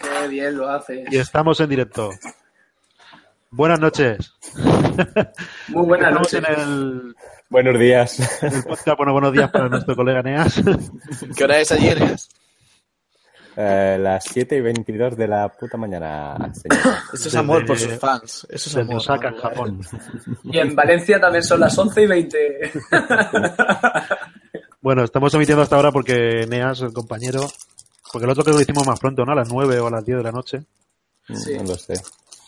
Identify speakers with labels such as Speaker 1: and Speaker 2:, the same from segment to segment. Speaker 1: Qué bien lo haces.
Speaker 2: Y estamos en directo. Buenas noches.
Speaker 1: Muy buenas
Speaker 2: Estamos
Speaker 1: noches.
Speaker 2: en el,
Speaker 3: Buenos días.
Speaker 2: el podcast. Bueno, buenos días para nuestro colega Neas.
Speaker 4: ¿Qué hora es ayer? Esto
Speaker 3: Eh, las 7 y 22 de la puta mañana, señor.
Speaker 4: es amor
Speaker 2: Desde-
Speaker 4: por sus fans. Eso es
Speaker 2: Se
Speaker 4: amor.
Speaker 2: nos saca en Japón.
Speaker 1: Y en Valencia también son las 11 y 20.
Speaker 2: Bueno, estamos emitiendo hasta ahora porque Neas, el compañero. Porque el otro creo que lo hicimos más pronto, ¿no? A las 9 o a las 10 de la noche.
Speaker 1: Sí.
Speaker 3: No lo sé.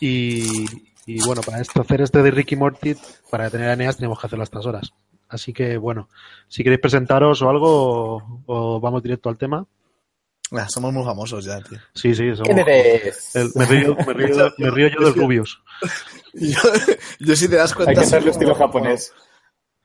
Speaker 2: Y, y bueno, para esto, hacer este de Ricky Morty, para tener a Neas, tenemos que hacerlo a estas horas. Así que bueno, si queréis presentaros o algo, o, o vamos directo al tema.
Speaker 4: Ah, somos muy famosos ya, tío.
Speaker 2: Sí, sí, somos-
Speaker 3: ¿Quién eres?
Speaker 2: el- me, río, me, río, me río yo del Rubius.
Speaker 5: Yo, yo si te das cuenta...
Speaker 3: Hay que
Speaker 5: soy
Speaker 3: hacerlo
Speaker 5: como-
Speaker 3: estilo japonés.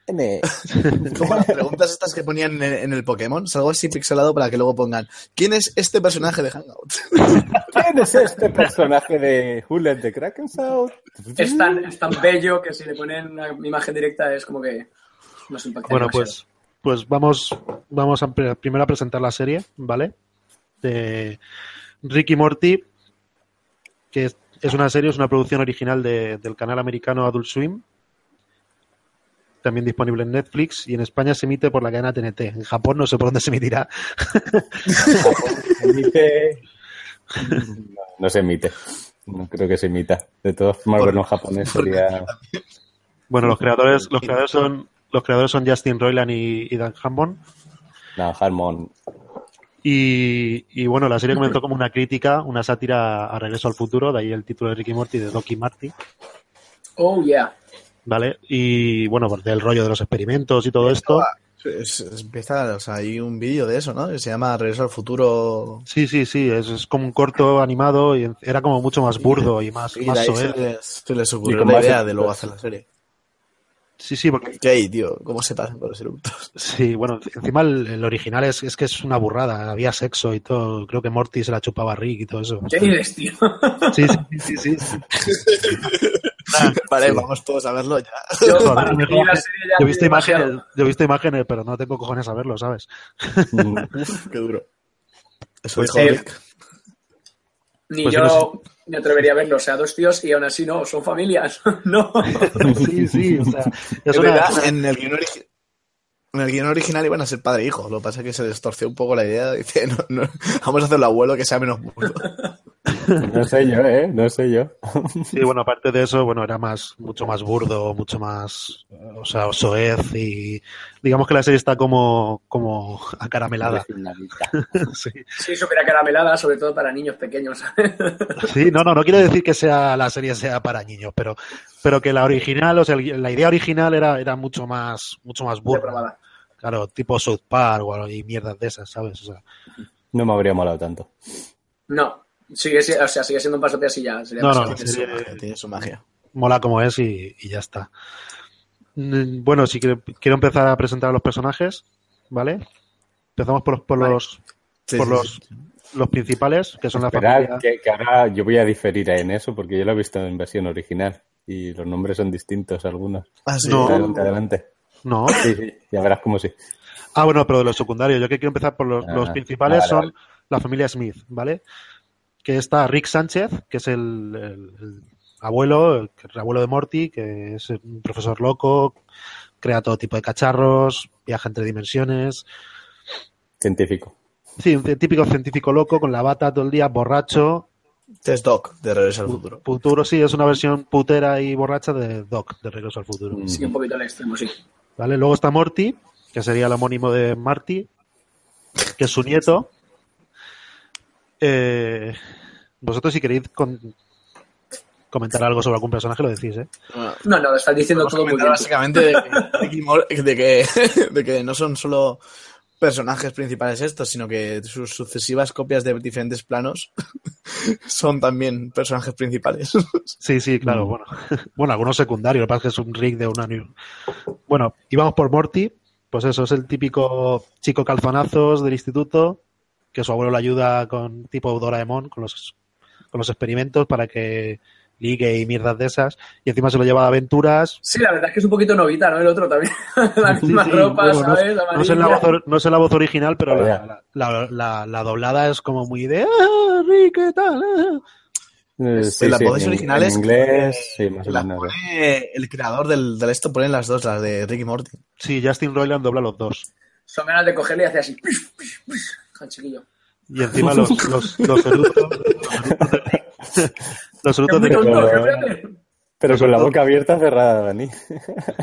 Speaker 3: N. este
Speaker 5: Como las preguntas estas que ponían en, en el Pokémon. Salgo así pixelado para que luego pongan ¿Quién es este personaje de Hangout?
Speaker 3: ¿Quién es este personaje de Hullet de Krakensau?
Speaker 1: Es tan, es tan bello que si le ponen una imagen directa es como que nos impacta.
Speaker 2: Bueno,
Speaker 1: demasiado.
Speaker 2: pues, pues vamos, vamos a pre- primero a presentar la serie, ¿vale? De Ricky Morty, que es, es una serie, es una producción original de- del canal americano Adult Swim, también disponible en Netflix y en España se emite por la cadena TNT. En Japón no sé por dónde se emitirá.
Speaker 3: Se emite- No, no se emite. No creo que se emita. De todas formas, verlo en japonés sería.
Speaker 2: Bueno, los creadores, los creadores son los creadores son Justin Roiland y, y Dan Hammond.
Speaker 3: No, Harmon.
Speaker 2: Y, y bueno, la serie comenzó como una crítica, una sátira a Regreso al Futuro, de ahí el título de Ricky Morty de Doki Marty.
Speaker 1: Oh, yeah.
Speaker 2: ¿Vale? Y bueno, pues, del rollo de los experimentos y todo esto.
Speaker 5: Es- es- empieza, o sea, hay un vídeo de eso, ¿no? Que se llama Regreso al futuro...
Speaker 2: Sí, sí, sí, es, es como un corto animado y era como mucho más burdo y más,
Speaker 5: Y de
Speaker 2: más
Speaker 5: ahí se,
Speaker 2: soez.
Speaker 5: les, se les
Speaker 3: Y
Speaker 5: ocurrió
Speaker 3: con
Speaker 5: la
Speaker 3: más
Speaker 5: idea de
Speaker 3: efectos.
Speaker 5: luego hacer la serie.
Speaker 2: Sí, sí, porque
Speaker 5: ¿Qué hay, tío? ¿Cómo se pasan con los eructos?
Speaker 2: sí, bueno, encima el, el original es, es que es una burrada, había sexo y todo, creo que Morty se la chupaba a Rick y todo eso.
Speaker 1: ¿Qué dices, tío?
Speaker 2: Sí, sí, sí, sí, sí.
Speaker 5: Vale, vamos todos a verlo ya.
Speaker 1: Yo,
Speaker 2: Joder,
Speaker 1: para mí, la serie ya
Speaker 2: Yo he
Speaker 1: tiene
Speaker 2: visto
Speaker 1: demasiado.
Speaker 2: imágenes, yo he visto imágenes, pero no tengo cojones a verlo, ¿sabes?
Speaker 5: Qué duro. Eso
Speaker 2: Pues
Speaker 5: dijo
Speaker 1: sí.
Speaker 5: Rick.
Speaker 1: Ni
Speaker 2: Pues
Speaker 1: yo
Speaker 2: no
Speaker 1: me atrevería a verlo. O sea, dos tíos y aún así no, son familias. no.
Speaker 2: Sí, sí, o sea, es
Speaker 5: Es
Speaker 2: una-
Speaker 5: verdad, en el guion origi- en el guion original iban a ser padre e hijo, lo que pasa es que se distorció un poco la idea. Dice, no, no, vamos a hacerlo abuelo que sea menos burdo.
Speaker 3: No sé yo, ¿eh? No sé yo.
Speaker 2: Sí, bueno, aparte de eso, bueno, era más, mucho más burdo, mucho más, eh, o sea, soez y digamos que la serie está como, como acaramelada. Sí.
Speaker 1: Sí, supiera caramelada, sobre todo para niños pequeños.
Speaker 2: sí, no, no, no quiero decir que sea la serie sea para niños, pero, pero que la original, o sea, el- la idea original era, era mucho más, mucho más burda.
Speaker 1: Depravada.
Speaker 2: Claro, tipo South Park o algo- y mierdas de esas, ¿sabes? O sea,
Speaker 3: No me habría molado tanto.
Speaker 1: No, sigue, si- o sea, sigue siendo un pasote así ya. Sería
Speaker 2: No, no,
Speaker 1: pasable.
Speaker 5: tiene, su
Speaker 2: sería-
Speaker 5: magia, tiene su magia.
Speaker 2: mola como es y, y ya está. Mm, Bueno, si quiero, quiero empezar a presentar a los personajes, ¿vale? Empezamos por los, por
Speaker 1: Vale.
Speaker 2: los,
Speaker 5: Sí,
Speaker 2: por
Speaker 5: sí,
Speaker 2: los,
Speaker 5: sí.
Speaker 2: los principales, que son la
Speaker 3: Esperad,
Speaker 2: familia.
Speaker 3: que, que ahora yo voy a diferir en eso porque yo lo he visto en versión original y los nombres son distintos algunos.
Speaker 5: Ah, sí.
Speaker 2: No.
Speaker 3: Adelante, adelante.
Speaker 2: No.
Speaker 3: Sí, sí, ya verás cómo sí.
Speaker 2: Ah, bueno, pero de los secundarios. Yo que quiero empezar por los,
Speaker 3: Ah,
Speaker 2: los principales
Speaker 3: vale,
Speaker 2: son
Speaker 3: vale.
Speaker 2: la familia Smith, ¿vale? Que está Rick Sánchez, que es el, el- el abuelo, el, el abuelo de Morty, que es un profesor loco, crea todo tipo de cacharros, viaja entre dimensiones.
Speaker 3: Científico.
Speaker 2: Sí, un típico científico loco con la bata todo el día, borracho.
Speaker 5: Test Doc de Regreso al Futuro.
Speaker 2: Futuro, sí, es una versión putera y borracha de Doc, de Regreso al Futuro.
Speaker 1: Sí, un poquito al extremo, sí.
Speaker 2: ¿Vale? Luego está Morty, que sería el homónimo de Marty, que es su nieto. Eh, vosotros si queréis con- comentar algo sobre algún personaje lo decís, ¿eh?
Speaker 5: Bueno,
Speaker 1: No, no, lo estás diciendo
Speaker 5: Hemos
Speaker 1: todo muy
Speaker 5: comentado
Speaker 1: bien.
Speaker 5: básicamente de que, Rick y Mor- de, que, de que no son solo personajes principales estos, sino que sus sucesivas copias de diferentes planos son también personajes principales.
Speaker 2: Sí, sí, claro, bueno. Bueno, algunos secundarios, lo que pasa es que es un rig de una... new- Bueno, y vamos por Morty, pues eso, es el típico chico calzonazos del instituto, que su abuelo le ayuda con tipo Doraemon, con los, con los experimentos para que ligue y mierdas de esas, y encima se lo lleva de aventuras.
Speaker 1: Sí, la verdad es que es un poquito novita, ¿no? El otro también. la misma
Speaker 2: Sí,
Speaker 1: ropa,
Speaker 2: bueno, no
Speaker 1: ¿sabes?
Speaker 2: es- no,
Speaker 1: Amarilla.
Speaker 2: sé la voz, or- no sé la voz original, pero
Speaker 3: Vaya.
Speaker 2: la, la, la- la- la doblada es como muy de ¡Ah, Rick, qué tal! Ah".
Speaker 3: Eh,
Speaker 5: Sí, las voces
Speaker 3: en-
Speaker 5: originales-
Speaker 3: Eh, En inglés, sí, más o
Speaker 5: Las
Speaker 3: menos.
Speaker 5: pone Eh, el creador del, del esto, pone las dos, las de Ricky Morty.
Speaker 2: Sí, Justin Roiland dobla los dos.
Speaker 1: Son ganas de cogerle y hacer así. pif, pif, pif, al chiquillo.
Speaker 2: Y encima los, los, los eructos. Los
Speaker 1: Es
Speaker 2: eructos
Speaker 1: muy
Speaker 2: de
Speaker 1: tonto,
Speaker 3: Pero-
Speaker 1: jefe.
Speaker 2: ¿eh?
Speaker 3: Pero con la boca abierta cerrada, Dani.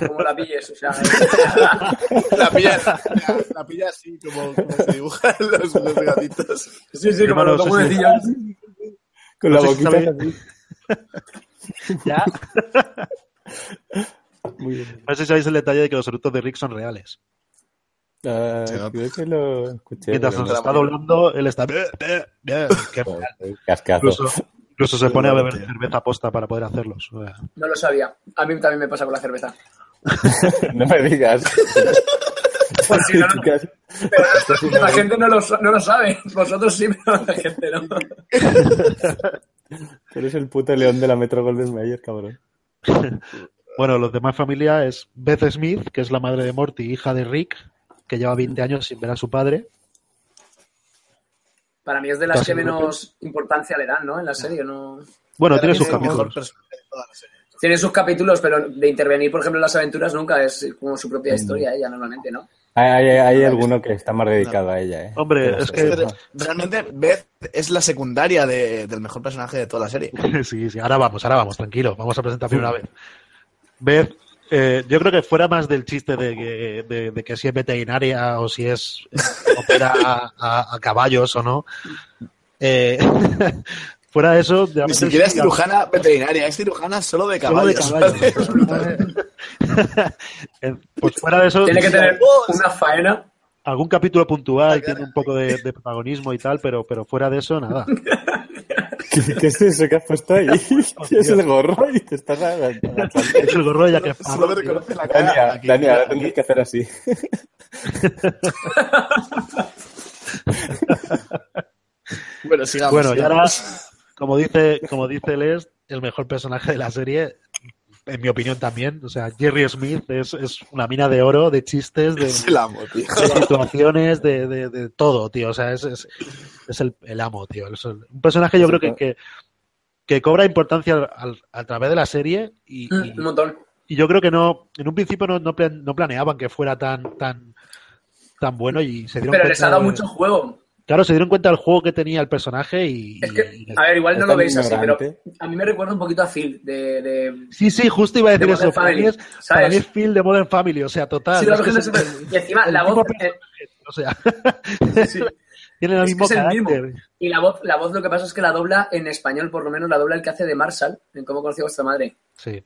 Speaker 1: Como la pilles, o sea. eh.
Speaker 5: La pilla, la, la pilla así, como, como se dibujan los, los gatitos.
Speaker 1: Sí, sí, como
Speaker 2: Hermano,
Speaker 1: lo tomo
Speaker 2: sí,
Speaker 1: de
Speaker 2: sí.
Speaker 1: sillón.
Speaker 3: Con
Speaker 2: No
Speaker 3: la
Speaker 2: sé si
Speaker 3: boquita
Speaker 2: sabéis-
Speaker 3: así.
Speaker 2: Ya.
Speaker 3: Muy bien.
Speaker 2: No sé si sabéis el detalle de que los eructos de Rick son reales.
Speaker 3: Ah,
Speaker 5: Se nota.
Speaker 3: creo que lo escuché.
Speaker 2: Mientras
Speaker 3: pero
Speaker 2: nos
Speaker 3: no-
Speaker 2: está doblando, él está. "Eh, eh, eh", que
Speaker 3: Cascazo.
Speaker 2: incluso, incluso se pone a beber cerveza posta para poder hacerlos. O sea,
Speaker 1: No lo sabía. A mí también me pasa con la cerveza.
Speaker 3: No me digas.
Speaker 1: Pues sí, no, no.
Speaker 3: Chicas,
Speaker 1: Pero la gente no lo, sa- no lo sabe. Vosotros sí, pero la gente no.
Speaker 3: Tú eres el puto león de la Metro Golden Mayer, cabrón.
Speaker 2: Bueno, los demás familia es Beth Smith, que es la madre de Morty, hija de Rick, que lleva 20 años sin ver a su padre.
Speaker 1: Para mí es de las
Speaker 2: Casi
Speaker 1: que
Speaker 2: no.
Speaker 1: menos importancia le dan, ¿no? En la serie, ¿no?
Speaker 2: Bueno, tiene
Speaker 5: Para
Speaker 2: sus
Speaker 5: mí es el mejor
Speaker 2: capítulos.
Speaker 5: personaje de toda la serie.
Speaker 1: Tiene sus capítulos, pero de intervenir, por ejemplo, en las aventuras nunca es como su propia historia, ella normalmente, ¿no?
Speaker 3: Hay, hay, hay alguno que está más dedicado a ella, ¿eh?
Speaker 2: Hombre,
Speaker 3: Pero
Speaker 2: es que-
Speaker 5: Este
Speaker 3: sí,
Speaker 5: re- realmente Beth es la secundaria de- del mejor personaje de toda la serie.
Speaker 2: Sí, sí, ahora vamos, ahora vamos, tranquilo, vamos a presentar primera vez. Beth, eh, yo creo que fuera más del chiste de que, de- de que si es veterinaria o si es eh, opera a, a- a caballos o no. Eh, fuera de eso, de
Speaker 5: Ni
Speaker 2: repente
Speaker 5: siquiera es
Speaker 2: sí,
Speaker 5: cirujana veterinaria, es cirujana solo de
Speaker 2: solo de
Speaker 5: caballos.
Speaker 2: caballos. Eh, pues fuera de eso,
Speaker 1: Tiene que
Speaker 2: sí,
Speaker 1: tener una faena.
Speaker 2: algún capítulo puntual tiene un poco de, de protagonismo y tal, pero, pero fuera de eso, nada.
Speaker 3: ¿Qué, qué es eso que este has puesto ahí? es el gorro y te estás agachando.
Speaker 2: Es el gorro de Jack Sparrow,
Speaker 5: Solo me
Speaker 2: tío.
Speaker 5: reconoce la
Speaker 3: Dani,
Speaker 5: cara.
Speaker 3: a-
Speaker 5: Aquí,
Speaker 3: Dani, ahora
Speaker 5: aquí.
Speaker 3: tendrás que hacer así.
Speaker 5: Bueno, sigamos.
Speaker 2: Bueno, y ahora,
Speaker 5: sigamos.
Speaker 2: como dice, como dice Les, el mejor personaje de la serie, en mi opinión también. O sea, Jerry Smith es, es una mina de oro, de chistes, de,
Speaker 5: Es el amo, tío.
Speaker 2: de situaciones, de, de- de todo, tío. O sea, es, es- es el, el amo, tío. Es el- un personaje yo creo que, que, que cobra importancia al- a través de la serie y, y-
Speaker 1: Un montón.
Speaker 2: y yo creo que no, en un principio no, no plan- no planeaban que fuera tan, tan, tan bueno y se dieron
Speaker 1: Pero
Speaker 2: cuenta
Speaker 1: les ha dado
Speaker 2: de-
Speaker 1: mucho juego.
Speaker 2: Claro, se dieron cuenta del juego que tenía el personaje y...
Speaker 1: Es que,
Speaker 2: y-
Speaker 1: a ver, igual no
Speaker 3: Es
Speaker 1: lo
Speaker 3: tan
Speaker 1: veis así, pero
Speaker 3: ignorante.
Speaker 1: a mí me recuerda un poquito a Phil, de, de,
Speaker 2: Sí, sí, justo iba a
Speaker 1: de
Speaker 2: decir eso.
Speaker 1: Modern
Speaker 2: Para mí,
Speaker 1: Family,
Speaker 2: es, para mí es
Speaker 1: ¿sabes?
Speaker 2: Phil de Modern Family, o sea, total.
Speaker 1: Sí, la
Speaker 2: es que
Speaker 1: verdad
Speaker 2: es
Speaker 1: es
Speaker 2: el-
Speaker 1: que- y encima la
Speaker 2: el
Speaker 1: voz,
Speaker 2: mismo o sea,
Speaker 1: eh, sí.
Speaker 2: tiene el
Speaker 1: Es que
Speaker 2: mismo
Speaker 1: es el mismo.
Speaker 2: carácter.
Speaker 1: y la voz, la voz lo que pasa es que la dobla en español, por lo menos la dobla el que hace de Marshall, en cómo conocí a vuestra madre.
Speaker 2: Sí.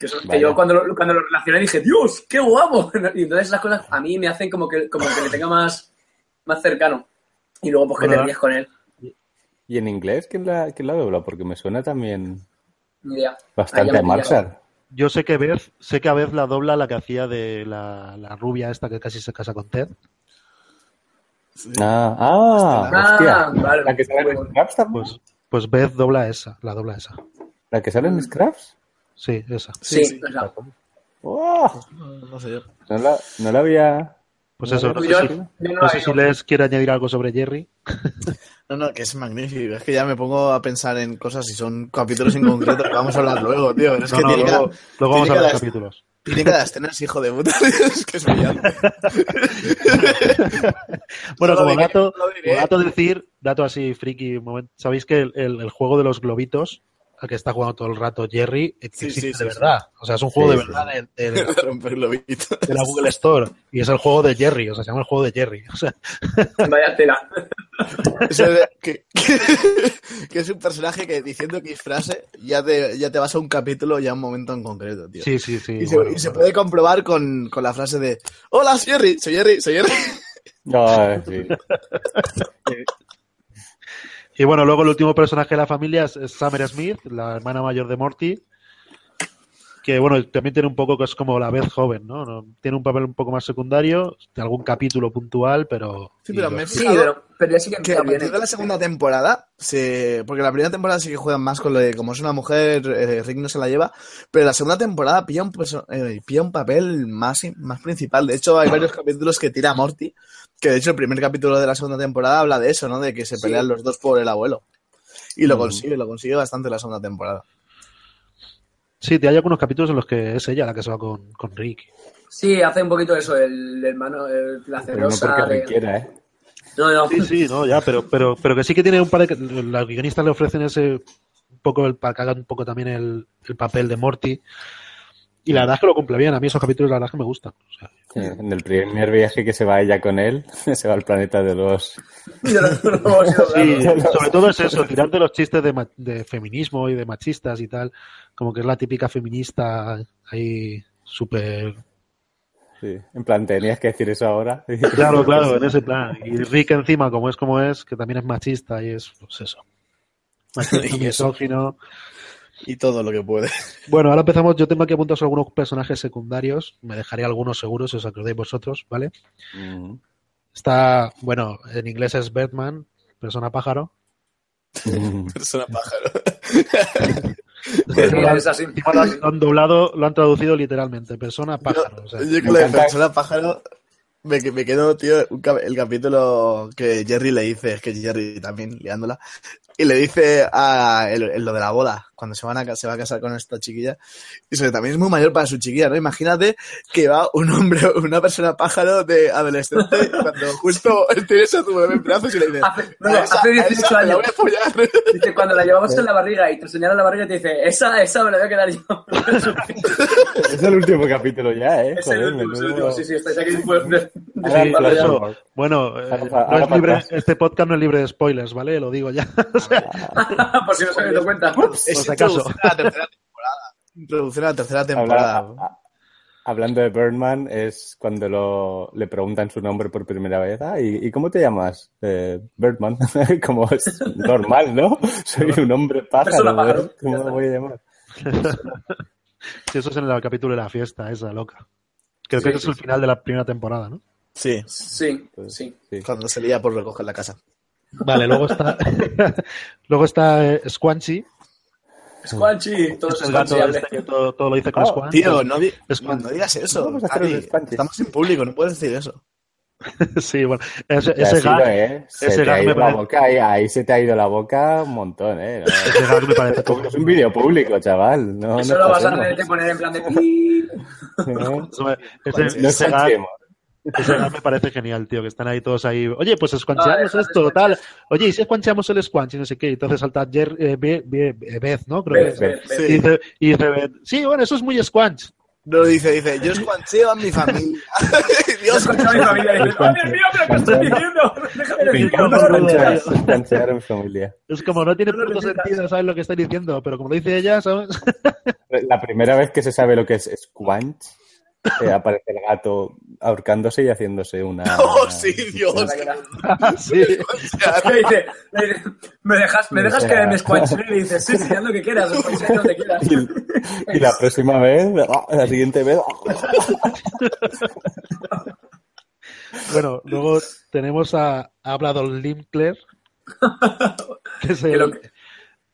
Speaker 1: Que, eso- que
Speaker 3: Vaya.
Speaker 1: yo cuando lo, cuando lo relacioné dije, Dios, qué guapo. Y entonces esas cosas a mí me hacen como que, como que me tenga más, más cercano. Y luego pues que
Speaker 2: Bueno,
Speaker 1: te ríes con él.
Speaker 3: ¿Y en inglés quién la, quién la dobla? Porque me suena también
Speaker 1: Ni idea. Ahí
Speaker 3: bastante
Speaker 1: ya
Speaker 3: a
Speaker 1: me pillas.
Speaker 3: Marshall.
Speaker 2: Yo sé que Beth, sé que a Beth la dobla la que hacía de la, la rubia esta que casi se casa con Ted.
Speaker 3: Ah, ah,
Speaker 1: Ah,
Speaker 3: hostia.
Speaker 1: vale.
Speaker 3: La que sale en Scraps también.
Speaker 2: Pues, pues Beth dobla esa, la dobla esa.
Speaker 3: La que sale en Scraps.
Speaker 2: Sí, esa.
Speaker 1: Sí,
Speaker 5: Sí, sí.
Speaker 1: o sea,
Speaker 3: ¡Oh!
Speaker 5: No, no sé yo.
Speaker 3: No la, no la había.
Speaker 2: Pues eso, no sé
Speaker 1: yo-
Speaker 2: si,
Speaker 1: yo no la
Speaker 2: no sé
Speaker 1: veo.
Speaker 2: si Les quiere añadir algo sobre Jerry.
Speaker 5: No, no, que es magnífico. Es que ya me pongo a pensar en cosas y son capítulos en concreto que vamos a hablar luego, tío. Pero es
Speaker 2: No,
Speaker 5: que
Speaker 2: no,
Speaker 5: tiene,
Speaker 2: luego,
Speaker 5: cada,
Speaker 2: luego vamos a
Speaker 5: tiene
Speaker 2: ver
Speaker 5: cada-
Speaker 2: los capítulos.
Speaker 5: tiene cada escena ese hijo de puta. Es que es brillante.
Speaker 2: Bueno,
Speaker 5: lo
Speaker 2: como
Speaker 5: diré,
Speaker 2: dato,
Speaker 5: lo diré.
Speaker 2: como dato decir, dato así friki, un momento, sabéis que el, el- el juego de los globitos al que está jugando todo el rato Jerry
Speaker 5: Sí,
Speaker 2: existe
Speaker 5: sí, sí,
Speaker 2: de
Speaker 5: sí.
Speaker 2: verdad. O sea, es un juego
Speaker 3: Sí,
Speaker 2: de
Speaker 3: sí,
Speaker 2: verdad de, de-
Speaker 5: De romper globito.
Speaker 2: de la Google Store y es el juego de Jerry, o sea, se llama el juego de Jerry. O sea,
Speaker 1: vaya tela.
Speaker 5: Eso de- que, que, que es un personaje que diciendo que frase ya te, ya te vas a un capítulo y a un momento en concreto, tío.
Speaker 2: sí, sí, sí.
Speaker 5: y, se,
Speaker 2: bueno,
Speaker 5: y se
Speaker 2: bueno.
Speaker 5: puede comprobar con, con la frase de Hola, soy Jerry, soy Jerry, soy Jerry.
Speaker 3: No, sí.
Speaker 2: Y bueno, luego el último personaje de la familia es, es Summer Smith, la hermana mayor de Morty. Que bueno, también tiene un poco que es como la vez joven, ¿no? ¿no? Tiene un papel un poco más secundario, de algún capítulo puntual, pero.
Speaker 5: Sí, pero
Speaker 2: y-
Speaker 5: me he
Speaker 1: Sí,
Speaker 5: fijado,
Speaker 1: pero pero ya sí que
Speaker 5: Que a partir de la segunda temporada, se... porque la primera temporada sí que juegan más con lo de como es una mujer, eh, Rick no se la lleva, pero la segunda temporada pilla un, perso- eh, pilla un papel más, más principal. De hecho, hay varios capítulos que tira a Morty, que de hecho el primer capítulo de la segunda temporada habla de eso, ¿no? De que se
Speaker 1: Sí.
Speaker 5: pelean los dos por el abuelo. Y lo consigue, lo consigue bastante la segunda temporada.
Speaker 2: Sí, te hay algunos capítulos en los que es ella la que se va con, con Rick.
Speaker 1: ¿eh? Sí, hace un poquito eso, el hermano, el- la
Speaker 3: Pero no
Speaker 1: celosa.
Speaker 3: porque
Speaker 1: de-
Speaker 3: requiera, ¿eh?
Speaker 1: No, no.
Speaker 2: Sí, sí, no, ya, pero, pero, pero que sí que tiene un par de. Los guionistas le ofrecen ese. Un poco el, para que haga un poco también el, el papel de Morty. Y la verdad es que lo cumple bien. A mí esos capítulos, la verdad es que me gustan. O sea,
Speaker 3: En el primer viaje que se va ella con él, se va al planeta de los...
Speaker 1: Yo no- no lo sé, claro.
Speaker 2: Sí, sobre todo es eso, tirarte los chistes de, ma- de feminismo y de machistas y tal, como que es la típica feminista ahí súper...
Speaker 3: Sí. En plan, tenías que decir eso ahora.
Speaker 1: Pues
Speaker 2: Claro, claro, en ese plan. Y Rick encima, como es como es, que también es machista y es, pues eso. Machista,
Speaker 5: Y eso.
Speaker 2: misógino.
Speaker 5: Y todo lo que puede.
Speaker 2: Bueno, ahora empezamos, yo tengo aquí apuntados algunos personajes secundarios, me dejaré algunos seguros si os acordáis vosotros, ¿vale?
Speaker 3: Mm.
Speaker 2: Está, bueno, en inglés es Batman, persona pájaro.
Speaker 3: Mm.
Speaker 5: Persona pájaro.
Speaker 1: Sí, es así.
Speaker 2: Encima lo han- lo han doblado, lo han traducido literalmente, persona pájaro. o sea.
Speaker 5: Yo con
Speaker 3: Me
Speaker 5: la
Speaker 3: encanta.
Speaker 5: persona pájaro me, que- me quedo, tío, un cap- el capítulo que Jerry le dice, es que Jerry también liándola, y le dice a el- el- lo de la boda, cuando se, van a, ca- se va a casar con esta chiquilla, y eso que también es muy mayor para su chiquilla, ¿no? Imagínate que va un hombre, una persona pájaro de adolescente, cuando justo tienes a tu bebé en brazos y le dices,
Speaker 1: Hace- Ah, no, no,
Speaker 5: "A
Speaker 1: hace
Speaker 5: esa- a esa
Speaker 1: 18
Speaker 5: me la
Speaker 1: años".
Speaker 5: voy a follar.
Speaker 1: Dice, cuando la llevamos en la barriga y te señala la barriga, te dice, esa, esa me la voy a quedar yo.
Speaker 3: es el último capítulo ya, ¿eh?
Speaker 1: es el
Speaker 3: Joder,
Speaker 1: último, es el
Speaker 3: menudo-
Speaker 1: último. Sí, sí, estáis aquí después de- de-
Speaker 3: Ahora
Speaker 2: Sí,
Speaker 3: en plan,
Speaker 2: por
Speaker 1: de-
Speaker 2: eso.
Speaker 3: por-
Speaker 2: Bueno, eh,
Speaker 3: Ahora pa-
Speaker 2: no es
Speaker 3: ahora
Speaker 2: libre-
Speaker 3: podcast.
Speaker 2: este podcast no es libre de spoilers, ¿vale? Lo digo ya. O sea,
Speaker 1: Por si no os habéis dado cuenta.
Speaker 5: Es
Speaker 2: si acaso.
Speaker 5: introducción a la tercera temporada. Introducción a la tercera temporada.
Speaker 3: Habla- a- hablando de Birdman, es cuando lo, le preguntan su nombre por primera vez. Ah, ¿y, y cómo te llamas? Eh, Birdman. Como es normal, ¿no? Soy un hombre pájaro.
Speaker 1: Persona pájaro.
Speaker 3: ¿eh? ¿Cómo me voy a llamar?
Speaker 2: sí, eso es en el capítulo de la fiesta, esa loca. Creo
Speaker 1: Sí,
Speaker 2: que ese
Speaker 1: sí,
Speaker 2: es el final de la primera temporada, ¿no?
Speaker 5: Sí,
Speaker 1: Sí,
Speaker 3: Pues-
Speaker 1: sí.
Speaker 3: Sí.
Speaker 5: cuando se lía por recoger la casa.
Speaker 2: Vale, luego está, luego está eh, Squanchy.
Speaker 1: Squanchy, todo
Speaker 2: Es
Speaker 1: eso
Speaker 2: el
Speaker 1: es
Speaker 2: gato
Speaker 1: confiable.
Speaker 2: este que todo, todo lo dice con
Speaker 3: Oh,
Speaker 2: Squanchy.
Speaker 5: Tío, no, di-
Speaker 2: Es
Speaker 5: Pues, no, no digas eso.
Speaker 3: Vamos a hacer
Speaker 5: Tati,
Speaker 3: un despanche.
Speaker 5: estamos en público, no puedes decir eso.
Speaker 2: Sí, bueno. Ese,
Speaker 3: Te
Speaker 2: ese
Speaker 3: has ido,
Speaker 2: gag,
Speaker 3: ¿eh? Se
Speaker 2: ese
Speaker 3: te
Speaker 2: gag
Speaker 3: ha
Speaker 2: me
Speaker 3: ido la
Speaker 2: parece-
Speaker 3: boca, ahí, ahí se te ha ido la boca un montón, ¿eh? No,
Speaker 2: ese gag me parece como-
Speaker 3: es un vídeo público, chaval. No,
Speaker 1: Eso
Speaker 3: no
Speaker 1: lo vas a
Speaker 3: pasemos,
Speaker 1: tener que poner en plan de... pi.
Speaker 3: ¿no?
Speaker 2: ese,
Speaker 3: No
Speaker 2: ese gag,
Speaker 3: exageremos.
Speaker 2: ese gag me parece genial, tío, que están ahí todos ahí. Oye, pues squancheamos
Speaker 1: Ah, es-
Speaker 2: esto, tal. Oye, ¿y si squancheamos el squanch y no sé qué? Y entonces salta Jer, eh, Be- Be- Be- Beth, ¿no? Creo que
Speaker 1: Ve,
Speaker 2: es.
Speaker 1: ve, ve.
Speaker 2: Y dice, y dice Beth, sí, bueno, eso es muy squanch.
Speaker 5: No dice, dice, yo escuancheo a mi familia.
Speaker 1: Yo
Speaker 5: Dios,
Speaker 1: escuchaba a mi familia y dice, ¡Oh, Dios mío, pero qué estás diciendo! ¡Déjame
Speaker 3: Me
Speaker 1: decirlo!
Speaker 3: encanta
Speaker 1: no, no, no".
Speaker 3: planchar- planchar a mi familia.
Speaker 2: Es como, no tiene
Speaker 1: No lo
Speaker 2: puto
Speaker 1: necesitas.
Speaker 2: sentido, ¿sabes lo que está diciendo? Pero como lo dice ella, ¿sabes?
Speaker 3: La primera vez que se sabe lo que es squanch, eh, aparece el gato ahorcándose y haciéndose una.
Speaker 5: oh, sí, Dios.
Speaker 1: Ah,
Speaker 2: sí.
Speaker 1: Le dice, le dice, me dejas, me
Speaker 3: O
Speaker 1: dejas
Speaker 3: sea-
Speaker 1: que me squanche y le dices, sí, sí, haz lo que quieras, squanche donde quieras.
Speaker 3: Y, y la próxima vez, ah, la siguiente vez. ah,
Speaker 2: Bueno, luego tenemos a Hablador Limpler, que, es el-
Speaker 1: Que lo-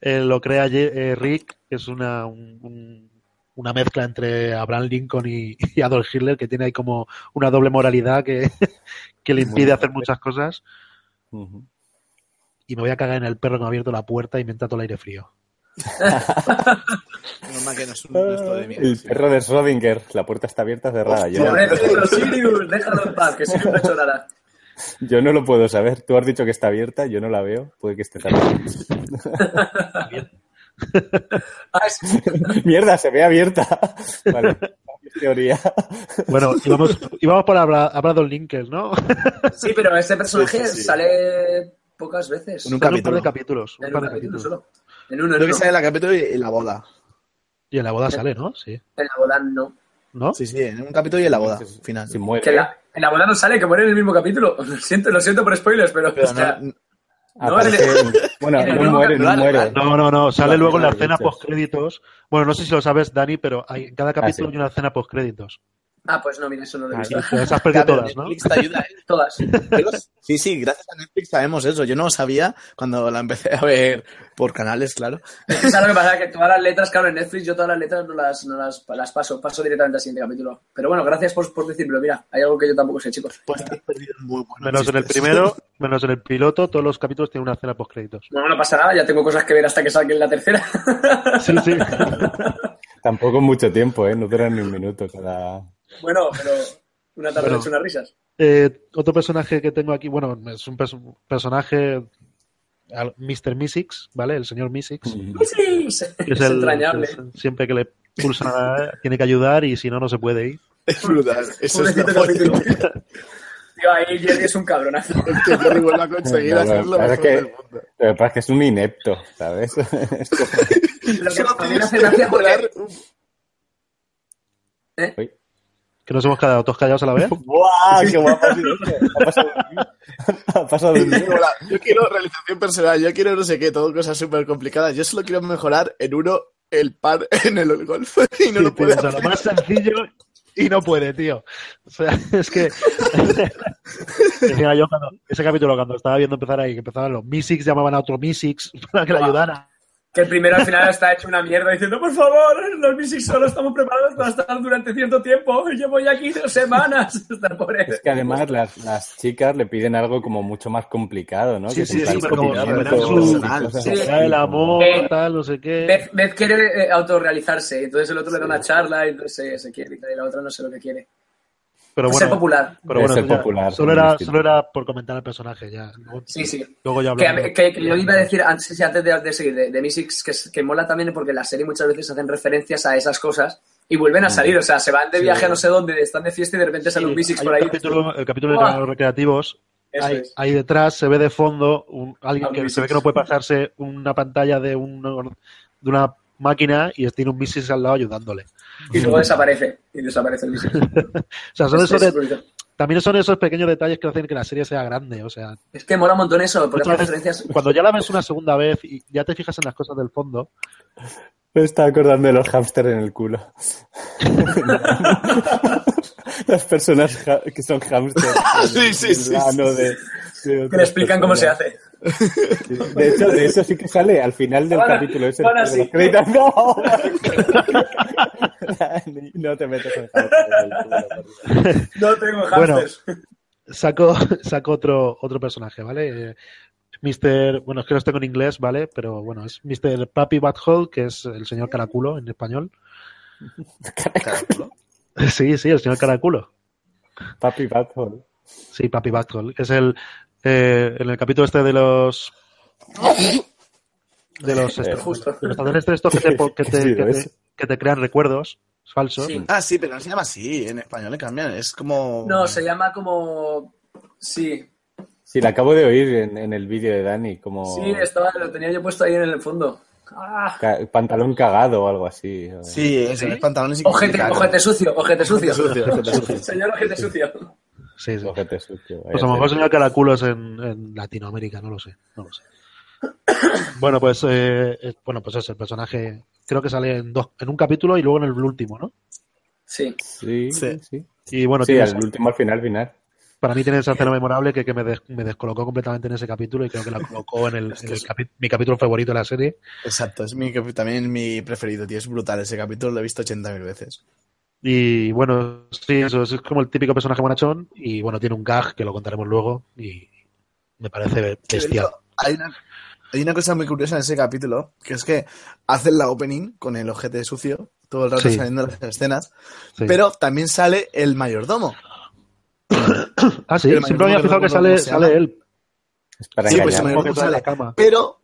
Speaker 2: eh, lo crea Ye- eh, Rick, que es una, un- un- una mezcla entre Abraham Lincoln y, y Adolf Hitler, que tiene ahí como una doble moralidad que, que le impide hacer muchas cosas.
Speaker 3: ujú.
Speaker 2: Y me voy a cagar en el perro que me ha abierto la puerta y me entra todo el aire frío.
Speaker 5: Normal que no es un esto de mierda.
Speaker 3: El perro de Schrödinger, la puerta está abierta, cerrada. Yo,
Speaker 1: Pobre tío, Sirius, déjalo en paz, que Sirius no ha hecho nada.
Speaker 3: yo no lo puedo saber. Tú has dicho que está abierta, yo no la veo. Puede que esté cerrada.
Speaker 1: Ah, sí,
Speaker 3: Mierda, se ve abierta. Vale, teoría.
Speaker 2: Bueno, íbamos, íbamos por Abra- Abraham Lincoln, ¿no?
Speaker 1: sí, pero ese personaje
Speaker 5: Sí, sí, sí.
Speaker 1: sale pocas veces.
Speaker 5: En un
Speaker 2: Sale par
Speaker 5: capítulo.
Speaker 2: de capítulos. un
Speaker 1: En
Speaker 2: par
Speaker 1: un
Speaker 2: de
Speaker 1: capítulo
Speaker 2: capítulos.
Speaker 1: solo. En uno, en
Speaker 5: Creo que
Speaker 1: uno.
Speaker 5: sale la capítulo y, y la boda.
Speaker 2: Y en la boda sale, ¿no? Sí.
Speaker 1: En la boda no.
Speaker 2: ¿No?
Speaker 5: Sí, sí, en un capítulo y en la boda, final.
Speaker 3: Si
Speaker 1: Que
Speaker 3: muere.
Speaker 1: la- en la boda no sale, que muere en el mismo capítulo. Lo siento, lo siento por spoilers, pero,
Speaker 5: Pero
Speaker 1: o sea,
Speaker 5: no,
Speaker 3: aparece- bueno,
Speaker 1: en el
Speaker 3: no muere, no
Speaker 5: nuevo
Speaker 3: muere.
Speaker 2: No, no, no. Sale
Speaker 3: Vale,
Speaker 2: luego en la
Speaker 3: vale,
Speaker 2: escena
Speaker 3: dices.
Speaker 2: post créditos. Bueno, no sé si lo sabes, Dani, pero hay, en cada capítulo
Speaker 3: sí.
Speaker 2: hay una escena post créditos.
Speaker 1: Ah, pues no, mira, eso no lo he
Speaker 2: Ahí,
Speaker 1: visto.
Speaker 2: te las has perdido
Speaker 5: Cabrón,
Speaker 2: todas, ¿no?
Speaker 5: Netflix te ayuda, ¿eh?
Speaker 1: Todas.
Speaker 5: Pero sí, sí, gracias a Netflix sabemos eso. Yo no lo sabía cuando la empecé a ver por canales, claro.
Speaker 1: ¿Sabes lo que pasa? Que todas las letras, claro, en Netflix yo todas las letras no las, no las, las paso, paso directamente al siguiente capítulo. Pero bueno, gracias por, por decírmelo. Mira, hay algo que yo tampoco sé, chicos.
Speaker 5: Pues te has perdido muy buenos
Speaker 2: Menos en el
Speaker 5: chistes.
Speaker 2: primero, menos en el piloto, todos los capítulos tienen una escena post créditos.
Speaker 1: Bueno, no pasa nada, ya tengo cosas que ver hasta que saquen la tercera.
Speaker 2: Sí, sí.
Speaker 3: Tampoco mucho tiempo, ¿eh? No duran ni un minuto cada...
Speaker 1: bueno, pero una tarde
Speaker 2: Bueno.
Speaker 1: he hecho unas risas.
Speaker 2: Eh, otro personaje que tengo aquí, bueno, es un pers- personaje al- Mr. Misix, ¿vale? El señor Misix.
Speaker 1: Sí, sí,
Speaker 2: que
Speaker 1: es,
Speaker 2: el-
Speaker 1: entrañable.
Speaker 2: que es- siempre que le pulsa tiene que ayudar y si no, no se puede ir.
Speaker 5: Es brutal. Eso es
Speaker 1: Pobrecito
Speaker 5: la polla.
Speaker 1: capítulo. Tío, ahí Jerry es un cabronazo.
Speaker 5: Que Jerry vuelva a conseguir
Speaker 3: No, no,
Speaker 5: hacerlo
Speaker 3: claro
Speaker 5: mejor
Speaker 3: que-
Speaker 5: del mundo.
Speaker 3: Lo que pasa es que es un inepto, ¿sabes? Es como-
Speaker 1: Lo que
Speaker 5: Solo
Speaker 1: a mí me
Speaker 5: tienes
Speaker 1: hace
Speaker 5: que
Speaker 1: gracia porque-
Speaker 5: lograr un-
Speaker 2: Que nos hemos quedado todos callados a la vez.
Speaker 3: ¡Guau! ¡Qué guapo ha sido este! Ha pasado un día. Ha pasado un día.
Speaker 5: Hola, Yo quiero realización personal, yo quiero no sé qué, todo cosas súper complicadas. Yo solo quiero mejorar en uno el par en el golf y no
Speaker 2: Sí,
Speaker 5: lo
Speaker 2: tío,
Speaker 5: puedo
Speaker 2: o sea, lo
Speaker 5: hacer.
Speaker 2: más sencillo y no puede, tío. O sea, es que. Decía yo cuando- ese capítulo, cuando estaba viendo empezar ahí, que empezaban los Misix, llamaban a otro Misix para que le ayudara.
Speaker 1: Que el primero al final está hecho una mierda diciendo, por favor, los Mysics solo estamos preparados para estar durante cierto tiempo. Llevo ya aquí dos semanas. Está pobre.
Speaker 3: Es que además las, las chicas le piden algo como mucho más complicado, ¿no?
Speaker 2: Sí,
Speaker 3: Que
Speaker 2: sí,
Speaker 3: son
Speaker 2: sí,
Speaker 3: tan
Speaker 2: pero como
Speaker 3: complicadas,
Speaker 2: superar su-
Speaker 3: y cosas
Speaker 1: sí.
Speaker 3: así,
Speaker 2: Era el amor,
Speaker 1: Eh,
Speaker 2: tal, no sé qué.
Speaker 1: Beth, Beth quiere eh, autorrealizarse, y entonces el otro le da una charla y entonces se, se quiere y tal, y la otra no sé lo que quiere.
Speaker 2: Pero
Speaker 1: Ser
Speaker 2: bueno,
Speaker 1: popular.
Speaker 2: pero
Speaker 3: Es
Speaker 2: bueno
Speaker 3: ser
Speaker 2: eso ya-
Speaker 3: popular,
Speaker 2: solo, era,
Speaker 3: sí.
Speaker 2: solo era por comentar al personaje, ya. Luego-
Speaker 1: Sí, sí.
Speaker 2: Luego ya
Speaker 1: Que, a
Speaker 2: hablamos.
Speaker 1: mí- que- que yo iba a decir antes, sí, antes de, de seguir de, de Mysics, que, es- que mola también porque en la serie muchas veces hacen referencias a esas cosas y vuelven a salir. O sea, se van de viaje a no sé dónde, están de fiesta y de repente salen
Speaker 2: Mm. Sí,
Speaker 1: un Mysics
Speaker 2: hay
Speaker 1: por
Speaker 2: un
Speaker 1: ahí.
Speaker 2: capítulo- el capítulo
Speaker 1: ¡Buah!
Speaker 2: de los recreativos.
Speaker 1: Eso
Speaker 2: Ahí,
Speaker 1: es.
Speaker 2: ahí detrás se ve de fondo un- alguien
Speaker 1: Ah,
Speaker 2: que
Speaker 1: un
Speaker 2: se ve
Speaker 1: Mysics.
Speaker 2: que no puede pasarse una pantalla de, un, de una máquina y tiene un Missis al lado ayudándole.
Speaker 1: Y luego desaparece. Y desaparece el Mysics.
Speaker 2: O sea, son
Speaker 1: Es- es
Speaker 2: esos de-
Speaker 1: brutal.
Speaker 2: también son esos pequeños detalles que hacen que la serie sea grande. O sea,
Speaker 1: Es que mola un montón eso, porque
Speaker 2: muchas
Speaker 1: hace
Speaker 2: veces,
Speaker 1: referencias.
Speaker 2: cuando ya la ves una segunda vez y ya te fijas en las cosas del fondo,
Speaker 3: Me estaba acordando de los hámsters en el culo. las personas ja- que son hámsters.
Speaker 5: Sí, sí, sí,
Speaker 3: Ah, no, de- de
Speaker 1: Que le
Speaker 3: otras
Speaker 1: explican cómo se
Speaker 3: personas.
Speaker 1: hace.
Speaker 3: Sí. De hecho, de eso sí que sale al final del
Speaker 1: Ahora-
Speaker 3: capítulo ese.
Speaker 1: ahora
Speaker 3: de los
Speaker 1: sí.
Speaker 3: créditos. ¡No! Dani, no te metas en hámsters en el culo. por Dios.
Speaker 1: No tengo
Speaker 2: Bueno.
Speaker 1: hamsters.
Speaker 2: saco, saco otro, otro personaje, ¿vale? Eh, Mr. Bueno, es que los tengo en inglés, ¿vale? Pero bueno, es Mr. Papi Butthole, que es el señor Caraculo en español.
Speaker 4: Caraculo.
Speaker 2: Sí, sí, el señor Caraculo.
Speaker 3: Papi Butthole.
Speaker 2: Sí, Papi Butthole. Es el. eh, en el capítulo este de los. De los.
Speaker 3: Eh,
Speaker 2: estos-
Speaker 1: justo.
Speaker 2: de los extraterrestres estos que te, po- que
Speaker 3: ¿Qué
Speaker 2: te-
Speaker 3: ha sido
Speaker 2: que te-
Speaker 3: eso?
Speaker 2: que te crean recuerdos falsos.
Speaker 1: Sí.
Speaker 5: Ah, sí, pero no se llama así. En español le cambian. Es como.
Speaker 1: No, se llama como. Sí.
Speaker 3: Sí, la acabo de oír en, en el vídeo de Dani, como
Speaker 1: Sí, estaba, lo tenía yo puesto ahí en el fondo. Ah.
Speaker 3: ca- pantalón cagado o algo así. o-
Speaker 5: Sí, es
Speaker 1: ¿Sí?
Speaker 5: es pantalones y
Speaker 1: Ojete,
Speaker 5: claro.
Speaker 1: ojete sucio, ojete sucio.
Speaker 5: Ojete sucio, ojete sucio.
Speaker 1: Señor ojete sucio.
Speaker 2: Sí, sí.
Speaker 3: Ojete sucio.
Speaker 2: Pues a lo mejor el señor Caraculo es en, en Latinoamérica, no lo sé. No lo sé. Bueno, pues eh, es- bueno, pues es el personaje. Creo que sale en dos, en un capítulo y luego en el último, ¿no?
Speaker 1: Sí.
Speaker 3: Sí, sí.
Speaker 5: Sí.
Speaker 3: sí.
Speaker 2: Y bueno,
Speaker 3: sí,
Speaker 2: tiene
Speaker 3: al
Speaker 2: esa-
Speaker 3: último, al final, final.
Speaker 2: para mí tiene esa escena memorable que, que me, des- me descolocó completamente en ese capítulo y creo que la colocó en, el, en el capi- mi capítulo favorito de la serie.
Speaker 5: Exacto, es mi, también mi preferido, tío. Es brutal ese capítulo, lo he visto 80.000 veces.
Speaker 2: Y bueno, sí, eso es como el típico personaje bonachón. Y bueno, tiene un gag que lo contaremos luego. Y me parece bestial.
Speaker 5: Hay una, hay una cosa muy curiosa en ese capítulo, que es que hacen la opening con el ojete sucio, todo el rato
Speaker 2: Sí.
Speaker 5: saliendo las escenas,
Speaker 2: Sí.
Speaker 5: pero también sale el mayordomo.
Speaker 2: ah, sí,
Speaker 5: pero
Speaker 2: siempre
Speaker 5: me
Speaker 2: había
Speaker 5: acuerdo
Speaker 2: fijado que
Speaker 5: que no
Speaker 2: sale,
Speaker 5: me acuerdo cómo se
Speaker 2: sale
Speaker 5: llama.
Speaker 2: él.
Speaker 3: Es para
Speaker 5: Sí,
Speaker 3: engañar.
Speaker 5: pues se me-
Speaker 2: Porque sale de la cama.
Speaker 5: Pero,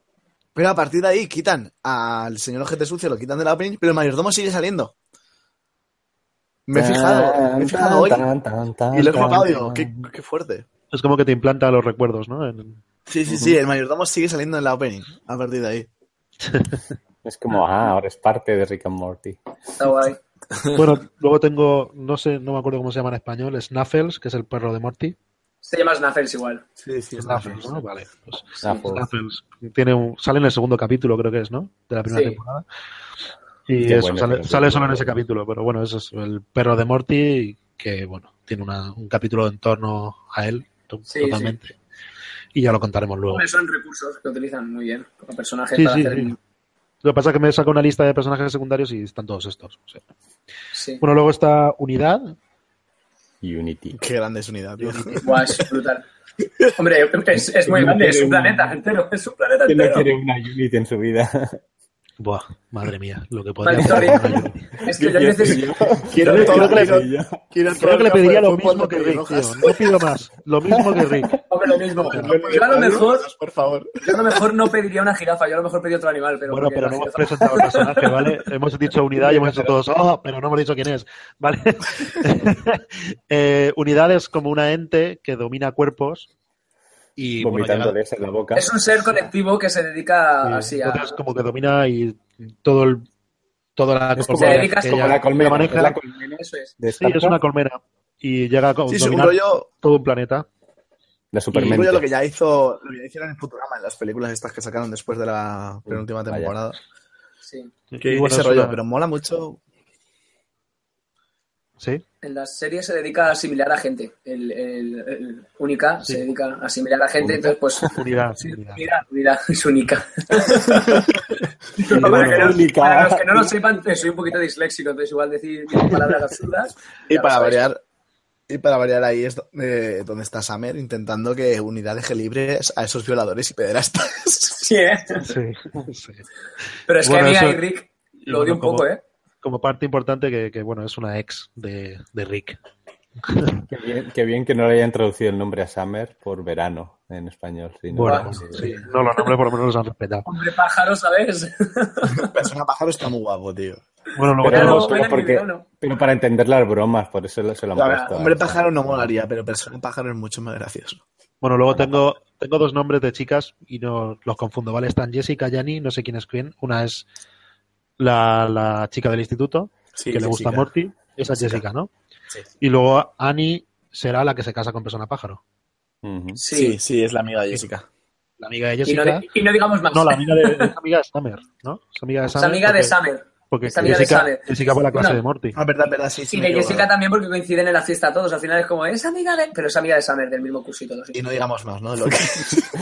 Speaker 5: pero a partir de ahí quitan al señor ojete sucio, lo quitan de la opening, pero el mayordomo sigue saliendo. Me he fijado, me he fijado hoy
Speaker 3: Tan, tan, tan,
Speaker 5: y lo he
Speaker 3: tan,
Speaker 5: flipado, digo,
Speaker 3: tan.
Speaker 5: qué, qué fuerte.
Speaker 2: Es como que te implanta los recuerdos, ¿no? En-
Speaker 5: Sí, sí, sí, el mayordomo sigue saliendo en la opening a partir de ahí.
Speaker 3: Es como, ah, ahora es parte de Rick and Morty.
Speaker 1: Está guay.
Speaker 2: Bueno, luego tengo, no sé, no me acuerdo cómo se llama en español, Snuffles, que es el perro de Morty.
Speaker 1: Se Este llama Snaffels igual.
Speaker 5: Sí, sí,
Speaker 2: Snuffles, ¿no? Vale. pues,
Speaker 3: Ah, pues,
Speaker 2: Snuffles. Tiene un- sale en el segundo capítulo, creo que es, ¿no? De la primera
Speaker 1: Sí.
Speaker 2: temporada. Y
Speaker 3: Qué
Speaker 2: eso,
Speaker 3: bueno,
Speaker 2: sale,
Speaker 3: pero-
Speaker 2: sale solo en ese capítulo, pero bueno, eso es el perro de Morty, que bueno, tiene una- un capítulo en torno a él to-
Speaker 1: Sí,
Speaker 2: totalmente. Y ya lo contaremos luego.
Speaker 1: Hombre, son recursos que utilizan muy bien como personajes
Speaker 2: Sí,
Speaker 1: para
Speaker 2: sí,
Speaker 1: hacer.
Speaker 2: sí. Lo que pasa es que me saco una lista de personajes secundarios y están todos estos. o sea.
Speaker 1: Sí.
Speaker 2: Bueno, luego está Unidad.
Speaker 3: Unity.
Speaker 5: Qué grande es unidad, tío.
Speaker 1: Buah, es brutal. Hombre, es, es muy grande, es un planeta entero, es un planeta
Speaker 3: ¿Quién no
Speaker 1: entero.
Speaker 3: quiere una Unity en su vida?
Speaker 2: Buah, madre mía, lo que podría
Speaker 1: Maldito
Speaker 2: hacer con
Speaker 1: Orión.
Speaker 2: Unity.
Speaker 1: Es que yo necesito.
Speaker 5: Quiero
Speaker 3: Yo-
Speaker 5: todo-
Speaker 3: yo- yo-
Speaker 5: quiero- quiero todo
Speaker 2: Creo
Speaker 5: el
Speaker 2: que le
Speaker 5: campo de
Speaker 2: pediría lo
Speaker 5: fútbol
Speaker 2: mismo
Speaker 5: de
Speaker 2: que Rick,
Speaker 5: pelirrojas.
Speaker 2: tío. No pido más. Lo mismo que Rick.
Speaker 1: Hombre, lo mismo. Yo a lo mejor,
Speaker 5: Pelirrojas, Por favor.
Speaker 1: yo a lo mejor no pediría una jirafa, yo a lo mejor pediría otro animal, pero.
Speaker 2: Bueno,
Speaker 1: porque
Speaker 2: pero
Speaker 1: la
Speaker 2: no hemos
Speaker 1: jirafa-
Speaker 2: presentado el personaje, ¿vale? Hemos dicho unidad y hemos dicho todos, "Oh", pero no hemos dicho quién es, ¿vale? Eh, unidad es como una ente que domina cuerpos y bueno, ya-
Speaker 3: Vomitándoles en la boca.
Speaker 1: Es un ser colectivo que se dedica
Speaker 2: sí,
Speaker 1: así a.
Speaker 2: entonces como que domina y todo el toda la
Speaker 3: Es como
Speaker 2: colmena
Speaker 1: la-
Speaker 2: que
Speaker 1: como
Speaker 2: ella-
Speaker 3: la colmena,
Speaker 2: que maneja.
Speaker 3: es la colmena
Speaker 1: Eso es.
Speaker 2: sí,
Speaker 3: de
Speaker 2: es
Speaker 3: Starcraft,
Speaker 2: una colmena y llega a co-
Speaker 5: Sí, es un
Speaker 2: dominar
Speaker 5: rollo,
Speaker 2: todo un planeta.
Speaker 3: la
Speaker 5: un
Speaker 3: Supermente.
Speaker 5: rollo lo que ya hizo, lo que ya hicieron en Futurama, en las películas estas que sacaron después de la penúltima
Speaker 3: vaya.
Speaker 5: temporada.
Speaker 1: Sí.
Speaker 5: Que
Speaker 2: Y bueno,
Speaker 5: ese
Speaker 2: es
Speaker 5: rollo,
Speaker 2: una-
Speaker 5: pero mola mucho.
Speaker 2: sí.
Speaker 1: En las series se dedica a asimilar a gente. El, el, el única
Speaker 2: Sí.
Speaker 1: se dedica a asimilar a gente, entonces pues.
Speaker 2: Unidad,
Speaker 1: Sí,
Speaker 2: unidad.
Speaker 1: mira, mira, es única.
Speaker 2: bueno,
Speaker 1: para, que no-
Speaker 3: única.
Speaker 1: para los que no lo sepan, eh, soy un poquito disléxico, entonces igual decir palabras absurdas.
Speaker 5: Y
Speaker 1: ya lo
Speaker 5: para
Speaker 1: sabéis.
Speaker 5: variar, y para variar ahí es donde, donde está Summer intentando que unidad deje libres a esos violadores y pederastas.
Speaker 1: Sí, ¿eh?
Speaker 2: Sí, sí.
Speaker 1: Pero es
Speaker 2: Bueno,
Speaker 1: que a mí
Speaker 2: eso-
Speaker 1: a Rick lo odio
Speaker 2: bueno,
Speaker 1: un poco,
Speaker 2: como-
Speaker 1: ¿eh?
Speaker 2: Como parte importante que, que, bueno, es una ex de, de Rick.
Speaker 3: Qué bien, qué bien que no le hayan traducido el nombre a Summer por verano en español. sí, ¿no?
Speaker 2: Bueno,
Speaker 3: Sí,
Speaker 2: sí, no los nombres por lo menos los han respetado.
Speaker 1: Hombre pájaro, ¿sabes?
Speaker 5: Persona pájaro está muy guapo, tío.
Speaker 2: Bueno, luego
Speaker 3: Pero,
Speaker 1: Verano,
Speaker 2: tenemos-
Speaker 3: pero
Speaker 1: verano y
Speaker 3: porque-
Speaker 1: verano.
Speaker 3: Pero para entender las bromas, por eso lo- se lo han
Speaker 1: Ya,
Speaker 3: puesto. a
Speaker 5: Hombre
Speaker 3: esta.
Speaker 5: pájaro no molaría, pero persona pájaro es mucho más gracioso.
Speaker 2: bueno, luego tengo, tengo dos nombres de chicas y no los confundo, ¿vale? Están Jessica Yanni, no sé quién es quién. Una es la, la chica del instituto,
Speaker 5: Sí,
Speaker 2: que le gusta
Speaker 5: Jessica.
Speaker 2: a Morty. Esa es
Speaker 5: Jessica.
Speaker 2: Jessica, ¿no?
Speaker 5: Sí.
Speaker 2: Y luego Annie será la que se casa con Persona Pájaro.
Speaker 3: Ujú.
Speaker 5: Sí,
Speaker 1: Sí.
Speaker 5: sí, es la amiga de Jessica.
Speaker 2: La amiga de
Speaker 1: Y, no,
Speaker 2: Jessica.
Speaker 1: di- y no digamos más.
Speaker 2: No, la amiga de, es amiga de Summer, ¿no? Es amiga de
Speaker 1: Es
Speaker 2: Summer.
Speaker 1: amiga de
Speaker 2: porque-
Speaker 1: Summer.
Speaker 2: Porque
Speaker 1: es amiga de
Speaker 2: Jessica,
Speaker 1: Summer.
Speaker 2: Jessica fue la clase
Speaker 1: Bueno,
Speaker 2: de Morty.
Speaker 5: Ah, verdad, verdad, sí, sí.
Speaker 1: Y
Speaker 5: me he
Speaker 1: de
Speaker 5: equivocado.
Speaker 1: Jessica también porque coinciden en la fiesta todos. Al final es como, es amiga de... Pero es amiga de Summer, del mismo curso y todo. sí.
Speaker 5: Y no digamos más, ¿no? Lo que...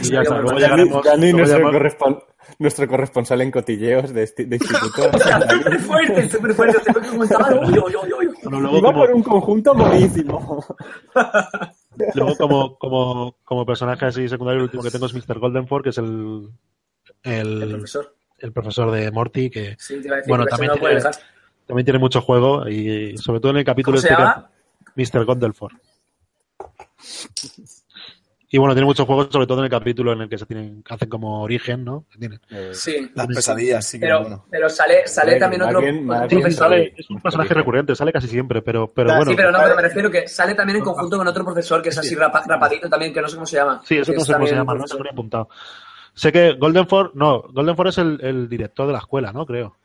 Speaker 2: Y ya está, luego
Speaker 1: Dani-
Speaker 3: Dani,
Speaker 2: llegaremos-
Speaker 3: Dani,
Speaker 2: luego
Speaker 3: nuestro,
Speaker 2: llegamos-
Speaker 3: correspon- nuestro corresponsal en cotilleos de, esti- de instituto.
Speaker 1: Súper fuerte, súper fuerte. Te veo como un chaval, uy, uy, uy, uy.
Speaker 2: bueno, luego
Speaker 3: Iba
Speaker 2: como-
Speaker 3: por un conjunto buenísimo.
Speaker 2: Luego, como, como, como personaje así secundario, el último que tengo es Mr. Goldenford, que es el, el,
Speaker 1: El profesor.
Speaker 2: el profesor de Morty, que
Speaker 1: Sí, te iba a decir.
Speaker 2: Mm. Bueno,
Speaker 1: porque
Speaker 2: también
Speaker 1: eso no lo puede
Speaker 2: tiene-
Speaker 1: dejar.
Speaker 2: también tiene mucho juego, y sobre todo en el capítulo
Speaker 1: ¿Cómo se
Speaker 2: este que
Speaker 1: llama?
Speaker 2: Mr. Goldenford. Y bueno, tiene mucho juego, sobre todo en el capítulo en el que se tienen, hacen como origen, ¿no? Que tienen.
Speaker 3: Eh,
Speaker 1: Sí.
Speaker 5: Las pesadillas, sí que
Speaker 1: Pero,
Speaker 5: bueno.
Speaker 1: pero sale, sale
Speaker 3: Bien,
Speaker 1: también
Speaker 3: más
Speaker 1: otro,
Speaker 3: bien, más
Speaker 1: otro
Speaker 2: Sí,
Speaker 3: bien
Speaker 1: profesor.
Speaker 3: sale-
Speaker 2: sale, es un personaje recurrente, sale casi siempre, pero, pero
Speaker 5: Ah, sí,
Speaker 2: bueno.
Speaker 1: sí, pero no, pero me refiero que sale también en conjunto con otro profesor que es así rapa- rapadito también, que no sé cómo se llama.
Speaker 2: Sí, eso
Speaker 1: Que
Speaker 2: no
Speaker 1: es
Speaker 2: sé cómo se
Speaker 1: también
Speaker 2: llama,
Speaker 1: un
Speaker 2: no tengo
Speaker 1: profesor.
Speaker 2: ni apuntado. Sé que Goldenford, no, Goldenford es el, el director de la escuela, ¿no? Creo.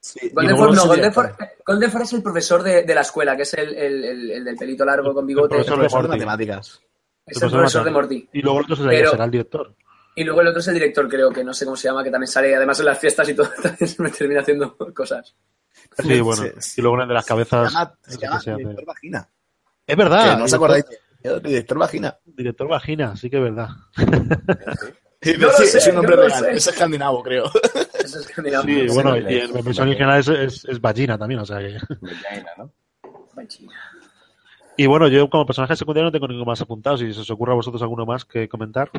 Speaker 5: Sí,
Speaker 1: Goldenford
Speaker 5: y luego
Speaker 1: no,
Speaker 5: su
Speaker 1: Goldenford,
Speaker 5: director.
Speaker 1: Goldenford es el profesor de, de la escuela, que es el, el- el- el del pelito largo con
Speaker 2: El
Speaker 1: bigote.
Speaker 2: profesor de
Speaker 5: Profesor de
Speaker 2: Morty.
Speaker 5: matemáticas.
Speaker 1: Es el profesor de
Speaker 2: Morty.
Speaker 1: Morty.
Speaker 2: Y luego el otro será,
Speaker 1: Pero-
Speaker 2: será el director.
Speaker 1: Y luego el otro es el director, creo, que no sé cómo se llama, que también sale, además en las fiestas y todo, también se me termina haciendo cosas.
Speaker 2: Sí, bueno.
Speaker 5: sí.
Speaker 2: Y luego una de las
Speaker 5: Se
Speaker 2: cabezas.
Speaker 5: llama,
Speaker 2: no
Speaker 5: se
Speaker 2: sé
Speaker 5: llama
Speaker 2: qué se hace.
Speaker 5: director vagina.
Speaker 2: Es
Speaker 5: Que
Speaker 2: verdad.
Speaker 5: Eh, no os
Speaker 2: director-
Speaker 5: acordáis. de- Director vagina.
Speaker 2: Director vagina, sí que es verdad.
Speaker 1: Yo lo
Speaker 5: sí,
Speaker 1: sé,
Speaker 5: es un hombre
Speaker 1: yo lo
Speaker 5: real.
Speaker 1: sé.
Speaker 5: Es escandinavo, creo.
Speaker 1: Eso es que me da
Speaker 2: Sí,
Speaker 1: mucho
Speaker 2: bueno,
Speaker 3: sí,
Speaker 2: y
Speaker 3: sí,
Speaker 2: en
Speaker 3: sí,
Speaker 2: versión
Speaker 3: sí.
Speaker 2: original es, es, es vagina también, o sea que.
Speaker 3: ¿no?
Speaker 1: pachina.
Speaker 2: Y bueno, yo como personaje secundario no tengo ninguno más apuntado. Si se os ocurre a vosotros alguno más que comentar.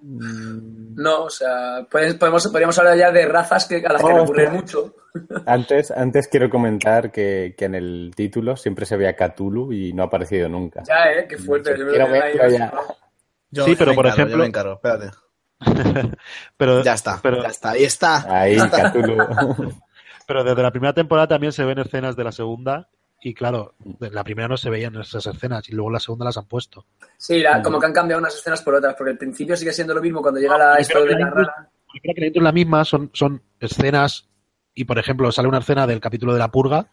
Speaker 5: Mm.
Speaker 1: No, o sea, pueden- podemos, podríamos hablar ya de razas que, a las que
Speaker 3: Oh,
Speaker 1: recurren
Speaker 3: espera.
Speaker 1: mucho.
Speaker 3: Antes, antes quiero comentar que, que en el título siempre se veía Cthulhu y no ha aparecido nunca.
Speaker 1: Ya, ¿eh? Qué fuerte.
Speaker 3: Mm, Quiero
Speaker 1: se me lo
Speaker 3: ver,
Speaker 1: ahí,
Speaker 3: pero
Speaker 1: ¿no?
Speaker 3: ya.
Speaker 5: Yo-
Speaker 2: Sí,
Speaker 5: yo
Speaker 2: pero
Speaker 5: me
Speaker 2: por
Speaker 5: encargo,
Speaker 2: ejemplo-
Speaker 5: Yo me encargo, espérate.
Speaker 2: Pero,
Speaker 5: Ya está,
Speaker 2: Pero,
Speaker 5: ya está, ahí está.
Speaker 3: Ahí, Cthulhu.
Speaker 2: pero desde la primera temporada también se ven escenas de la segunda. Y claro, en la primera no se veían esas escenas y luego en la segunda las han puesto.
Speaker 1: Sí, la- como que han cambiado unas escenas por otras, porque al principio sigue siendo lo mismo cuando llega la,
Speaker 3: Ah,
Speaker 2: Yo
Speaker 1: esto
Speaker 2: creo que
Speaker 1: de la
Speaker 2: la
Speaker 1: rana.
Speaker 2: Porque creo que dentro de la misma son, son escenas y, por ejemplo, sale una escena del capítulo de la purga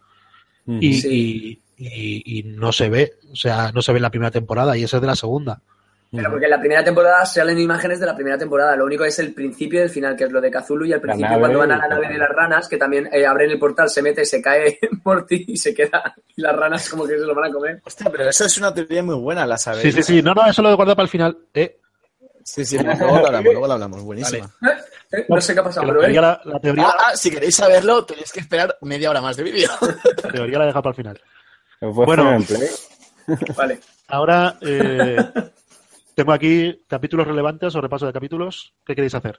Speaker 2: y,
Speaker 1: Sí.
Speaker 2: y- y- y no se ve, o sea, no se ve en la primera temporada y esa es de la segunda.
Speaker 1: Pero porque en la primera temporada salen imágenes de la primera temporada. Lo único es el principio y el final, que es lo de Kazulu. Y al principio,
Speaker 3: nave
Speaker 1: cuando van a
Speaker 3: y
Speaker 1: la
Speaker 3: todo.
Speaker 1: nave de las ranas, que también eh, abren el portal, se mete, se cae Morty y se queda. Y las ranas, como que se lo van a comer.
Speaker 5: Hostia, pero esa es una teoría muy buena, la sabéis.
Speaker 2: Sí, sí, sí. No, no, eso lo he guardado para el final. Eh,
Speaker 5: Sí, sí, luego la hablamos, luego la hablamos. Buenísima.
Speaker 1: Eh, No sé qué ha pasado,
Speaker 2: que la
Speaker 1: pero eh,
Speaker 2: teoría, la, la teoría,
Speaker 5: Ah, ah, si queréis saberlo, tenéis que esperar media hora más de vídeo.
Speaker 2: la teoría la he dejado para el final.
Speaker 3: ¿Lo puedes
Speaker 2: Bueno.
Speaker 3: poner en play?
Speaker 1: Vale.
Speaker 2: Ahora eh, tengo aquí capítulos relevantes o repaso de capítulos. ¿Qué queréis hacer?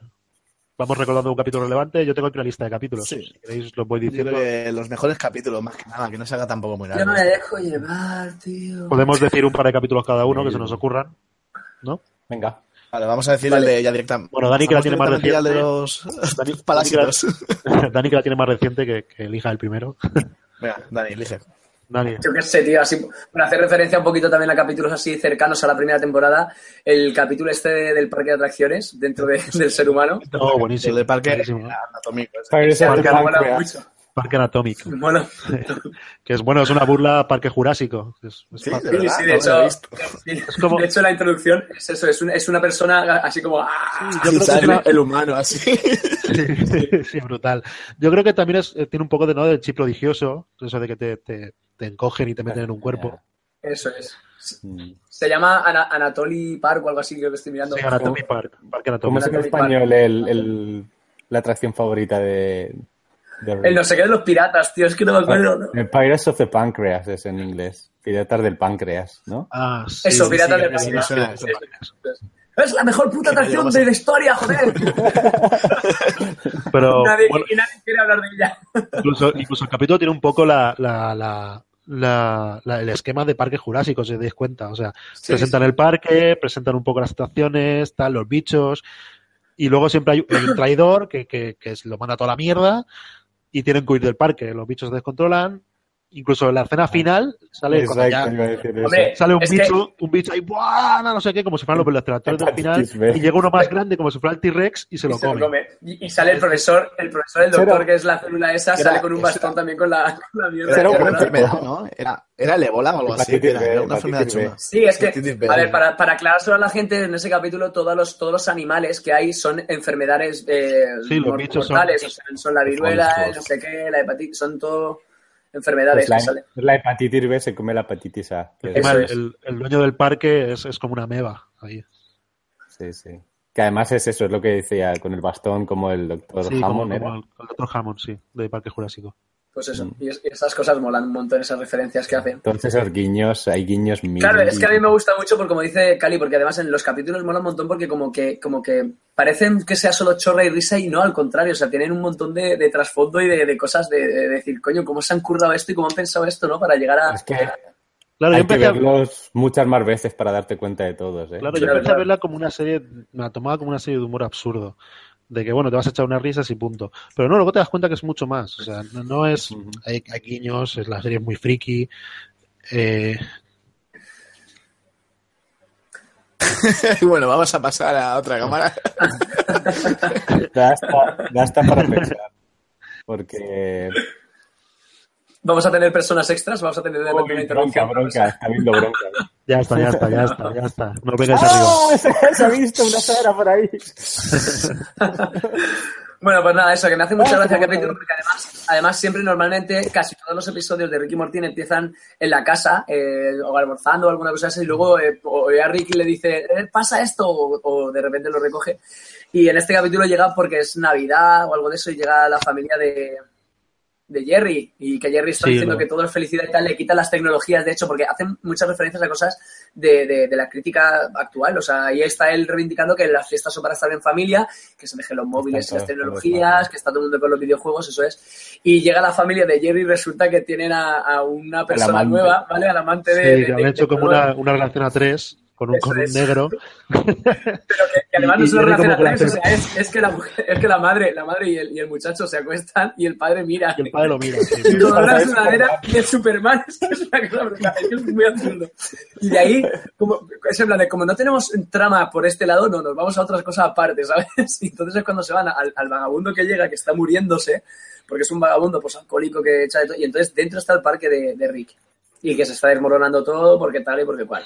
Speaker 2: Vamos recordando un capítulo relevante. Yo tengo aquí una lista de capítulos.
Speaker 5: Sí.
Speaker 2: Si queréis, los voy
Speaker 5: Yo
Speaker 2: diciendo.
Speaker 5: creo que los mejores capítulos, más que nada, que no se haga tampoco muy
Speaker 1: Yo
Speaker 5: largo.
Speaker 1: no me dejo llevar,
Speaker 3: Pues
Speaker 1: tío.
Speaker 2: Podemos decir un par de capítulos cada uno que se nos ocurran.
Speaker 3: Venga.
Speaker 5: Vale, vamos a decir el de ya directamente.
Speaker 2: Bueno, Dani, que la tiene más
Speaker 5: El de
Speaker 2: reciente.
Speaker 5: los
Speaker 2: Dani- Dani,
Speaker 5: parásitos.
Speaker 2: Dani, que la tiene más reciente, que, que elija el primero.
Speaker 5: Venga, Dani, elige.
Speaker 2: Dani,
Speaker 1: Yo qué sé, tío, así, para hacer referencia un poquito también a capítulos así cercanos a la primera temporada, el capítulo este de- del parque de atracciones dentro de- del ser humano.
Speaker 2: oh, buenísimo.
Speaker 5: El de parque
Speaker 2: buenísimo.
Speaker 5: anatómico.
Speaker 3: Parece
Speaker 1: Me
Speaker 2: Parque
Speaker 3: que
Speaker 1: mola
Speaker 3: pancreas.
Speaker 1: mucho.
Speaker 2: Parque Anatomic.
Speaker 1: Me mola.
Speaker 2: Que es bueno, es una burla a Parque Jurásico. Es, es
Speaker 5: Sí,
Speaker 2: más-
Speaker 5: de
Speaker 1: Sí,
Speaker 5: verdad,
Speaker 1: sí,
Speaker 5: no
Speaker 1: de,
Speaker 5: lo había
Speaker 1: hecho,
Speaker 5: visto.
Speaker 1: sí,
Speaker 2: como-
Speaker 1: de hecho, la introducción es eso, es, un- es una persona así como... ¡ah!
Speaker 5: Yo creo que
Speaker 1: ¿sabes?
Speaker 5: es el- el humano, así.
Speaker 2: Sí, sí, brutal. Yo creo que también es, eh, tiene un poco de no del chip prodigioso, eso de que te, te- te encogen y te meten en un cuerpo.
Speaker 1: Eso es.
Speaker 3: Mm.
Speaker 1: Se llama Ana- Anatoly Park o algo así, creo que estoy mirando.
Speaker 2: Sí, Anatomy Park, Parque Anatomy.
Speaker 3: ¿Cómo es en español el, el- la atracción favorita de... de
Speaker 1: el no sé qué de los piratas, tío, es que no me acuerdo. ¿no?
Speaker 3: Eh, Pirates of the Pancreas es en inglés. Piratas del páncreas, ¿no?
Speaker 2: Ah, sí,
Speaker 1: Eso,
Speaker 2: sí,
Speaker 1: Pirata
Speaker 2: sí,
Speaker 1: del
Speaker 2: sí, sí,
Speaker 1: Caribe.
Speaker 2: sí,
Speaker 5: Suena-
Speaker 2: sí,
Speaker 5: suena.
Speaker 2: sí.
Speaker 1: Es la mejor puta
Speaker 5: Que no
Speaker 1: atracción
Speaker 5: llegamos
Speaker 1: de
Speaker 5: a-
Speaker 1: la historia, joder.
Speaker 5: Oh,
Speaker 2: Pero
Speaker 1: nadie,
Speaker 2: bueno,
Speaker 1: y nadie quiere hablar de ella.
Speaker 2: incluso, incluso el capítulo tiene un poco la, la- la- la- la- el esquema de Parque Jurásico, si os dais cuenta. O sea, presentan el parque, presentan un poco las estaciones, tal, los bichos, y luego siempre hay un traidor que, que, que es- lo manda a toda la mierda y tienen que huir del parque. Los bichos se descontrolan. Incluso en la
Speaker 3: Ah.
Speaker 2: escena final sale, cuando pues ya
Speaker 3: Exacto, iba a decir eso.
Speaker 1: Hombre,
Speaker 2: sale un
Speaker 1: Es que-
Speaker 2: bicho, un bicho ahí, ¡buah! no sé qué, como si fueran los velociraptores del final,
Speaker 3: Hepatitis B.
Speaker 2: y llega uno más grande como si fuera el T-Rex y se
Speaker 1: Y
Speaker 2: lo come.
Speaker 1: Y, y sale el profesor, el profesor, el
Speaker 3: Será-
Speaker 1: doctor, que es la célula esa,
Speaker 5: Era-
Speaker 1: sale con un
Speaker 5: esa-
Speaker 1: bastón también con la, con la mierda.
Speaker 5: Era
Speaker 3: Era un
Speaker 5: una
Speaker 3: buen
Speaker 5: enfermedad,
Speaker 3: tipo.
Speaker 5: ¿no? Era, era el ébola o algo así.
Speaker 3: Hepatitis
Speaker 5: que Era,
Speaker 3: B,
Speaker 5: era una enfermedad
Speaker 3: hepatitis B.
Speaker 5: chunga.
Speaker 1: Sí, es que,
Speaker 5: Hepatitis B.
Speaker 1: a ver, para, para aclarárselo a la gente, en ese capítulo todos los, todos los animales que hay son enfermedades eh,
Speaker 2: Sí, los
Speaker 1: mor-
Speaker 2: bichos son-
Speaker 1: mortales, o sea, son la viruela,
Speaker 3: Son
Speaker 1: el no sé qué, la hepatitis, son todo enfermedades
Speaker 3: Pues la,
Speaker 1: que salen.
Speaker 3: la hepatitis B se come la hepatitis A. que
Speaker 2: Encima
Speaker 1: Eso
Speaker 2: el,
Speaker 1: es.
Speaker 2: el- el dueño del parque es, es como una meba. Ahí.
Speaker 3: Sí, sí. Que además es eso, es lo que decía con el bastón, como el doctor
Speaker 2: Sí, como-
Speaker 3: Hammond
Speaker 2: como
Speaker 3: era.
Speaker 2: el, el doctor Hammond, sí, de Parque Jurásico.
Speaker 1: Pues eso, y, es- y esas cosas molan un montón, esas referencias que hacen.
Speaker 3: Entonces, esos guiños, hay guiños mil.
Speaker 1: Claro, es que a mí me gusta mucho, porque como dice Cali, porque además en los capítulos mola un montón, porque como que, como que parecen que sea solo chorra y risa y no, al contrario, o sea, tienen un montón de, de trasfondo y de, de cosas de, de decir, coño, cómo se han currado esto y cómo han pensado esto, ¿no? Para llegar a...
Speaker 3: Es que
Speaker 2: Claro, yo
Speaker 3: hay que
Speaker 2: empecé, a,
Speaker 3: verlos muchas más veces para darte cuenta de todos, ¿eh?
Speaker 2: claro, yo
Speaker 1: Claro,
Speaker 2: empecé a
Speaker 1: claro.
Speaker 2: verla como una serie, me la tomaba como una serie de humor absurdo. De que, bueno, te vas a echar unas risas y punto. Pero no, luego te das cuenta que es mucho más. O sea, no, no es.
Speaker 3: Ujú.
Speaker 2: Hay, hay guiños, es, la serie es muy friki. eh,
Speaker 5: bueno, vamos a pasar a otra cámara.
Speaker 3: Da hasta, da hasta para pensar. Porque...
Speaker 1: Vamos a tener personas extras, vamos a tener de repente una
Speaker 3: Uy, bronca,
Speaker 1: intervención.
Speaker 3: bronca, está viendo bronca.
Speaker 2: ya está, ya está, ya está, ya está. No vengáis arriba.
Speaker 3: Se ha visto una cara por ahí.
Speaker 1: Bueno, pues nada, eso, que me hace mucha
Speaker 3: Ah,
Speaker 1: gracia el
Speaker 3: qué
Speaker 1: capítulo, porque además, además siempre normalmente casi todos los episodios de Ricky Mortín empiezan en la casa, eh, o almorzando o alguna cosa así, y luego eh, o- o a Ricky le dice, "Eh, pasa esto, o, o de repente lo recoge. Y en este capítulo llega porque es Navidad o algo de eso, y llega la familia de, de Jerry, y que Jerry está
Speaker 2: Sí,
Speaker 1: diciendo
Speaker 2: lo-
Speaker 1: que todo es felicidad y tal, le quita las tecnologías, de hecho, porque hacen muchas referencias a cosas de, de- de la crítica actual. O sea, ahí está él reivindicando que las fiestas son para estar en familia, que se dejen los móviles y
Speaker 3: Están
Speaker 1: las
Speaker 3: todos con los
Speaker 1: tecnologías,
Speaker 3: móviles.
Speaker 1: que está todo el mundo con los videojuegos, eso es. Y llega la familia de Jerry y resulta que tienen a, a una persona
Speaker 3: amante.
Speaker 1: nueva, ¿vale? Al amante de...
Speaker 2: Sí,
Speaker 1: de-
Speaker 2: que han
Speaker 1: de-
Speaker 2: hecho
Speaker 1: de-
Speaker 2: como una, una relación a tres con un,
Speaker 1: Eso
Speaker 2: con un
Speaker 1: es.
Speaker 2: negro.
Speaker 1: Pero que, que además
Speaker 2: y-
Speaker 1: no
Speaker 2: y
Speaker 1: es una
Speaker 2: Jerry
Speaker 1: relación a
Speaker 2: como que la
Speaker 1: tres, o sea, es, es que la, mujer- es que la madre, la madre y el, y el muchacho se acuestan y el padre mira.
Speaker 2: Y el padre lo mira. sí.
Speaker 1: Y como la
Speaker 3: Parece
Speaker 1: sudadera de Superman, es que es una cosa brutal, es que es muy absurdo. Y de ahí, como, es en plan de, como no tenemos trama por este lado, no, nos vamos a otras cosas aparte, ¿sabes? Y entonces es cuando se van al, al vagabundo que llega, que está muriéndose, porque es un vagabundo, pues alcohólico que echa de todo, y entonces dentro está el parque de, de Rick, y que se está desmoronando todo porque tal y porque cual.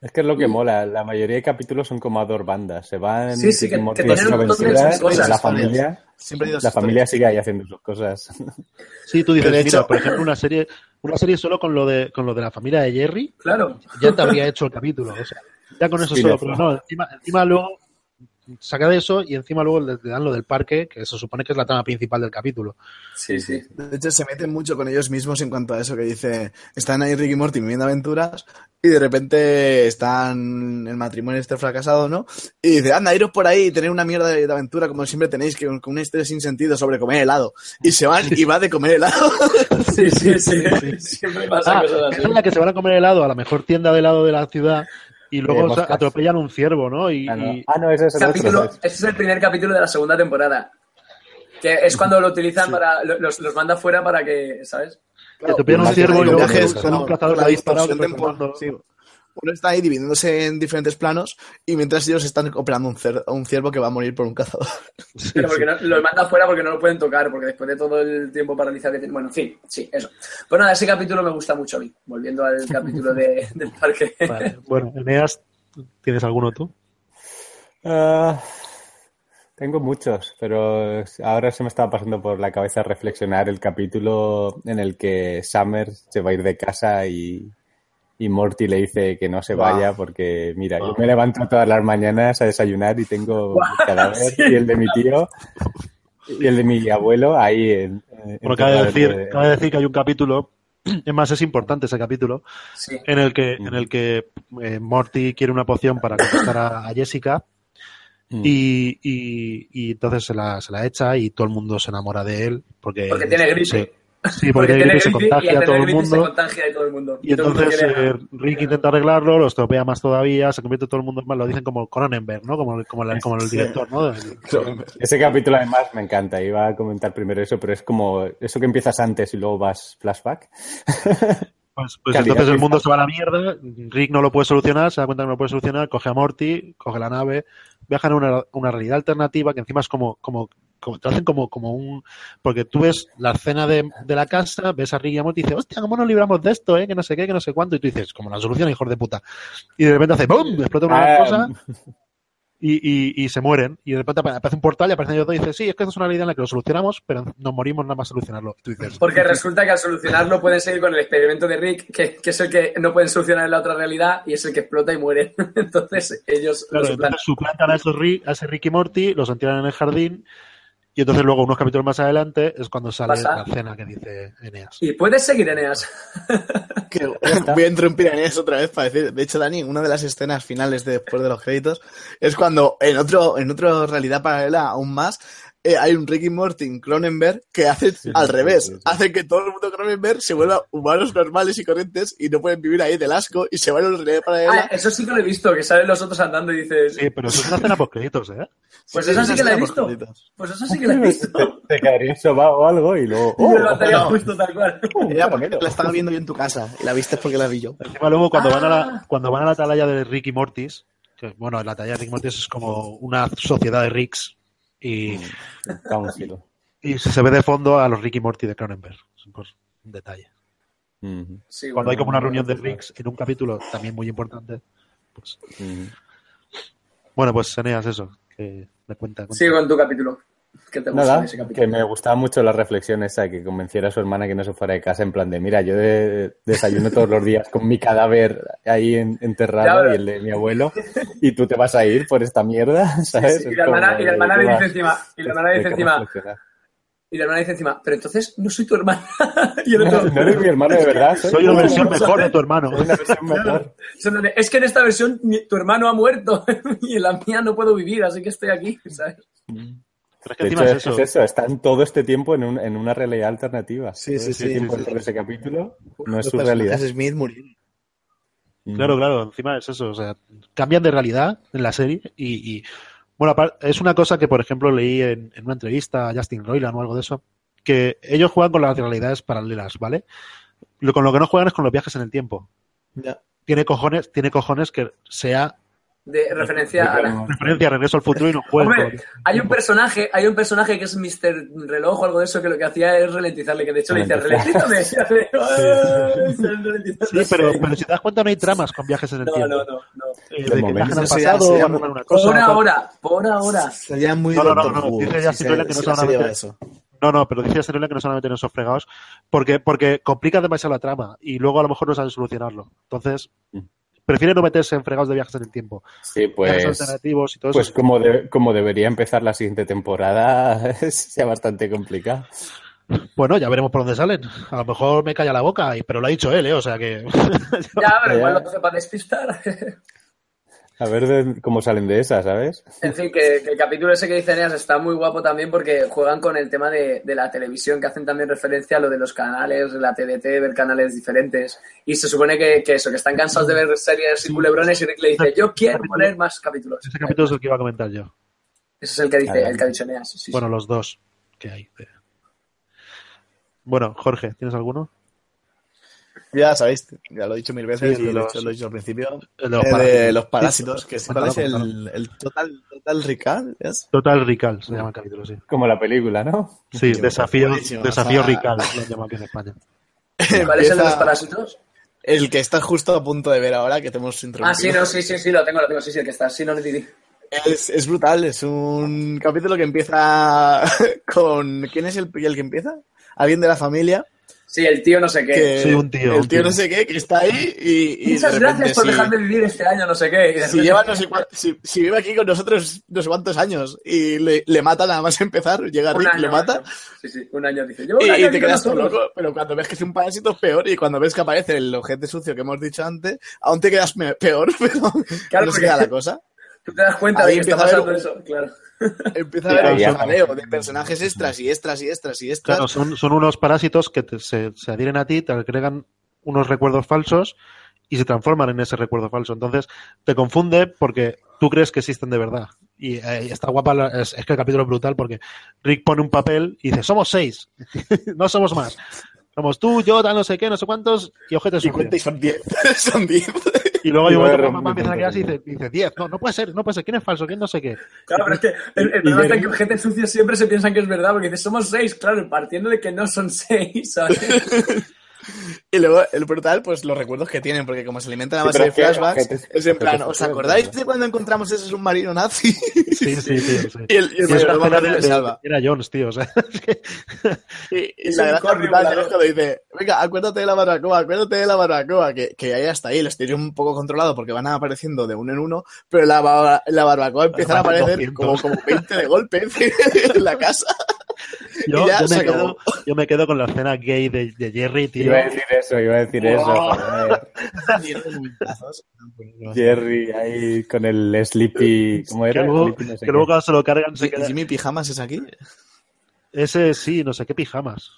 Speaker 3: Es que es lo que mola. La mayoría de capítulos son como a dos bandas. Se van
Speaker 1: Sí, sí,
Speaker 3: Rick y
Speaker 1: que-
Speaker 3: Morty
Speaker 1: que
Speaker 3: a
Speaker 1: tienen
Speaker 3: sus
Speaker 1: un montón de
Speaker 3: aventuras,
Speaker 1: cosas,
Speaker 3: la
Speaker 1: joder.
Speaker 3: familia,
Speaker 5: Siempre he ido a
Speaker 3: la
Speaker 5: sus
Speaker 3: familia
Speaker 5: historias.
Speaker 3: sigue ahí haciendo sus cosas.
Speaker 2: Sí, tú dices,
Speaker 5: De hecho-
Speaker 2: mira, por ejemplo, una serie, una serie solo con lo de, con lo de la familia de Jerry,
Speaker 1: Claro.
Speaker 2: ya te habría hecho el capítulo. O sea, ya con eso solo, pero
Speaker 3: Spin-off.
Speaker 2: no, encima, encima luego saca de eso y encima luego le, le dan lo del parque, que se supone que es la trama principal del capítulo.
Speaker 3: Sí, sí.
Speaker 5: De hecho, se meten mucho con ellos mismos en cuanto a eso que dice, están ahí Ricky Morty viviendo aventuras y de repente están el matrimonio este fracasado, ¿no? Y dice, anda, iros por ahí y tener una mierda de de aventura como siempre tenéis, que, con una historia sin sentido sobre comer helado. Y se van y va de comer helado.
Speaker 1: Sí, sí, sí. Siempre pasa
Speaker 2: Ah,
Speaker 1: cosas
Speaker 2: esa
Speaker 1: así.
Speaker 2: es la que se van a comer helado a la mejor tienda de helado de la ciudad y luego
Speaker 3: Eh,
Speaker 2: o sea,
Speaker 3: moscas.
Speaker 2: atropellan un ciervo, ¿no? Y,
Speaker 3: Ah, no,
Speaker 2: y-
Speaker 3: Ah, no, ese es el
Speaker 1: Capítulo,
Speaker 3: otro.
Speaker 1: este es el primer capítulo de la segunda temporada. Que es cuando lo utilizan para. lo- Los, los manda fuera para que. ¿Sabes?
Speaker 5: Claro,
Speaker 2: te pillan
Speaker 3: un
Speaker 5: porque
Speaker 3: ciervo
Speaker 5: hay
Speaker 3: y luego
Speaker 5: viajes
Speaker 3: te
Speaker 5: con
Speaker 2: un cazador
Speaker 5: con
Speaker 2: que ha disparado
Speaker 5: distorsión
Speaker 2: que te está matando.
Speaker 5: temporal, sí. Uno está ahí dividiéndose en diferentes planos y mientras ellos están operando un, cer- un ciervo que va a morir por un cazador.
Speaker 2: sí,
Speaker 1: Pero porque
Speaker 2: sí.
Speaker 1: no- los manda fuera porque no lo pueden tocar, porque después de todo el tiempo paralizado que tienen. Bueno, en fin, sí, eso. Pues nada, ese capítulo me gusta mucho a mí. Volviendo al capítulo de- del parque.
Speaker 2: Vale, Bueno, Eneas, ¿tienes alguno tú?
Speaker 3: Ah, tengo muchos, pero ahora se me estaba pasando por la cabeza reflexionar el capítulo en el que Summer se va a ir de casa y, y Morty le dice que no se
Speaker 4: Guau.
Speaker 3: vaya porque, mira, yo
Speaker 4: Guau.
Speaker 3: me levanto todas las mañanas a desayunar y tengo
Speaker 1: Guau,
Speaker 3: mi cadáver
Speaker 1: sí.
Speaker 3: y el de mi tío y el de mi abuelo ahí en... en- eh,
Speaker 2: Bueno, cabe
Speaker 3: enterrado
Speaker 2: decir,
Speaker 3: de-
Speaker 2: cabe decir que hay un capítulo, es más, es importante ese capítulo,
Speaker 1: Sí.
Speaker 2: en el que, en el que eh, Morty quiere una poción para conquistar a, a Jessica
Speaker 3: Mm.
Speaker 2: y, y- y entonces se la, se la echa y todo el mundo se enamora de él porque,
Speaker 1: Porque tiene gripe.
Speaker 2: se- sí, porque, tiene gripe, se
Speaker 1: gripe, y
Speaker 2: contagia
Speaker 1: al
Speaker 2: a todo
Speaker 1: tener
Speaker 2: el
Speaker 1: gripe se
Speaker 2: mundo.
Speaker 1: contagia y todo el mundo.
Speaker 2: Y
Speaker 1: todo el mundo
Speaker 2: entonces
Speaker 1: quiere-
Speaker 2: eh, Rick intenta arreglarlo, lo estropea más todavía, se convierte todo el mundo en mal, lo dicen como Cronenberg, ¿no? Como, como, la- como el director, ¿no? El-
Speaker 3: Ese capítulo además me encanta, iba a comentar primero eso, pero es como eso que empiezas antes y luego vas flashback.
Speaker 2: Pues, pues
Speaker 3: Calidad
Speaker 2: entonces el
Speaker 3: de
Speaker 2: mundo se va a la mierda, Rick no lo puede solucionar, se da cuenta que no lo puede solucionar, coge a Morty, coge la nave, viajan a una, una realidad alternativa que encima es como, como, como te hacen como, como un... Porque tú ves la escena de, de la casa, ves a Rick y a Morty y dices, hostia, ¿cómo nos libramos de esto? Eh? Que no sé qué, que no sé cuánto. Y tú dices, como la solución, hijos de puta. Y de repente hace ¡boom! Explota una de las
Speaker 3: Ah.
Speaker 2: cosas y, y, y se mueren. Y de repente apa- aparece un portal y aparecen ellos dos y dices, sí, es que esta es una realidad en la que lo solucionamos, pero nos morimos nada más solucionarlo. Y tú dices,
Speaker 1: Porque resulta que al solucionarlo pueden seguir con el experimento de Rick, que, que es el que no pueden solucionar en la otra realidad y es el que explota y muere. Entonces ellos
Speaker 2: Claro,
Speaker 1: los
Speaker 2: entonces suplantan a, esos Rick- a ese Ricky Morty, los entierran en el jardín y entonces luego unos capítulos más adelante es cuando sale
Speaker 1: Pasa.
Speaker 2: la cena que dice Eneas.
Speaker 1: Y puedes seguir, Eneas.
Speaker 5: Que voy a interrumpir a Inés otra vez para decir, de hecho, Dani, una de las escenas finales de después de los créditos es cuando en otro, en otra realidad paralela aún más, eh, hay un Ricky Morty en Cronenberg que hace al
Speaker 3: sí,
Speaker 5: revés,
Speaker 3: sí, sí.
Speaker 5: hace que todo el mundo de Cronenberg se vuelva humanos normales y corrientes y no pueden vivir ahí del asco y se van a una realidad
Speaker 1: Ah,
Speaker 5: paralela.
Speaker 1: eso sí que lo he visto, que salen los otros andando y dices,
Speaker 2: Sí, pero eso es una cena por créditos, ¿eh?
Speaker 1: pues esa sí que la he
Speaker 5: escena
Speaker 1: visto.
Speaker 5: post-créditos.
Speaker 1: Pues esa sí que la he visto.
Speaker 3: Te caería sobao o algo y luego...
Speaker 1: Yo lo
Speaker 3: ¡oh!
Speaker 1: tenía justo tal cual.
Speaker 5: Era porque la estaba viendo yo en tu casa y la viste porque la vi yo.
Speaker 2: Encima luego cuando van a
Speaker 1: Ah.
Speaker 2: la, cuando van a la atalaya de Ricky Mortis, que bueno, la atalaya de Ricky Mortis es como una sociedad de Ricks y,
Speaker 3: Council.
Speaker 2: y se ve de fondo a los Ricky Morty de Cronenberg. Por un detalle.
Speaker 3: Ujú,
Speaker 1: Sí,
Speaker 2: Cuando hay
Speaker 1: bueno.
Speaker 2: como una reunión de Ricks en un capítulo también muy importante, pues
Speaker 3: ujú.
Speaker 2: bueno, pues Eneas eso, que me cuenta. cuenta.
Speaker 1: Sí, con tu capítulo. ¿Qué te gusta de
Speaker 3: Nada,
Speaker 1: ese capítulo?
Speaker 3: que me gustaba mucho la reflexión esa que convenciera a su hermana que no se fuera de casa en plan de, mira, yo de- desayuno todos los días con mi cadáver ahí en- enterrado
Speaker 1: Claro.
Speaker 3: y el de mi abuelo y tú te vas a ir por esta mierda, ¿sabes?
Speaker 1: sí,
Speaker 3: Es
Speaker 1: y la hermana-
Speaker 3: como
Speaker 1: y la
Speaker 3: de,
Speaker 1: hermana
Speaker 3: ¿qué
Speaker 1: le dice
Speaker 3: más?
Speaker 1: encima- y la hermana le
Speaker 3: Hay
Speaker 1: dice
Speaker 3: que
Speaker 1: encima,
Speaker 3: reflexionar.
Speaker 1: Y la hermana dice encima, pero entonces no soy tu hermana. y el otro,
Speaker 3: No eres mi hermano de verdad,
Speaker 2: Soy una
Speaker 1: ¿Cómo
Speaker 2: versión
Speaker 1: vamos a
Speaker 2: mejor de
Speaker 1: hacer?
Speaker 2: tu hermano.
Speaker 3: soy una versión mejor.
Speaker 1: Son donde, Es que en esta versión mi- tu hermano ha muerto y en la mía no puedo vivir, así que estoy aquí, ¿sabes?
Speaker 2: Pero es que
Speaker 3: De
Speaker 2: encima
Speaker 3: hecho,
Speaker 2: es
Speaker 3: es
Speaker 2: eso.
Speaker 3: eso, están todo este tiempo en, un- en una realidad alternativa.
Speaker 5: Sí, sí,
Speaker 3: Todo ese
Speaker 5: sí,
Speaker 3: tiempo
Speaker 5: sí, sí.
Speaker 3: dentro de ese capítulo no es
Speaker 5: Los
Speaker 3: su
Speaker 5: personajes
Speaker 3: realidad.
Speaker 5: Smith murieron.
Speaker 3: Ujú.
Speaker 2: Claro, claro, encima es eso. O sea, cambian de realidad en la serie y, y- bueno, apar- es una cosa que, por ejemplo, leí en, en una entrevista a Justin Roiland o algo de eso, que ellos juegan con las realidades paralelas, ¿vale? Lo, con lo que no juegan es con los viajes en el tiempo.
Speaker 5: Ya.
Speaker 2: Tiene cojones, tiene cojones que sea
Speaker 1: de referencia a la...
Speaker 2: Referencia, regreso al futuro y no juego.
Speaker 1: Hombre, hay un personaje, hay un personaje que es Mr. Reloj o algo de eso que lo que hacía es ralentizarle, que de hecho le dice,
Speaker 3: Ralentizar.
Speaker 1: ralentizame. "Ah,
Speaker 2: Sí, pero, pero si te das cuenta no hay tramas con viajes en el
Speaker 1: No,
Speaker 2: tiempo.
Speaker 1: no, no, no.
Speaker 2: Eh,
Speaker 3: De
Speaker 2: de que
Speaker 3: momento.
Speaker 2: viajan al
Speaker 5: Eso ya-
Speaker 2: pasado,
Speaker 5: eso ya-
Speaker 2: arreglan una cosa.
Speaker 1: Por ahora, por ahora.
Speaker 5: Sería muy
Speaker 2: No, no, no,
Speaker 5: Doctor
Speaker 2: no,
Speaker 5: Who,
Speaker 2: dice ya
Speaker 5: si
Speaker 2: Ciruela
Speaker 5: se-
Speaker 2: que no
Speaker 5: si la
Speaker 2: solamente-
Speaker 5: serie va de eso.
Speaker 2: No, no, pero dice Serena que no se van a meter en esos fregados porque, porque complica demasiado la trama y luego a lo mejor no saben solucionarlos. Entonces, prefiere no meterse en fregados de viajes en el tiempo.
Speaker 3: Sí,
Speaker 2: Viajes
Speaker 3: pues.
Speaker 2: alternativos y todo
Speaker 3: Pues
Speaker 2: eso.
Speaker 3: como, de- como debería empezar la siguiente temporada, sea bastante complicado.
Speaker 2: Bueno, ya veremos por dónde salen. A lo mejor me calla la boca, y- pero lo ha dicho él, ¿eh? O sea que...
Speaker 1: Ya, pero
Speaker 3: Ya.
Speaker 1: igual lo hace para despistar.
Speaker 3: A ver de- cómo salen de esa, ¿sabes?
Speaker 1: En fin, que, que el capítulo ese que dice Eneas está muy guapo también porque juegan con el tema de, de la televisión, que hacen también referencia a lo de los canales, la TDT, ver canales diferentes. Y se supone que, que eso, que están cansados de ver series y culebrones y Rick le dice, yo quiero poner más capítulos.
Speaker 2: Ese capítulo es el que iba a comentar yo.
Speaker 1: Ese es el que dice,
Speaker 3: Claro.
Speaker 1: el que ha dicho Eneas. sí, sí.
Speaker 2: Bueno, los dos que hay. Bueno, Jorge, ¿tienes alguno?
Speaker 5: Ya sabéis, ya lo he dicho mil veces,
Speaker 2: Sí, el de
Speaker 5: y de
Speaker 2: los-
Speaker 5: hecho lo he dicho al principio.
Speaker 2: El
Speaker 5: eh, de los parásitos, que es, ¿cuál es
Speaker 2: Cuéntalo,
Speaker 5: el, el total, total Recall? ¿es?
Speaker 2: Total Rical se llama el capítulo, sí.
Speaker 3: Como la película, ¿no?
Speaker 2: Sí, desafío,
Speaker 5: buenísimo,
Speaker 2: desafío
Speaker 5: o sea-
Speaker 2: Rical, lo llaman aquí en España.
Speaker 1: ¿Cuál es el de los
Speaker 5: Empieza-
Speaker 1: parásitos?
Speaker 5: El que estás justo a punto de ver ahora, que te hemos
Speaker 1: Ah,
Speaker 5: introducido.
Speaker 1: sí, no, sí, sí, sí, lo tengo, lo tengo, sí, sí, el que está, sí, no le di.
Speaker 5: Es, es brutal, es un capítulo que empieza con... ¿Quién es el, el que empieza? Alguien de la familia.
Speaker 1: Sí, el tío no sé qué.
Speaker 5: Que
Speaker 2: Sí, un tío,
Speaker 5: El
Speaker 2: un
Speaker 5: tío,
Speaker 2: tío.
Speaker 5: no sé qué, que está ahí y... y
Speaker 1: Muchas
Speaker 5: de repente
Speaker 1: gracias por
Speaker 5: sí.
Speaker 1: dejarme vivir este año, no sé qué. Y de
Speaker 5: si
Speaker 1: repente-
Speaker 5: lleva no sé cua- si, si vive aquí con nosotros no sé cuántos años y le, le mata nada más empezar, llega
Speaker 1: un
Speaker 5: Rick,
Speaker 1: año, ¿eh?
Speaker 5: le mata
Speaker 1: Sí, sí, un año dice. "Llevo un
Speaker 5: y,
Speaker 1: año
Speaker 5: y
Speaker 1: aquí
Speaker 5: te
Speaker 1: con
Speaker 5: quedas todo
Speaker 1: nosotros".
Speaker 5: loco, pero cuando ves que es un parásito es peor y cuando ves que aparece el objeto sucio que hemos dicho antes, aún te quedas me- peor, pero
Speaker 1: Claro,
Speaker 5: no se
Speaker 1: porque-
Speaker 5: queda la cosa.
Speaker 1: Tú te das cuenta de
Speaker 5: Ahí
Speaker 1: que está
Speaker 5: empieza
Speaker 1: pasando
Speaker 5: a haber
Speaker 1: eso, claro.
Speaker 5: Empieza a haber
Speaker 3: Claro,
Speaker 5: un
Speaker 3: ya.
Speaker 5: jaleo de personajes extras y extras y extras y extras.
Speaker 2: Claro, son, son unos parásitos que te- se, se adhieren a ti, te agregan unos recuerdos falsos y se transforman en ese recuerdo falso. Entonces, te confunde porque tú crees que existen de verdad. Y eh, está guapa, la- es, es que el capítulo es brutal porque Rick pone un papel y dice, somos seis, no somos más. Somos tú, yo, tal, no sé qué, no sé cuántos, y ojetes
Speaker 5: y
Speaker 2: sucios.
Speaker 5: cuenta y son 10. son 10.
Speaker 2: Y luego hay un
Speaker 3: Y
Speaker 2: momento que
Speaker 3: luego
Speaker 2: mamá
Speaker 3: rompe
Speaker 2: empieza a
Speaker 3: un
Speaker 2: quedarse y
Speaker 3: montón.
Speaker 2: dice, dice, diez, no, no puede ser, no puede ser, ¿quién es falso, quién no sé qué?
Speaker 1: Claro, pero es que el, el
Speaker 3: Y
Speaker 1: problema
Speaker 3: de-
Speaker 1: es que objetos sucios siempre se piensan que es verdad, porque dices, somos seis, claro, partiendo de que no son seis, ¿sabes?
Speaker 5: Y luego el brutal, pues los recuerdos que tienen, porque como se alimentan a
Speaker 3: Sí,
Speaker 5: base
Speaker 3: pero
Speaker 5: de
Speaker 3: es que
Speaker 5: flashbacks,
Speaker 3: objetos-
Speaker 5: es en plan,
Speaker 3: objetos
Speaker 5: ¿os acordáis
Speaker 3: sucios,
Speaker 5: de cuando encontramos ese submarino nazi?
Speaker 2: Sí, sí, sí. sí.
Speaker 5: Y el, y el
Speaker 2: Y es una escena
Speaker 5: mayordomo final
Speaker 2: de,
Speaker 5: se
Speaker 2: de-
Speaker 5: salva.
Speaker 2: era Jones, tío. O sea, es que-
Speaker 5: Y, y
Speaker 1: Es
Speaker 5: la
Speaker 1: un
Speaker 5: gracia
Speaker 1: corre
Speaker 5: brutal de
Speaker 1: volador.
Speaker 5: Alejo le dice, venga, acuérdate de la barbacoa, acuérdate de la barbacoa, que, que ahí hasta ahí les tiene un poco controlado porque van apareciendo de uno en uno, pero la, ba- la barbacoa empiezan a
Speaker 2: aparecen
Speaker 5: aparecer
Speaker 2: 200.
Speaker 5: como, como 20 de golpe en la casa.
Speaker 2: yo,
Speaker 5: Y ya
Speaker 2: yo me
Speaker 5: se
Speaker 2: quedo,
Speaker 5: acabó.
Speaker 2: yo me quedo con la escena gay de, de Jerry, tío.
Speaker 3: Iba a decir eso, iba a decir eso.
Speaker 5: Oh.
Speaker 3: joder.
Speaker 5: Y eran momentazos.
Speaker 3: Jerry ahí con el Sleepy. ¿Cómo era?
Speaker 2: que luego,
Speaker 3: Sleepy no sé
Speaker 2: que luego
Speaker 3: qué.
Speaker 2: cuando se lo cargan se
Speaker 5: ¿Y
Speaker 2: queda...
Speaker 5: Jimmy Pijamas es aquí?
Speaker 2: Ese sí, no sé qué pijamas.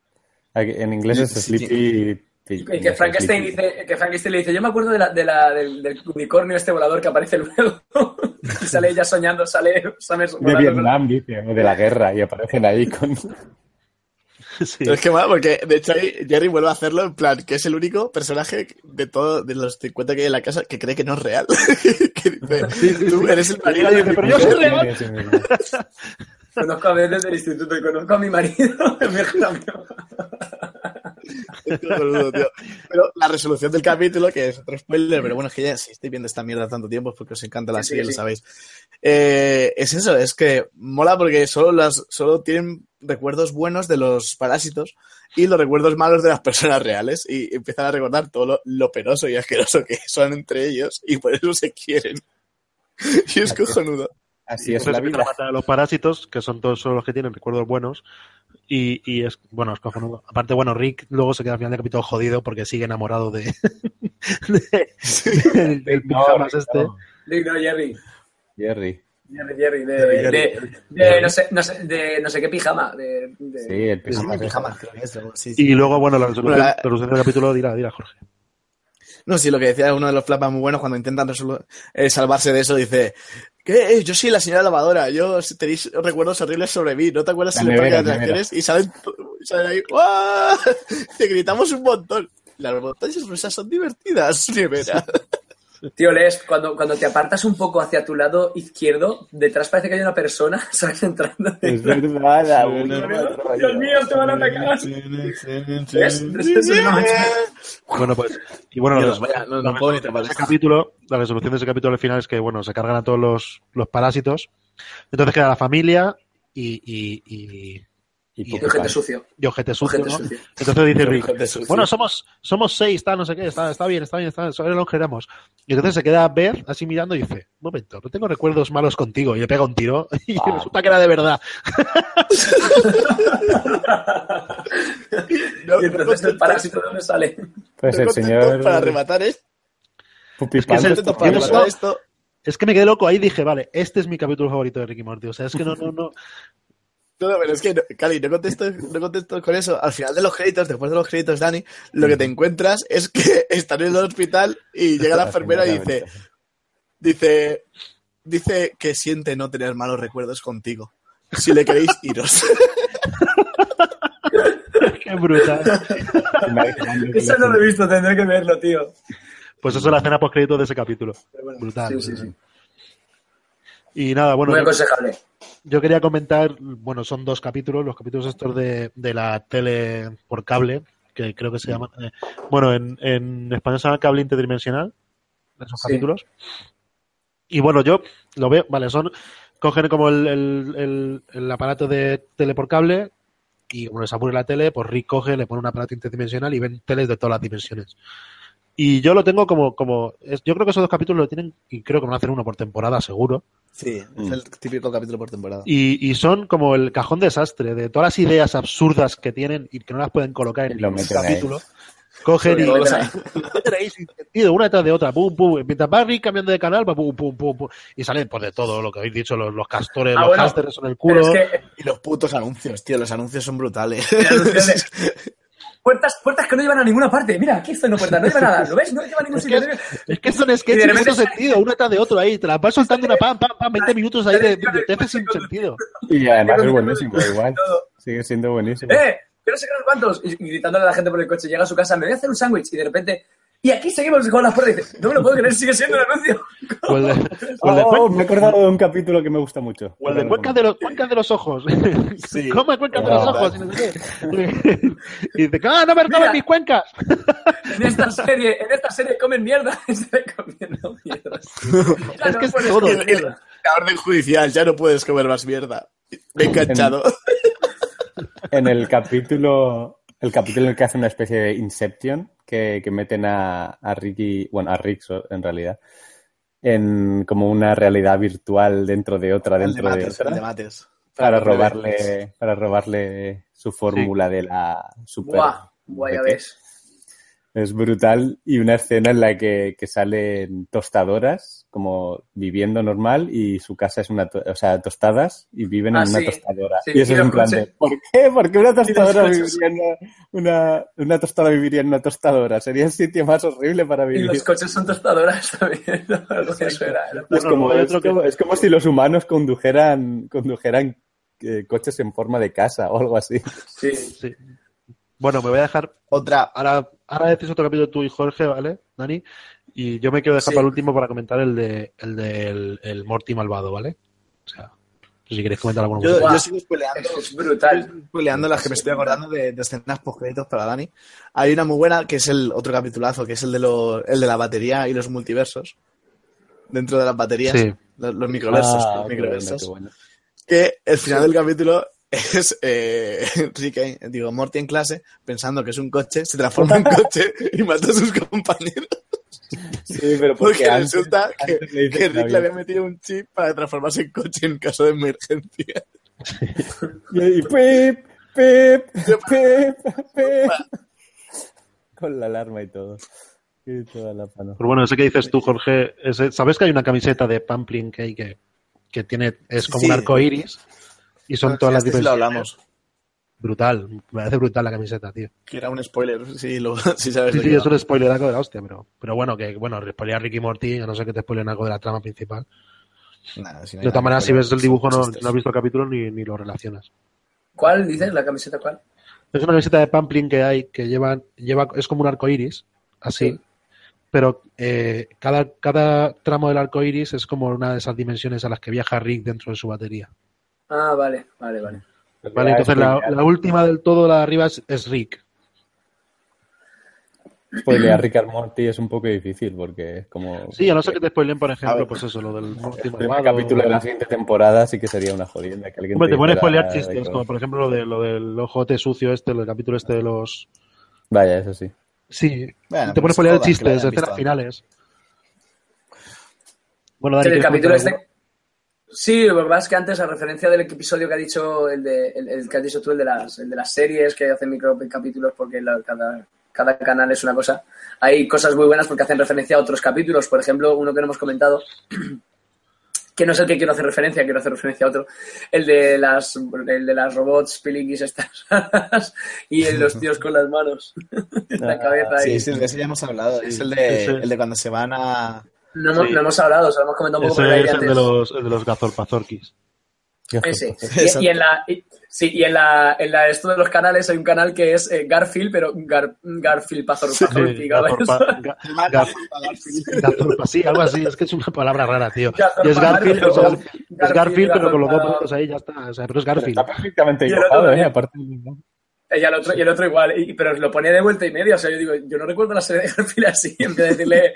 Speaker 3: Aquí- En inglés es
Speaker 5: Sí,
Speaker 3: Sleepy.
Speaker 1: Y que Frankenstein, dice, que Frankenstein le dice, yo me acuerdo de la, de la- del, del unicornio este volador que aparece luego. y sale ella soñando, sale Summers
Speaker 3: De
Speaker 1: volando. con la-
Speaker 3: Vietnam, dice, o de la guerra, y aparecen ahí con.
Speaker 2: Sí.
Speaker 5: Pero es que mal, porque de hecho ahí Jerry vuelve a hacerlo en plan, que es el único personaje de todos de los 50 que hay en la casa que cree que no es real. que dice, tú eres el marido de mi
Speaker 2: pero yo
Speaker 5: mujer".
Speaker 2: soy real.
Speaker 1: Conozco a veces desde el instituto y conozco a mi marido. el mejor amigo.
Speaker 5: Qué boludo, tío. Pero la resolución del capítulo, que es otro spoiler, pero bueno, es que ya si estoy viendo esta mierda tanto tiempo es porque os encanta la
Speaker 1: Sí,
Speaker 5: serie,
Speaker 1: sí.
Speaker 5: lo sabéis. Eh, es eso, es que mola porque solo, las, solo tienen recuerdos buenos de los parásitos y los recuerdos malos de las personas reales y empiezan a recordar todo lo, lo penoso y asqueroso que son entre ellos y por eso se quieren. Y es cojonudo.
Speaker 3: Así
Speaker 2: Y
Speaker 3: es
Speaker 2: entonces
Speaker 3: la
Speaker 2: empiezan
Speaker 3: vida.
Speaker 2: a matar a los parásitos, que son todos solo los que tienen recuerdos buenos. Y, y es, bueno, es cojonudo. Aparte, bueno, Rick luego se queda al final del capítulo jodido porque sigue enamorado de. de- del- del pijamas
Speaker 3: No,
Speaker 2: este.
Speaker 3: no,
Speaker 1: Digo, no, Jerry.
Speaker 3: Jerry.
Speaker 1: Jerry, Jerry, de,
Speaker 5: Jerry,
Speaker 1: de-
Speaker 5: Jerry.
Speaker 1: de no sé, no sé- de no sé qué pijama. De, de-
Speaker 3: Sí, el pijama.
Speaker 2: Y luego, bueno, la resolución,
Speaker 5: Bueno, la-
Speaker 2: la resolución del capítulo dirá, dirá Jorge.
Speaker 5: No, sí, lo que decía uno de los flapas muy buenos cuando intentan resolu- eh, salvarse de eso, dice, ¿qué? Yo soy la señora lavadora, yo tenéis recuerdos horribles sobre mí, ¿no te acuerdas
Speaker 3: La
Speaker 5: en el parque
Speaker 3: nevera,
Speaker 5: de
Speaker 3: la
Speaker 5: atracciones? Y salen, salen ahí, ¡guau! Te gritamos un montón. Las montañas rusas son divertidas, nevera.
Speaker 1: Tío, lees, cuando, cuando te apartas un poco hacia tu lado izquierdo, detrás parece que hay una persona, ¿sabes? Entrando.
Speaker 3: Es verdad, la última
Speaker 1: Dios,
Speaker 3: raya.
Speaker 1: Dios mío, te van a atacar. ¿Ves? Esto es una mancha.
Speaker 2: Bueno, pues. Y bueno,
Speaker 5: Dios,
Speaker 2: los-
Speaker 5: vaya, no- no
Speaker 2: la
Speaker 5: puedo ni
Speaker 2: resolución
Speaker 5: tapar
Speaker 2: de ese
Speaker 5: esto.
Speaker 2: capítulo, la resolución de ese capítulo al final es que, bueno, se cargan a todos los, los parásitos. Entonces queda la familia y, y, y,
Speaker 3: Y
Speaker 1: Y
Speaker 3: poco
Speaker 1: ojete
Speaker 3: pan.
Speaker 1: sucio.
Speaker 2: y ojete sucio,
Speaker 1: Ojete
Speaker 2: ¿no?
Speaker 1: sucio.
Speaker 2: Entonces dice
Speaker 5: Pero
Speaker 2: Rick,
Speaker 5: gente sucia.
Speaker 2: bueno, somos, somos seis, está, no sé qué, está, está bien, está bien, está bien, solo nos queremos. Y entonces se queda Beth así mirando y dice, un momento, no tengo recuerdos malos contigo. Y le pega un tiro y
Speaker 3: Ah.
Speaker 2: resulta que era de verdad.
Speaker 1: Y entonces el parásito de dónde sale.
Speaker 3: Pues el
Speaker 5: Estoy
Speaker 3: señor
Speaker 5: contento Para rematar esto.
Speaker 3: Pupi
Speaker 2: Es que es
Speaker 3: Pan,
Speaker 2: el
Speaker 3: pues,
Speaker 5: contento Para
Speaker 2: Yo
Speaker 3: también-
Speaker 2: no-
Speaker 5: rematar esto.
Speaker 2: Es que me quedé loco ahí y dije, vale, este es mi capítulo favorito de Ricky Morty. O sea, es que no, no, no.
Speaker 5: No, no, pero es que, no, Cali, no contesto, no contesto con eso. Al final de los créditos, después de los créditos, Dani, lo que te encuentras es que están en el hospital y llega la enfermera y dice, dice, dice que siente no tener malos recuerdos contigo. Si le queréis, iros.
Speaker 2: Qué brutal.
Speaker 1: Eso no lo he visto, tendré que verlo, tío.
Speaker 2: Pues eso es la escena post de ese capítulo.
Speaker 1: Pero bueno,
Speaker 2: Brutal.
Speaker 1: Sí, sí, sí.
Speaker 2: Y nada, bueno, pues,
Speaker 1: Muy
Speaker 2: yo,
Speaker 1: aconsejable.
Speaker 2: yo quería comentar, bueno, son dos capítulos, los capítulos estos de, de la tele por cable, que creo que se llaman. eh, bueno, en, en español se llama cable interdimensional, esos
Speaker 1: Sí.
Speaker 2: capítulos. Y bueno, yo lo veo, vale, son, cogen como el, el- el- el aparato de tele por cable y como les aburre la tele, pues Rick coge, le pone un aparato interdimensional y ven teles de todas las dimensiones. Y yo lo tengo como, como es- yo creo que esos dos capítulos lo tienen y creo que van a hacer uno por temporada seguro.
Speaker 5: Sí, es el típico capítulo por temporada.
Speaker 2: Y, y son como el cajón desastre de todas las ideas absurdas que tienen y que no las pueden colocar en
Speaker 3: Y lo
Speaker 2: ningún
Speaker 3: meten ahí.
Speaker 2: capítulo. Cogen y
Speaker 1: Lo meten ahí.
Speaker 2: lo meten ahí sin sentido, una detrás de otra, pum, pum, mientras va Rick cambiando de canal, va pum, pum, pum, pum, y salen pues de todo lo que habéis dicho, los, los castores,
Speaker 1: Ah,
Speaker 2: los
Speaker 1: bueno.
Speaker 2: hamsters en el
Speaker 1: Pero
Speaker 2: culo.
Speaker 1: es que eh,
Speaker 5: Y los putos anuncios, tío, los anuncios son brutales.
Speaker 1: Puertas, puertas que no llevan a ninguna parte. Mira, aquí estoy una puerta, no lleva nada. ¿Lo ves? No lleva a ningún sitio.
Speaker 2: Es que son
Speaker 1: Y
Speaker 2: sketches
Speaker 1: de
Speaker 2: sin
Speaker 1: repente
Speaker 2: mucho sentido, una tras de otro ahí, te las vas soltando una pam, pam, pam, 20 minutos ahí de idioteces sin sentido.
Speaker 3: Y además es
Speaker 1: Yo
Speaker 3: buenísimo,
Speaker 1: no-
Speaker 3: igual.
Speaker 1: todo.
Speaker 3: Sigue siendo buenísimo.
Speaker 1: ¡Eh! Que no sé qué unos cuantos. Y gritándole a la gente por el coche. Llega a su casa, me voy a hacer un sándwich. Y de repente. Y aquí seguimos con las puertas. Y dice, no me lo puedo creer, sigue siendo un anuncio.
Speaker 2: O el Pues de, o
Speaker 3: Oh,
Speaker 2: el de
Speaker 3: oh,
Speaker 2: Cuenca-
Speaker 3: me he acordado de un capítulo que me gusta mucho.
Speaker 2: o el de cuencas de los, cuencas de los ojos.
Speaker 5: Sí.
Speaker 2: Coma cuencas de los
Speaker 3: Ah,
Speaker 2: ojos. Y, no sé qué. y dice, ¡ah, no
Speaker 1: Mira.
Speaker 2: me recomen mis cuencas!
Speaker 1: En esta serie, en esta serie comen mierda. Están comiendo mierda. Ya
Speaker 2: Es
Speaker 1: no
Speaker 2: que es
Speaker 1: puedes
Speaker 2: todo,
Speaker 1: comer
Speaker 2: tío.
Speaker 1: mierda.
Speaker 5: La orden judicial, ya no puedes comer más mierda. Me he enganchado.
Speaker 3: En el capítulo, el capítulo en el que hace una especie de Inception, que, que meten a, a Ricky, bueno, a Rick so- en realidad, en como una realidad virtual dentro de otra,
Speaker 5: El de
Speaker 3: dentro de
Speaker 5: mates, el de
Speaker 3: otra,
Speaker 5: mates.
Speaker 3: para robarle, para robarle su fórmula de la super.
Speaker 1: Buah, buah, ya
Speaker 3: ¿de qué?
Speaker 1: ves.
Speaker 3: Es brutal y una escena en la que, que salen tostadoras, como viviendo normal, y su casa es una, to- o sea, tostadas, y viven
Speaker 1: Ah,
Speaker 3: en una
Speaker 1: sí.
Speaker 3: tostadora.
Speaker 1: Sí,
Speaker 3: y eso
Speaker 1: y
Speaker 3: es
Speaker 1: los
Speaker 3: un
Speaker 5: pues,
Speaker 3: plan de,
Speaker 1: coches.
Speaker 3: ¿por qué? ¿Por qué una tostadora
Speaker 1: coches.
Speaker 3: viviría en una, una, una tostada viviría en una tostadora? Sería el sitio más horrible para
Speaker 1: Y
Speaker 3: vivir.
Speaker 1: los coches son tostadoras también. ¿no? Algo que eso era, era.
Speaker 3: Es
Speaker 2: Bueno,
Speaker 3: como,
Speaker 2: luego hay
Speaker 3: es
Speaker 2: otro que-
Speaker 3: como- es como si los humanos condujeran, condujeran eh, coches en forma de casa o algo así.
Speaker 1: Sí.
Speaker 2: Sí. Bueno, me voy a dejar
Speaker 5: Otra.
Speaker 2: ahora, ahora decís otro capítulo tú y Jorge, ¿vale, Dani? Y yo me quiero dejar
Speaker 1: Sí.
Speaker 2: para el último para comentar el de el del el Morty malvado, ¿vale? O sea, si queréis comentar alguno
Speaker 5: Yo,
Speaker 2: vosotros.
Speaker 5: yo sigo spoileando.
Speaker 1: Eso es brutal.
Speaker 5: spoileando las que me estoy acordando de, de escenas postcréditos para Dani. Hay una muy buena que es el otro capitulazo, que es el de, lo- el de la batería y los multiversos. Dentro de las baterías.
Speaker 2: Sí.
Speaker 5: Los, los microversos.
Speaker 3: Ah,
Speaker 5: los
Speaker 3: qué
Speaker 5: microversos.
Speaker 3: bueno,
Speaker 5: Que el final del capítulo es eh, Rick, en- digo, Morty en clase, pensando que es un coche, se transforma en coche y mata a sus compañeros.
Speaker 3: qué bueno. Sí, pero porque,
Speaker 5: Porque
Speaker 3: antes-
Speaker 5: resulta que,
Speaker 3: antes le dicen
Speaker 5: que
Speaker 3: que no
Speaker 5: Rick le había
Speaker 3: había-
Speaker 5: metido un chip para transformarse en coche en caso de emergencia.
Speaker 3: Y, y pip, pip, pip, pip. Con la alarma y todo. Y toda la pano.
Speaker 2: Pero bueno, ese que dices tú, Jorge, ese- ¿sabes que hay una camiseta de Pamplin que hay que, que tiene, es como
Speaker 5: Sí. Ah,
Speaker 2: un arco iris? Y son todas las
Speaker 5: Este Sí, sí, lo
Speaker 2: dimensiones.
Speaker 5: hablamos.
Speaker 2: Brutal, me parece brutal la camiseta, tío.
Speaker 5: Que era un spoiler, sí, lo, sí sabes.
Speaker 2: Sí,
Speaker 5: de qué
Speaker 2: sí,
Speaker 5: va.
Speaker 2: es un spoileraco de la hostia, pero, pero bueno, que bueno, spoilear a Ricky Morty, a no ser que te spoilen algo de la trama principal.
Speaker 5: Nada, si no hay
Speaker 2: De
Speaker 5: nada
Speaker 2: todas maneras,
Speaker 5: que
Speaker 2: si ves el
Speaker 5: hablar,
Speaker 2: dibujo, no,
Speaker 5: son chistes.
Speaker 2: no has visto el capítulo ni, ni lo relacionas.
Speaker 1: ¿Cuál dices? ¿La camiseta cuál?
Speaker 2: Es una camiseta de Pamplin que hay que lleva, lleva es como un arco iris, así. pero eh, cada, cada tramo del arco iris es como una de esas dimensiones a las que viaja Rick dentro de su batería.
Speaker 1: Ah, vale, vale, vale.
Speaker 2: Vale, entonces la, la última del todo, la de arriba, es, es Rick.
Speaker 3: Spoilear Rick and Morty es un poco difícil porque es como.
Speaker 2: Sí, a no ser que te spoilen, por ejemplo,
Speaker 3: ver.
Speaker 2: pues eso, lo del
Speaker 3: el
Speaker 2: último
Speaker 3: primer capítulo de la siguiente temporada sí que sería una jodienda. Que alguien
Speaker 2: Hombre, te pone a
Speaker 3: dijera
Speaker 2: spoilear
Speaker 3: de
Speaker 2: chistes,
Speaker 3: cosas.
Speaker 2: como por ejemplo lo, de, lo del ojote sucio este, el capítulo este de los...
Speaker 3: Vaya, eso sí.
Speaker 2: Sí,
Speaker 5: Bueno,
Speaker 2: te pone
Speaker 5: pues
Speaker 2: a spoilear
Speaker 5: jodan, que lo
Speaker 2: chistes,
Speaker 5: hayan
Speaker 2: escenas
Speaker 5: visto
Speaker 2: finales. Bueno,
Speaker 1: En el
Speaker 2: ¿quieres
Speaker 1: capítulo
Speaker 2: comentar
Speaker 1: este. Sí, lo que pasa es que antes, a referencia del episodio que ha dicho el de, el, el que has dicho tú, el de las, el de las series que hacen micro capítulos porque la- cada, cada canal es una cosa. Hay cosas muy buenas porque hacen referencia a otros capítulos. Por ejemplo, uno que no hemos comentado, que no es el que quiero hacer referencia, quiero hacer referencia a otro, el de las, el de las robots pilinguis estas y el- los tíos con las manos en la
Speaker 3: Ah,
Speaker 1: cabeza. ahí.
Speaker 5: Sí, sí, de ese ya hemos hablado. es el de,
Speaker 2: ese.
Speaker 5: el de cuando se van a.
Speaker 1: No, hemos,
Speaker 2: sí.
Speaker 1: no hemos hablado, solo hemos comentado un poco por
Speaker 2: Ese
Speaker 1: ahí
Speaker 2: es el
Speaker 1: antes.
Speaker 2: de los, el de los gazorpazorquis.
Speaker 1: Ese.
Speaker 5: Exacto.
Speaker 1: Y, y en la, y- sí, y en la, en la esto de los canales hay un canal que es eh, Garfield, pero Gar, Garfield Pazor,
Speaker 2: Sí,
Speaker 1: Pazorqui, ¿no?
Speaker 2: gazorpa- ga- gaz- gazorpa, sí, algo así, es que es una palabra rara, tío.
Speaker 1: Gazorpa,
Speaker 2: Y es Garfield,
Speaker 1: pero-
Speaker 2: o sea, es
Speaker 1: Garfield,
Speaker 2: Garfield, pero con los dos
Speaker 1: gazorpa.
Speaker 2: palitos ahí ya está, o sea, pero es
Speaker 3: Pero
Speaker 2: Garfield.
Speaker 3: Está perfectamente
Speaker 1: Y el otro
Speaker 3: dibujado, ¿eh?
Speaker 1: también.
Speaker 3: Aparte,
Speaker 1: Y el otro, y el otro igual, y- pero lo ponía de vuelta y media, o sea, yo digo, yo no recuerdo la serie de Garfield así, empieza a decirle,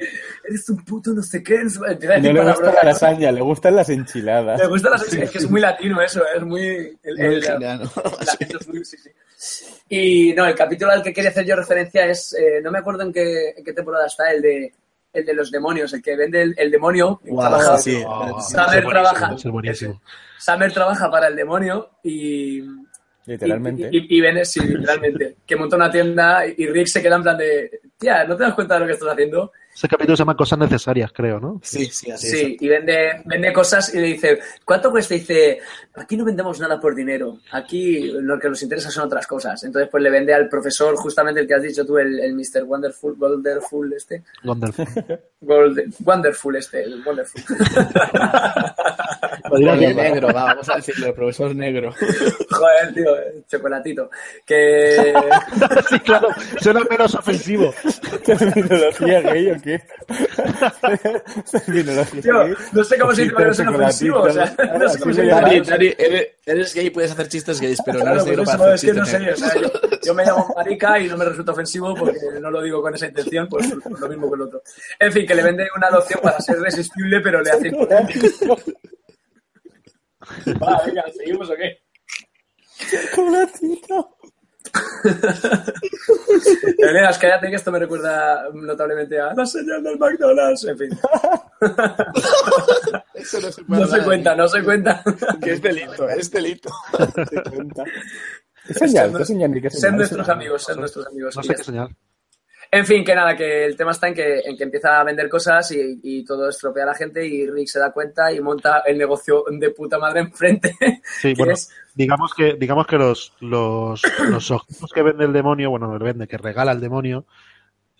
Speaker 1: eres un puto no sé qué, empieza a
Speaker 3: no
Speaker 1: decir
Speaker 3: le gusta la
Speaker 1: palabras.
Speaker 3: lasaña, le gustan las enchiladas.
Speaker 1: Me gusta la serie, es que es muy latino eso, es muy... el-
Speaker 5: Muy
Speaker 1: el-
Speaker 5: genial, ¿no?
Speaker 1: el acento es muy- sí, sí. Y no, el capítulo al que quería hacer yo referencia es, eh, no me acuerdo en qué, en qué temporada está, el de, el de los demonios, el que vende el, el demonio. trabaja-
Speaker 5: Guau, sí.
Speaker 1: Summer
Speaker 2: Oh, ese es buenísimo,
Speaker 1: trabaja.
Speaker 2: ese es buenísimo.
Speaker 1: Summer trabaja para el demonio y...
Speaker 3: Literalmente.
Speaker 1: Y, y- y vende, sí, literalmente. que monta una tienda y y Rick se queda en plan de, tía, ¿no te das cuenta de lo que estás haciendo?
Speaker 2: Ese capítulo se llama Cosas Necesarias, creo, ¿no?
Speaker 5: Sí, sí, así es.
Speaker 1: Sí, y vende, vende cosas y le dice, ¿cuánto cuesta? Y dice, aquí no vendemos nada por dinero, aquí lo que nos interesa son otras cosas. Entonces, pues le vende al profesor, justamente el que has dicho tú, el, el Mr. Wonderful, Wonderful este,
Speaker 2: Wonderful.
Speaker 1: Gold- Wonderful este, el Wonderful.
Speaker 2: Lo dirás
Speaker 5: Porque
Speaker 2: bien,
Speaker 5: negro, va, vamos a decirlo, el profesor negro.
Speaker 1: Joder, tío, eh, chocolatito. Que...
Speaker 2: Sí, claro, suena menos ofensivo.
Speaker 3: Terminología gay o qué? Terminología
Speaker 1: Tío,
Speaker 3: gay.
Speaker 1: no sé cómo se dice, pero es inofensivo, o sea, no sé cómo se dice.
Speaker 5: Dani, Dani, eres, eres gay, puedes hacer chistes gays, pero no
Speaker 1: Claro,
Speaker 5: eres
Speaker 1: pues
Speaker 5: negro
Speaker 1: eso,
Speaker 5: para
Speaker 1: es
Speaker 5: hacer
Speaker 1: que no
Speaker 5: chistes
Speaker 1: sé, o
Speaker 5: negros.
Speaker 1: sea, yo, yo me llamo marica y no me resulta ofensivo porque no lo digo con esa intención, pues lo mismo que el otro. En fin, que le venden una loción para ser resistible, pero le hacen... Va, venga, ¿seguimos o qué?
Speaker 3: Chocolatito.
Speaker 1: Elenas, cállate que esto me recuerda notablemente a la señal del McDonald's, en fin.
Speaker 5: Eso no se, puede
Speaker 1: No se
Speaker 5: hablar,
Speaker 1: cuenta, no se cuenta.
Speaker 5: Que es delito, es delito.
Speaker 3: ¿Qué señal? ¿Qué señal? ¿Qué
Speaker 1: Sean
Speaker 3: señal?
Speaker 1: nuestros amigos, sean nuestros amigos.
Speaker 2: No
Speaker 1: y
Speaker 2: sé
Speaker 1: ya
Speaker 2: qué señal.
Speaker 1: En fin, que nada, que el tema está en que, en que empieza a vender cosas y, y todo estropea a la gente y Rick se da cuenta y monta el negocio de puta madre enfrente.
Speaker 2: Sí,
Speaker 1: que
Speaker 2: bueno,
Speaker 1: es-
Speaker 2: digamos que, digamos que los, los, los objetos que vende el demonio, bueno, no le vende, que regala el demonio,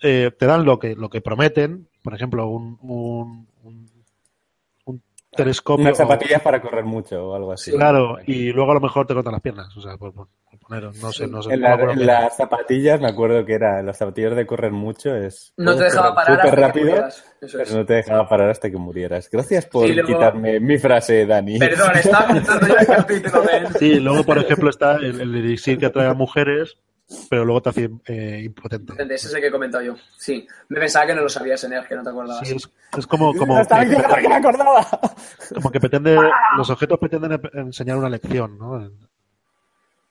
Speaker 2: eh, te dan lo que, lo que prometen, por ejemplo, un, un, un, un telescopio.
Speaker 3: Unas zapatillas para correr mucho o algo así.
Speaker 2: o- claro, y luego a lo mejor te cortan las piernas, o sea, por, por poner, no sé, no sé.
Speaker 3: En,
Speaker 2: no me
Speaker 3: la-
Speaker 2: acuerdo
Speaker 3: en
Speaker 2: bien.
Speaker 3: las zapatillas me acuerdo que era las zapatillas de correr mucho es
Speaker 1: No te
Speaker 3: puedes
Speaker 1: dejaba
Speaker 3: correr
Speaker 1: parar hasta
Speaker 3: súper
Speaker 1: que
Speaker 3: rápido
Speaker 1: murieras. Eso es.
Speaker 3: pero no te dejaba parar hasta que murieras gracias por
Speaker 1: Y luego-
Speaker 3: quitarme mi frase Dani
Speaker 1: Perdón, estaba contando yo el capítulo, ¿eh?
Speaker 2: Sí, luego, por ejemplo, está el, el elixir que atrae a mujeres, pero luego te hace eh, impotente.
Speaker 1: Ese es el que he comentado yo. Sí, me pensaba que no lo sabías, Ener, que no te acordabas.
Speaker 2: Sí, es, es como, como,
Speaker 3: Estaba diciendo porque me acordaba
Speaker 2: como que pretende, los objetos pretenden ep- enseñar una lección, ¿no?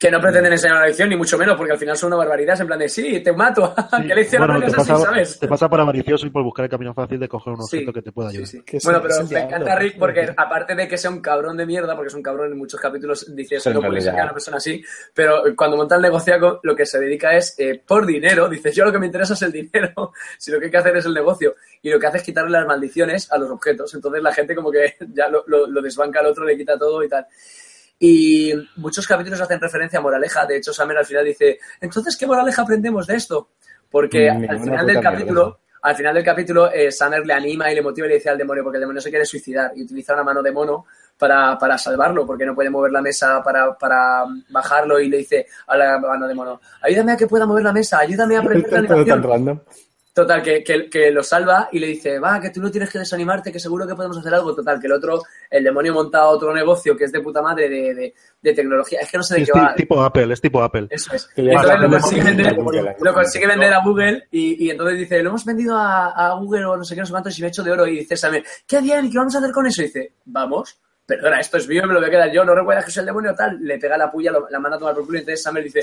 Speaker 1: Que no pretenden enseñar una lección, ni mucho menos, porque al final son una barbaridad. En plan de, sí, te mato. ¿Qué le hicieron
Speaker 2: Bueno,
Speaker 1: a
Speaker 2: te
Speaker 1: así,
Speaker 2: pasa,
Speaker 1: sabes?
Speaker 2: te pasa por avaricioso y por buscar el camino fácil de coger un
Speaker 1: Sí,
Speaker 2: objeto que te pueda ayudar.
Speaker 1: sí, sí.
Speaker 5: Que sí,
Speaker 1: Bueno, pero
Speaker 5: sí,
Speaker 1: me
Speaker 5: claro.
Speaker 1: encanta Rick porque aparte de que sea un cabrón de mierda, porque es un cabrón en muchos capítulos, dices,
Speaker 3: Sí, en
Speaker 1: no puede ser
Speaker 3: realidad.
Speaker 1: que una persona así, pero cuando monta el negociaco lo que se dedica es, eh, por dinero, dices, yo lo que me interesa es el dinero, si lo que hay que hacer es el negocio, y lo que hace es quitarle las maldiciones a los objetos, entonces la gente como que ya lo, lo- lo desbanca al otro, le quita todo y tal. Y muchos capítulos hacen referencia a moraleja, de hecho Samer al final dice, entonces, ¿qué moraleja aprendemos de esto? Porque
Speaker 3: Mm, ninguna
Speaker 1: al final del
Speaker 3: puta
Speaker 1: capítulo...
Speaker 3: mierda.
Speaker 1: Al final del capítulo, eh, Summer le anima y le motiva y le dice al demonio, porque el demonio se quiere suicidar y utiliza una mano de mono para, para salvarlo, porque no puede mover la mesa para, para bajarlo y le dice a la mano de mono, ayúdame a que pueda mover la mesa, ayúdame a aprender la
Speaker 3: todo tan
Speaker 1: animación.
Speaker 3: random
Speaker 1: Total, que, que, que lo salva y le dice, va, que tú no tienes que desanimarte, que seguro que podemos hacer algo. Total, que el otro, el demonio monta otro negocio que es de puta madre de, de, de tecnología. Es que no sé de
Speaker 2: Es
Speaker 1: qué
Speaker 2: ti-
Speaker 1: va.
Speaker 2: tipo Apple, es tipo Apple.
Speaker 1: Eso es.
Speaker 3: Que
Speaker 1: Y
Speaker 3: le
Speaker 1: entonces
Speaker 3: llaman
Speaker 1: lo consigue,
Speaker 3: Google,
Speaker 1: vender,
Speaker 3: Google.
Speaker 1: lo consigue vender a Google y, y entonces dice, lo hemos vendido a, a Google o no sé qué, no sé cuánto, y se me ha hecho de oro. Y dice Samir, qué bien, ¿qué vamos a hacer con eso? Y dice, vamos, perdona, esto es mío, me lo voy a quedar yo, no recuerdas que soy el demonio tal. Le pega la puya, lo- la manda a tomar por culo y entonces Samir dice,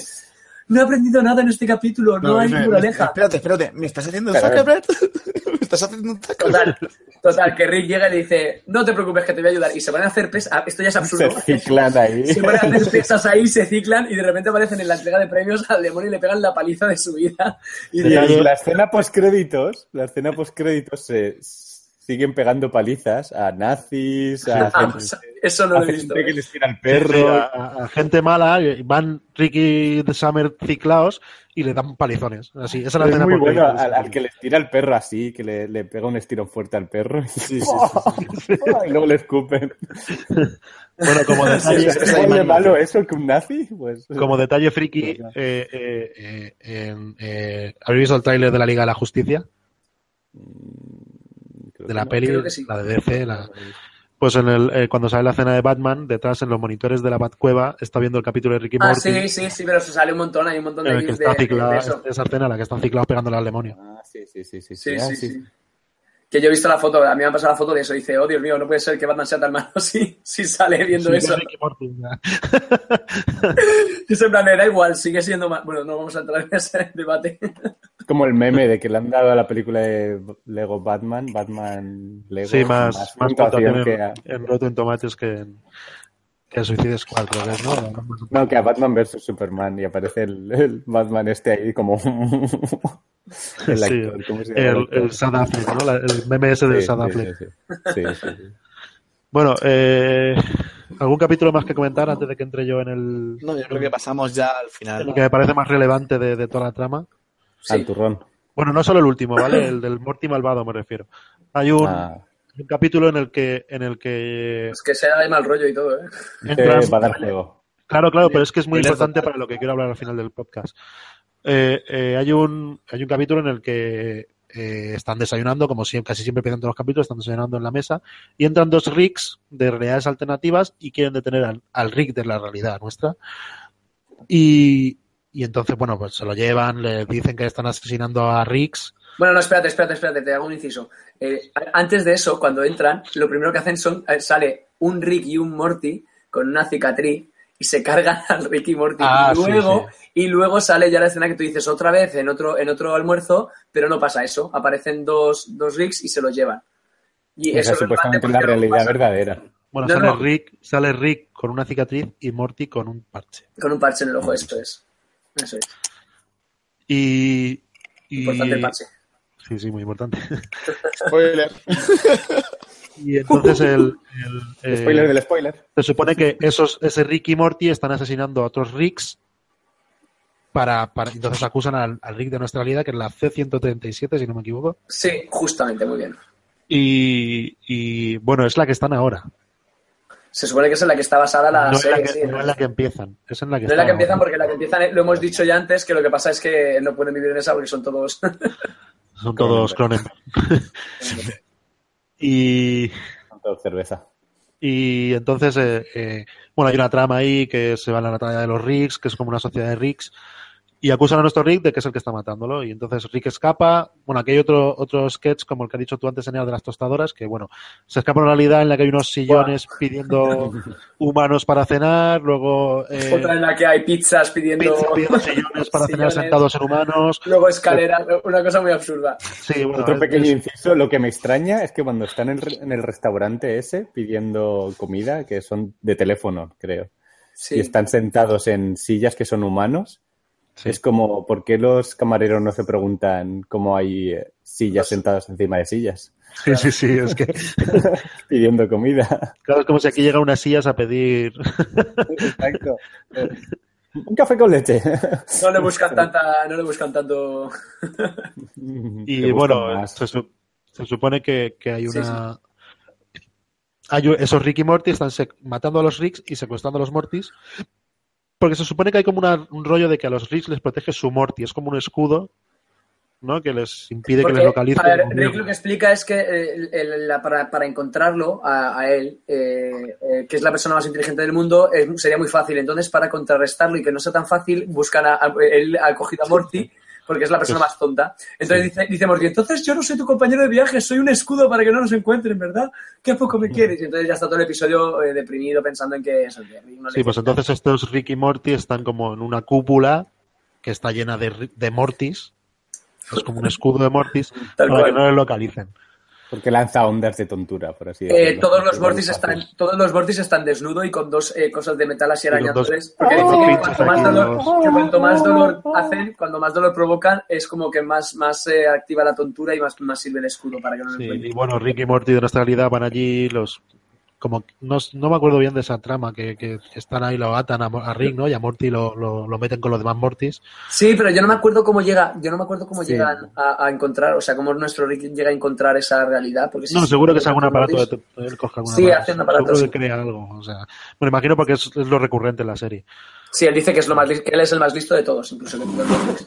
Speaker 1: no he aprendido nada en este capítulo, no, hay
Speaker 5: me- me-
Speaker 1: moraleja.
Speaker 5: Espérate, espérate. ¿Me estás haciendo un
Speaker 3: Claro.
Speaker 5: Zuckerberg? ¿Me estás haciendo un Zuckerberg?
Speaker 1: Total, total, que Rick llega y le dice, no te preocupes que te voy a ayudar. Y se van a hacer pesas, esto ya es
Speaker 3: Se
Speaker 1: absurdo. ¿eh?
Speaker 3: ciclan ahí.
Speaker 1: Se van a hacer pesas ahí, se ciclan y de repente aparecen en la entrega de premios al demonio y le pegan la paliza de su vida. Y
Speaker 3: Y
Speaker 1: dice,
Speaker 3: en la escena postcréditos, la escena postcréditos se s- siguen pegando palizas a nazis, a
Speaker 1: Ah,
Speaker 3: gente,
Speaker 1: pues, eso no
Speaker 3: a
Speaker 1: lo he
Speaker 3: gente
Speaker 1: visto. eh.
Speaker 3: que les tira el
Speaker 2: Sí,
Speaker 3: perro.
Speaker 2: a, a- a gente mala, eh, van Ricky de Summer ciclados y le dan palizones. Así, esa es la
Speaker 3: es
Speaker 2: escena
Speaker 3: muy
Speaker 2: porque-
Speaker 3: bueno al, al que les tira el perro así, que le, le pega un estirón fuerte al perro.
Speaker 5: sí, sí,
Speaker 3: y luego le escupen.
Speaker 2: Bueno, como
Speaker 3: ¿Es
Speaker 2: detalle,
Speaker 5: esa
Speaker 3: igual de
Speaker 5: imagen.
Speaker 3: malo eso que un nazi? Pues,
Speaker 2: como detalle friki,
Speaker 3: Pues no.
Speaker 2: eh, eh, eh, en- eh, ¿habéis visto el tráiler de la Liga de la Justicia? De
Speaker 3: creo que
Speaker 2: la
Speaker 3: no.
Speaker 2: peli,
Speaker 1: creo que sí.
Speaker 2: la de DC. la- Pues en el, eh, cuando sale la escena de Batman, detrás en los monitores de la Batcueva está viendo el capítulo de Ricky
Speaker 1: Ah,
Speaker 2: Morty.
Speaker 1: sí, sí, sí, pero se sale un montón, hay un montón
Speaker 2: en
Speaker 1: de
Speaker 2: el Eh, que
Speaker 1: gifs de,
Speaker 2: está este
Speaker 1: de
Speaker 2: ciclada,
Speaker 1: eso.
Speaker 2: esa escena en la que están ciclados pegándole al demonio.
Speaker 3: Ah, sí, sí, sí, sí,
Speaker 1: Sí,
Speaker 3: sí, ah,
Speaker 1: sí,
Speaker 3: sí.
Speaker 1: sí. Que yo he visto la foto, a mí me han pasado la foto de eso, y dice, oh Dios mío, no puede ser que Batman sea tan malo si, si sale viendo
Speaker 2: Sí,
Speaker 1: eso.
Speaker 2: Ricky Morty, ya.
Speaker 1: Y es en plan, me da igual, sigue siendo mal. Bueno, no vamos a entrar en ese debate.
Speaker 3: Es como el meme de que le han dado a la película de Lego Batman, Batman Lego.
Speaker 2: Sí, más, más puntuación
Speaker 3: que
Speaker 2: en,
Speaker 3: a,
Speaker 2: en Rotten Tomatoes que en, que en Suicide Squad, creo que es, ¿no?
Speaker 3: no, que a Batman versus Superman y aparece el, el Batman este ahí como el
Speaker 2: Sí,
Speaker 3: actor. ¿cómo se llama
Speaker 2: el,
Speaker 3: actor?
Speaker 2: el Sad Affleck, ¿no? La- el meme ese del
Speaker 3: Sí,
Speaker 2: Sad
Speaker 3: sí,
Speaker 2: Affleck.
Speaker 3: sí, sí. Sí, sí, sí.
Speaker 2: Bueno, eh, ¿algún capítulo más que comentar antes de que entre yo en el
Speaker 5: No, yo creo que pasamos ya al final.
Speaker 2: en lo que me parece más relevante de, de toda la trama?
Speaker 3: Al
Speaker 1: Sí.
Speaker 3: turrón.
Speaker 2: Bueno, no solo el último, ¿vale? El del Morty malvado me refiero. Hay un,
Speaker 3: Ah,
Speaker 2: un capítulo en el que en el que
Speaker 1: Es Pues que se da de mal rollo y todo, ¿eh?
Speaker 3: este
Speaker 2: entran-
Speaker 3: va a dar juego.
Speaker 2: Claro, claro, pero es que es muy
Speaker 5: Spoiler
Speaker 2: importante para lo que quiero hablar al final del podcast. Eh, eh, hay, un, hay un capítulo en el que eh, están desayunando, como siempre, casi siempre empiezan todos los capítulos, están desayunando en la mesa y entran dos Ricks de realidades alternativas y quieren detener al, al Rick de la realidad nuestra. Y, y entonces, bueno, pues se lo llevan, le dicen que están asesinando a Ricks.
Speaker 1: Bueno, no, espérate, espérate, espérate, te hago un inciso. Eh, a- antes de eso, cuando entran, lo primero que hacen son, eh, sale un Rick y un Morty con una cicatriz y se cargan al Rick y Morty.
Speaker 2: Ah,
Speaker 1: y
Speaker 2: sí,
Speaker 1: luego, y luego sale ya la escena que tú dices otra vez en otro, en otro almuerzo, pero no pasa eso. Aparecen dos, dos Ricks y se los llevan. Y
Speaker 3: Esa es
Speaker 1: es
Speaker 3: supuestamente la
Speaker 1: relevante porque
Speaker 3: realidad
Speaker 1: no pasa
Speaker 3: verdadera.
Speaker 2: Bueno,
Speaker 1: No,
Speaker 2: sale,
Speaker 1: no.
Speaker 2: Rick, sale Rick con una cicatriz y Morty con un parche.
Speaker 1: Con un parche en el
Speaker 3: Mm.
Speaker 1: ojo, eso es. Eso es.
Speaker 2: Y. y-
Speaker 1: Importante el parche.
Speaker 2: Sí, sí, muy importante.
Speaker 5: Spoiler.
Speaker 2: Y entonces el, el, eh,
Speaker 3: Spoiler del spoiler.
Speaker 2: se supone que esos, ese Rick y Morty están asesinando a otros Ricks para, para entonces acusan al, al Rick de nuestra realidad, que es la C137, si no me equivoco.
Speaker 1: Sí, justamente, muy bien.
Speaker 2: Y, y, bueno, es la que están ahora.
Speaker 1: Se supone que es en la que está basada la
Speaker 2: no, es
Speaker 1: serie.
Speaker 2: la que,
Speaker 1: sí,
Speaker 2: no
Speaker 1: ¿no?
Speaker 2: es la que empiezan, es en la que
Speaker 1: No es la que
Speaker 2: están
Speaker 1: empiezan
Speaker 2: ahora.
Speaker 1: porque la que empiezan eh, lo hemos dicho ya antes, que lo que pasa es que no pueden vivir en esa porque son todos...
Speaker 2: Son todos Cronenberg. y,
Speaker 3: Con todo cerveza.
Speaker 2: Y entonces, eh, eh, bueno, hay una trama ahí que se va a la batalla de los Ricks, que es como una sociedad de Ricks, y acusan a nuestro Rick de que es el que está matándolo. Y entonces Rick escapa. Bueno, aquí hay otro, otro sketch, como el que ha dicho tú antes, Eneas, de las tostadoras, que bueno, se escapa una realidad en la que hay unos sillones pidiendo humanos para cenar, luego eh,
Speaker 1: Otra en la que hay pizzas pidiendo...
Speaker 2: pizza pidiendo sillones para cenar
Speaker 1: sillones,
Speaker 2: sentados en humanos.
Speaker 1: Luego escaleras, una cosa muy absurda.
Speaker 2: Sí, bueno,
Speaker 3: Otro
Speaker 2: es-
Speaker 3: pequeño
Speaker 2: es-
Speaker 3: inciso, lo que me extraña es que cuando están en, el- en el restaurante ese pidiendo comida, que son de teléfono, creo, y
Speaker 1: Sí.
Speaker 3: están sentados en sillas que son humanos,
Speaker 2: sí.
Speaker 3: es como, ¿por qué los camareros no se preguntan cómo hay eh, sillas
Speaker 1: Los-
Speaker 3: sentadas encima de sillas
Speaker 2: sí, sí, sí, es que
Speaker 3: pidiendo comida?
Speaker 2: claro, es como si aquí llega unas sillas a pedir
Speaker 3: Exacto. Eh, Un café con leche.
Speaker 1: No le buscan tanta... No le buscan tanto...
Speaker 2: Y bueno, se, su- se supone que, que hay
Speaker 1: Sí,
Speaker 2: una. Hay u- esos Rick y Morty están sec- matando a los Ricks y secuestrando a los Mortys. Porque se supone que hay como una- un rollo de que a los Ricks les protege su Morty. Es como un escudo ¿no? Que les impide
Speaker 1: Porque,
Speaker 2: que les localicen.
Speaker 1: a ver,
Speaker 2: o
Speaker 1: Rick
Speaker 2: bien.
Speaker 1: lo que explica es que eh, el- el- la- para, para encontrarlo a, a él, eh, eh, que es la persona más inteligente del mundo, es- sería muy fácil. Entonces, para contrarrestarlo y que no sea tan fácil, buscan a, a- él ha cogido a Morty. Porque es la persona más tonta. Entonces dice, dice Morty, entonces yo no soy tu compañero de viaje, soy un escudo para que no nos encuentren, ¿verdad? ¿Qué poco me quieres? Y entonces ya está todo el episodio eh, deprimido pensando en que eso, que Rick no le
Speaker 2: Sí, pues
Speaker 1: importa.
Speaker 2: entonces estos Rick y Morty están como en una cúpula que está llena de, ri- de Mortis. Es como un escudo de Mortis
Speaker 1: Tal
Speaker 2: para que
Speaker 1: cual.
Speaker 2: no le localicen.
Speaker 3: Porque lanza ondas de tontura, por así
Speaker 1: Eh,
Speaker 3: decirlo.
Speaker 1: todos los
Speaker 3: Porque
Speaker 1: Mortis
Speaker 3: es fácil.
Speaker 1: están todos los Mortis están desnudo y con dos eh, cosas de metal así
Speaker 2: Y con
Speaker 1: arañándoles
Speaker 2: dos-
Speaker 1: porque
Speaker 2: con
Speaker 1: dicen
Speaker 2: dos
Speaker 1: que
Speaker 2: pinchos
Speaker 1: cuanto más
Speaker 2: aquí,
Speaker 1: dolor
Speaker 2: dos-
Speaker 1: que cuanto más dolor hacen cuando más dolor provocan es como que más más eh, activa la tontura y más más sirve el escudo para que no lo
Speaker 2: Sí,
Speaker 1: encuentren
Speaker 2: y bueno, Rick y Morty de nuestra realidad van allí, los como no, no me acuerdo bien de esa trama, que, que están ahí, lo atan a, Mo- a Rick, ¿no? Y a Morty lo, lo, lo meten con los demás Mortis.
Speaker 1: sí pero yo no me acuerdo cómo llega yo no me acuerdo cómo
Speaker 3: Sí.
Speaker 1: llegan a, a encontrar o sea cómo nuestro Rick llega a encontrar esa realidad porque
Speaker 2: No, seguro que es algún aparato
Speaker 1: Mortis-
Speaker 2: de to- él coge algún
Speaker 1: Sí,
Speaker 2: aparato.
Speaker 1: hace un aparato,
Speaker 2: Seguro
Speaker 1: sí.
Speaker 2: que crea algo. O sea, me imagino porque es, es lo recurrente en la serie.
Speaker 1: sí él dice que es lo más li- que él es el más listo de todos incluso que todos los Mortis.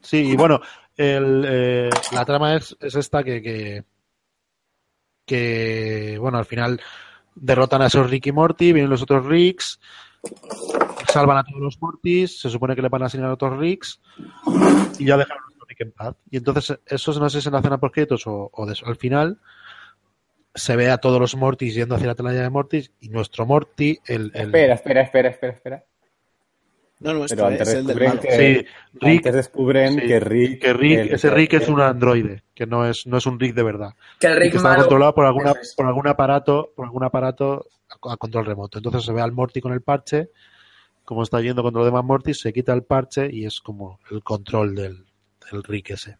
Speaker 2: Sí, y bueno, el, eh, la trama es, es esta que, que, que, bueno, al final derrotan a esos Rick y Morty, vienen los otros Ricks, salvan a todos los Mortys, se supone que le van a asignar a otros Ricks y ya dejan a los Rick en paz. Y entonces, eso no sé si en la cena por créditos o, o des- al final se ve a todos los Mortys yendo hacia la telaraña de Mortys y nuestro Morty, el... el-
Speaker 3: Espera, espera, espera, espera, espera.
Speaker 5: No, no,
Speaker 3: Pero
Speaker 5: este
Speaker 3: antes
Speaker 5: es el del
Speaker 3: descubren
Speaker 5: malo.
Speaker 3: que-
Speaker 2: sí, Rick,
Speaker 3: Antes descubren
Speaker 2: sí,
Speaker 3: que Rick...
Speaker 2: que Rick-
Speaker 3: el-
Speaker 2: ese Rick es un androide, que no es, no es un Rick de verdad.
Speaker 1: que el
Speaker 2: y
Speaker 1: Rick
Speaker 2: que está
Speaker 1: malo
Speaker 2: controlado por alguna
Speaker 1: Eso es.
Speaker 2: por algún aparato por algún aparato a, a control remoto entonces se ve al Morty con el parche como está yendo contra los demás Morty se quita el parche y es como el control del, del Rick ese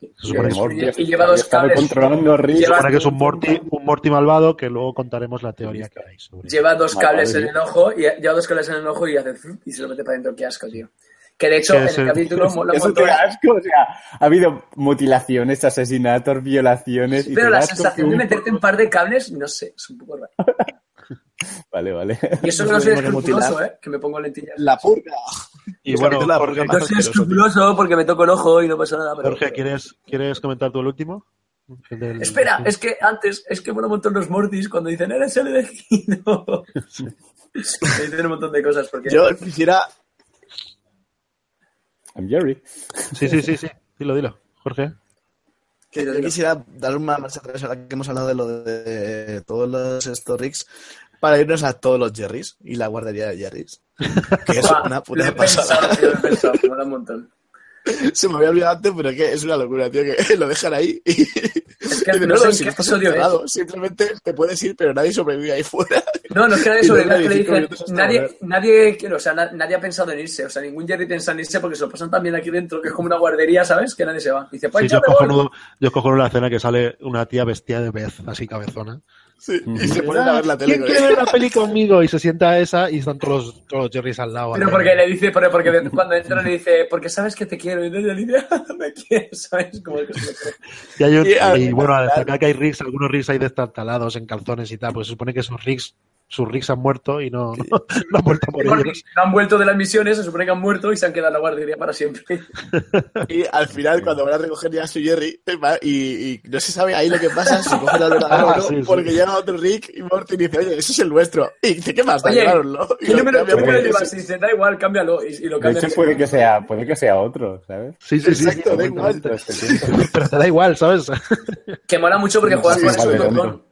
Speaker 2: se supone, que
Speaker 3: Pero
Speaker 2: es, un-
Speaker 3: Morty
Speaker 1: y
Speaker 3: está-
Speaker 1: lleva dos
Speaker 3: estaba
Speaker 1: cables.
Speaker 3: controlando Rick.
Speaker 1: Lleva-
Speaker 2: se supone que es un Morty un Morty malvado que luego contaremos la teoría que hay sobre
Speaker 1: lleva dos
Speaker 3: Vale,
Speaker 1: cables
Speaker 3: vale.
Speaker 1: en el ojo y lleva dos cables en el ojo y hace fru- y se lo mete para adentro qué asco tío que de hecho
Speaker 2: Que
Speaker 1: en
Speaker 2: es
Speaker 1: el
Speaker 2: el-
Speaker 1: capítulo mola un
Speaker 3: Eso te
Speaker 1: montón
Speaker 3: da asco, o sea, ha habido mutilaciones, asesinatos, violaciones y
Speaker 1: pero
Speaker 3: te
Speaker 1: la
Speaker 3: das con
Speaker 1: sensación
Speaker 3: que
Speaker 1: de
Speaker 3: un-
Speaker 1: meterte un par de cables no sé es un poco raro
Speaker 3: Vale, vale.
Speaker 1: y eso
Speaker 5: Nos
Speaker 1: que no soy
Speaker 5: tenemos que
Speaker 1: escrupuloso
Speaker 5: mutilar.
Speaker 1: eh que me pongo lentillas
Speaker 5: La purga.
Speaker 2: y bueno
Speaker 5: Capítulo de la
Speaker 2: Jorge,
Speaker 5: purga
Speaker 1: no
Speaker 5: más
Speaker 1: soy
Speaker 5: asqueroso, tío.
Speaker 1: escrupuloso porque me toco el ojo y no pasa nada pero-
Speaker 2: Jorge, quieres quieres comentar tú el último El del-
Speaker 1: espera es que antes es que mola un montón los Mortis cuando dicen eres el elegido Me dicen un montón de cosas porque
Speaker 5: Yo quisiera
Speaker 3: I'm Jerry.
Speaker 2: sí sí sí sí dilo dilo Jorge
Speaker 5: Que yo quisiera dar una marcha atrás ahora que hemos hablado de lo de todos los Storix para irnos a todos los Jerrys y la guardería de Jerrys. Que es
Speaker 1: Buah,
Speaker 5: una
Speaker 1: lo he
Speaker 5: puta pasada.
Speaker 1: pensado, tío, lo he pensado, mola un montón
Speaker 5: Se me había olvidado antes, pero es que es una locura, tío, que lo dejan ahí y,
Speaker 1: es que
Speaker 5: y de
Speaker 1: no sé
Speaker 5: nuevo,
Speaker 1: en
Speaker 5: si
Speaker 1: qué
Speaker 5: no estás
Speaker 1: episodio es
Speaker 5: enterado, simplemente te puedes ir, pero nadie sobrevive ahí fuera.
Speaker 1: No, no es que nadie
Speaker 5: Y luego
Speaker 1: sobreviva, es que le
Speaker 5: 25
Speaker 1: dicen,
Speaker 5: minutos hasta
Speaker 1: nadie,
Speaker 5: volver.
Speaker 1: nadie, quiere, o sea, na- nadie ha pensado en irse, o sea, ningún Jerry piensa en irse porque se lo pasan también aquí dentro, que es como una guardería, ¿sabes? Que nadie se va. Dice, pues
Speaker 2: Sí,
Speaker 1: yo
Speaker 2: yo
Speaker 1: me voy.
Speaker 2: cojo, yo cojo una escena que sale una tía vestida de Beth, así cabezona.
Speaker 5: Sí, y se ponen a ver la tele.
Speaker 2: ¿Quién
Speaker 5: con
Speaker 2: quiere
Speaker 5: él.
Speaker 2: ver la peli conmigo? Y se sienta esa y están todos los, todos los Jerrys al lado.
Speaker 1: Pero
Speaker 2: ahí.
Speaker 1: porque le dice, pero porque de- cuando entra le dice, porque sabes que te quiero, y entonces le dice, "Ah, me quieres, ¿sabes? Como que se lo cree.
Speaker 2: y, hay un-
Speaker 5: Y ah, a-
Speaker 2: y bueno, a destacar que hay rigs, algunos rigs ahí destartalados en calzones y tal, pues se supone que sus rigs, sus rigs han muerto y no, no, han vuelto por
Speaker 1: Porque
Speaker 2: ellos.
Speaker 1: no han vuelto de las misiones, se supone que han muerto y se han quedado en la guardería para siempre.
Speaker 5: Y al final, cuando van a recoger ya a su Jerry, eh, va- y, y no se sabe ahí lo que pasa, si cogen al ordenador
Speaker 2: Ah,
Speaker 5: o no,
Speaker 2: sí, sí.
Speaker 5: porque llega otro Rick y Morty y dice, oye, ese es el nuestro. Y dice, ¿qué más?
Speaker 1: Oye,
Speaker 5: Llevaroslo. Y
Speaker 1: ¿Qué
Speaker 5: lo
Speaker 1: número, qué
Speaker 5: cambia por
Speaker 1: número
Speaker 5: el
Speaker 1: llevas? Y
Speaker 5: ese.
Speaker 1: dice, da igual, cámbialo. Y, y lo
Speaker 3: De
Speaker 1: cambian.
Speaker 3: hecho, puede que sea, puede que sea otro, ¿sabes?
Speaker 2: Sí, sí, sí. sí.
Speaker 5: Exacto, da igual.
Speaker 3: Otro este tiempo.
Speaker 2: Pero te da igual, ¿sabes?
Speaker 1: Que mola mucho porque
Speaker 3: Sí,
Speaker 1: juegan
Speaker 3: sí,
Speaker 1: con
Speaker 3: sí,
Speaker 1: eso un
Speaker 3: vale,
Speaker 1: montón.
Speaker 3: tanto.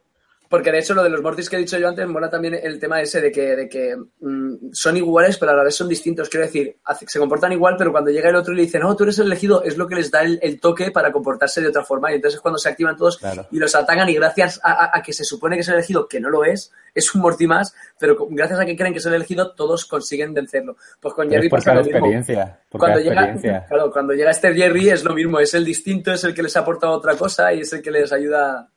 Speaker 1: Porque de hecho lo de los Mortis que he dicho yo antes mola también el tema ese de que, de que mm, son iguales pero a la vez son distintos. Quiero decir, hace- se comportan igual pero cuando llega el otro y le dice no, tú eres el elegido, es lo que les da el, el toque para comportarse de otra forma. Y entonces es cuando se activan todos
Speaker 3: Claro.
Speaker 1: y los atacan y gracias a, a- a que se supone que es el elegido, que no lo es, es un Morty más, pero co- gracias a que creen que es el elegido todos consiguen vencerlo. Pues con
Speaker 3: Pero
Speaker 1: Jerry
Speaker 3: es por
Speaker 1: pasa
Speaker 3: cada
Speaker 1: lo mismo
Speaker 3: experiencia. Por cada
Speaker 1: cuando llega,
Speaker 3: experiencia.
Speaker 1: claro, cuando llega este Jerry es lo mismo, es el distinto, es el que les aporta otra cosa y es el que les ayuda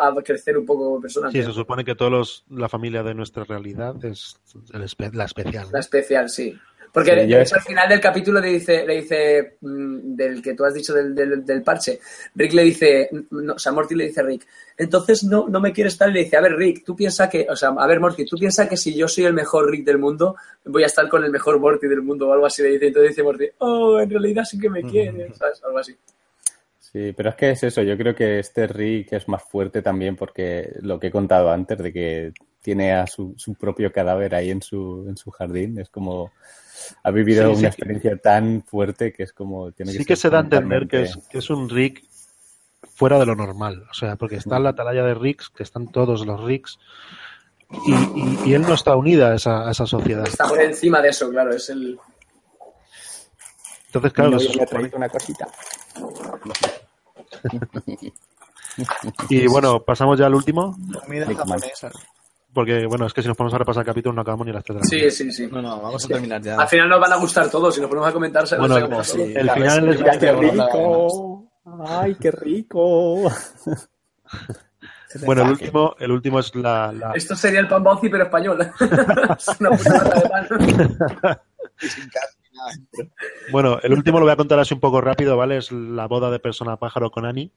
Speaker 1: a crecer un poco
Speaker 2: Sí, se
Speaker 1: personalmente.
Speaker 2: supone que todos los, la familia de nuestra realidad es el espe- la especial. ¿no?
Speaker 1: la especial, sí. Porque
Speaker 3: Sí,
Speaker 1: de-
Speaker 3: yo
Speaker 1: de
Speaker 3: es-
Speaker 1: hecho, al final del capítulo le dice, le dice mm, del que tú has dicho del, del- del parche, Rick le dice, mm, no, o sea, Morty le dice a Rick, entonces no, no me quieres tal, y le dice, a ver, Rick, tú piensas que, o sea, a ver, Morty, tú piensas que si yo soy el mejor Rick del mundo, voy a estar con el mejor Morty del mundo o algo así, le dice, entonces dice Morty, oh, en realidad sí que me quieres, ¿sabes? Algo así.
Speaker 3: Sí, pero es que es eso, yo creo que este Rick es más fuerte también porque lo que he contado antes de que tiene a su, su propio cadáver ahí en su, en su jardín, es como ha vivido
Speaker 2: Sí,
Speaker 3: una
Speaker 2: sí.
Speaker 3: experiencia tan fuerte que es como tiene
Speaker 2: Sí
Speaker 3: que
Speaker 2: que se
Speaker 3: ser
Speaker 2: da a entender que es,
Speaker 3: mentalmente-
Speaker 2: que es un Rick fuera de lo normal. O sea, porque está la atalaya de Ricks, que están todos los Ricks, y, y- y él no está unida a esa, a esa sociedad.
Speaker 1: Está por encima de eso, claro, es el...
Speaker 2: Entonces,
Speaker 3: Mi
Speaker 2: claro, que
Speaker 3: novia
Speaker 2: se
Speaker 3: me
Speaker 2: supone-
Speaker 3: ha traído una cosita.
Speaker 2: Y bueno, pasamos ya al último,
Speaker 5: Comida
Speaker 3: Rick Man.
Speaker 5: japonesa.
Speaker 2: porque bueno, es que si nos ponemos a repasar capítulos no acabamos ni las tres de la
Speaker 1: Sí,
Speaker 2: noche.
Speaker 1: sí, sí.
Speaker 5: No, no, vamos a terminar ya.
Speaker 1: Al final nos van a gustar todos, si nos ponemos a comentar, se
Speaker 2: Bueno, pues
Speaker 1: nos acaba
Speaker 5: sí.
Speaker 1: todo.
Speaker 2: El
Speaker 5: Ya
Speaker 2: final
Speaker 5: ves,
Speaker 2: es-
Speaker 5: ya
Speaker 3: ¡Ay, qué
Speaker 5: tengo la-
Speaker 3: rico! ¡Ay, qué rico!
Speaker 2: Bueno, el último, el último es la, la-
Speaker 1: Esto sería el pan bouncy, pero español. Es una puñalada de pan.
Speaker 5: Sin carne, nada.
Speaker 2: Bueno, el último lo voy a contar así un poco rápido, ¿vale? Es la boda de Persona Pájaro con Annie.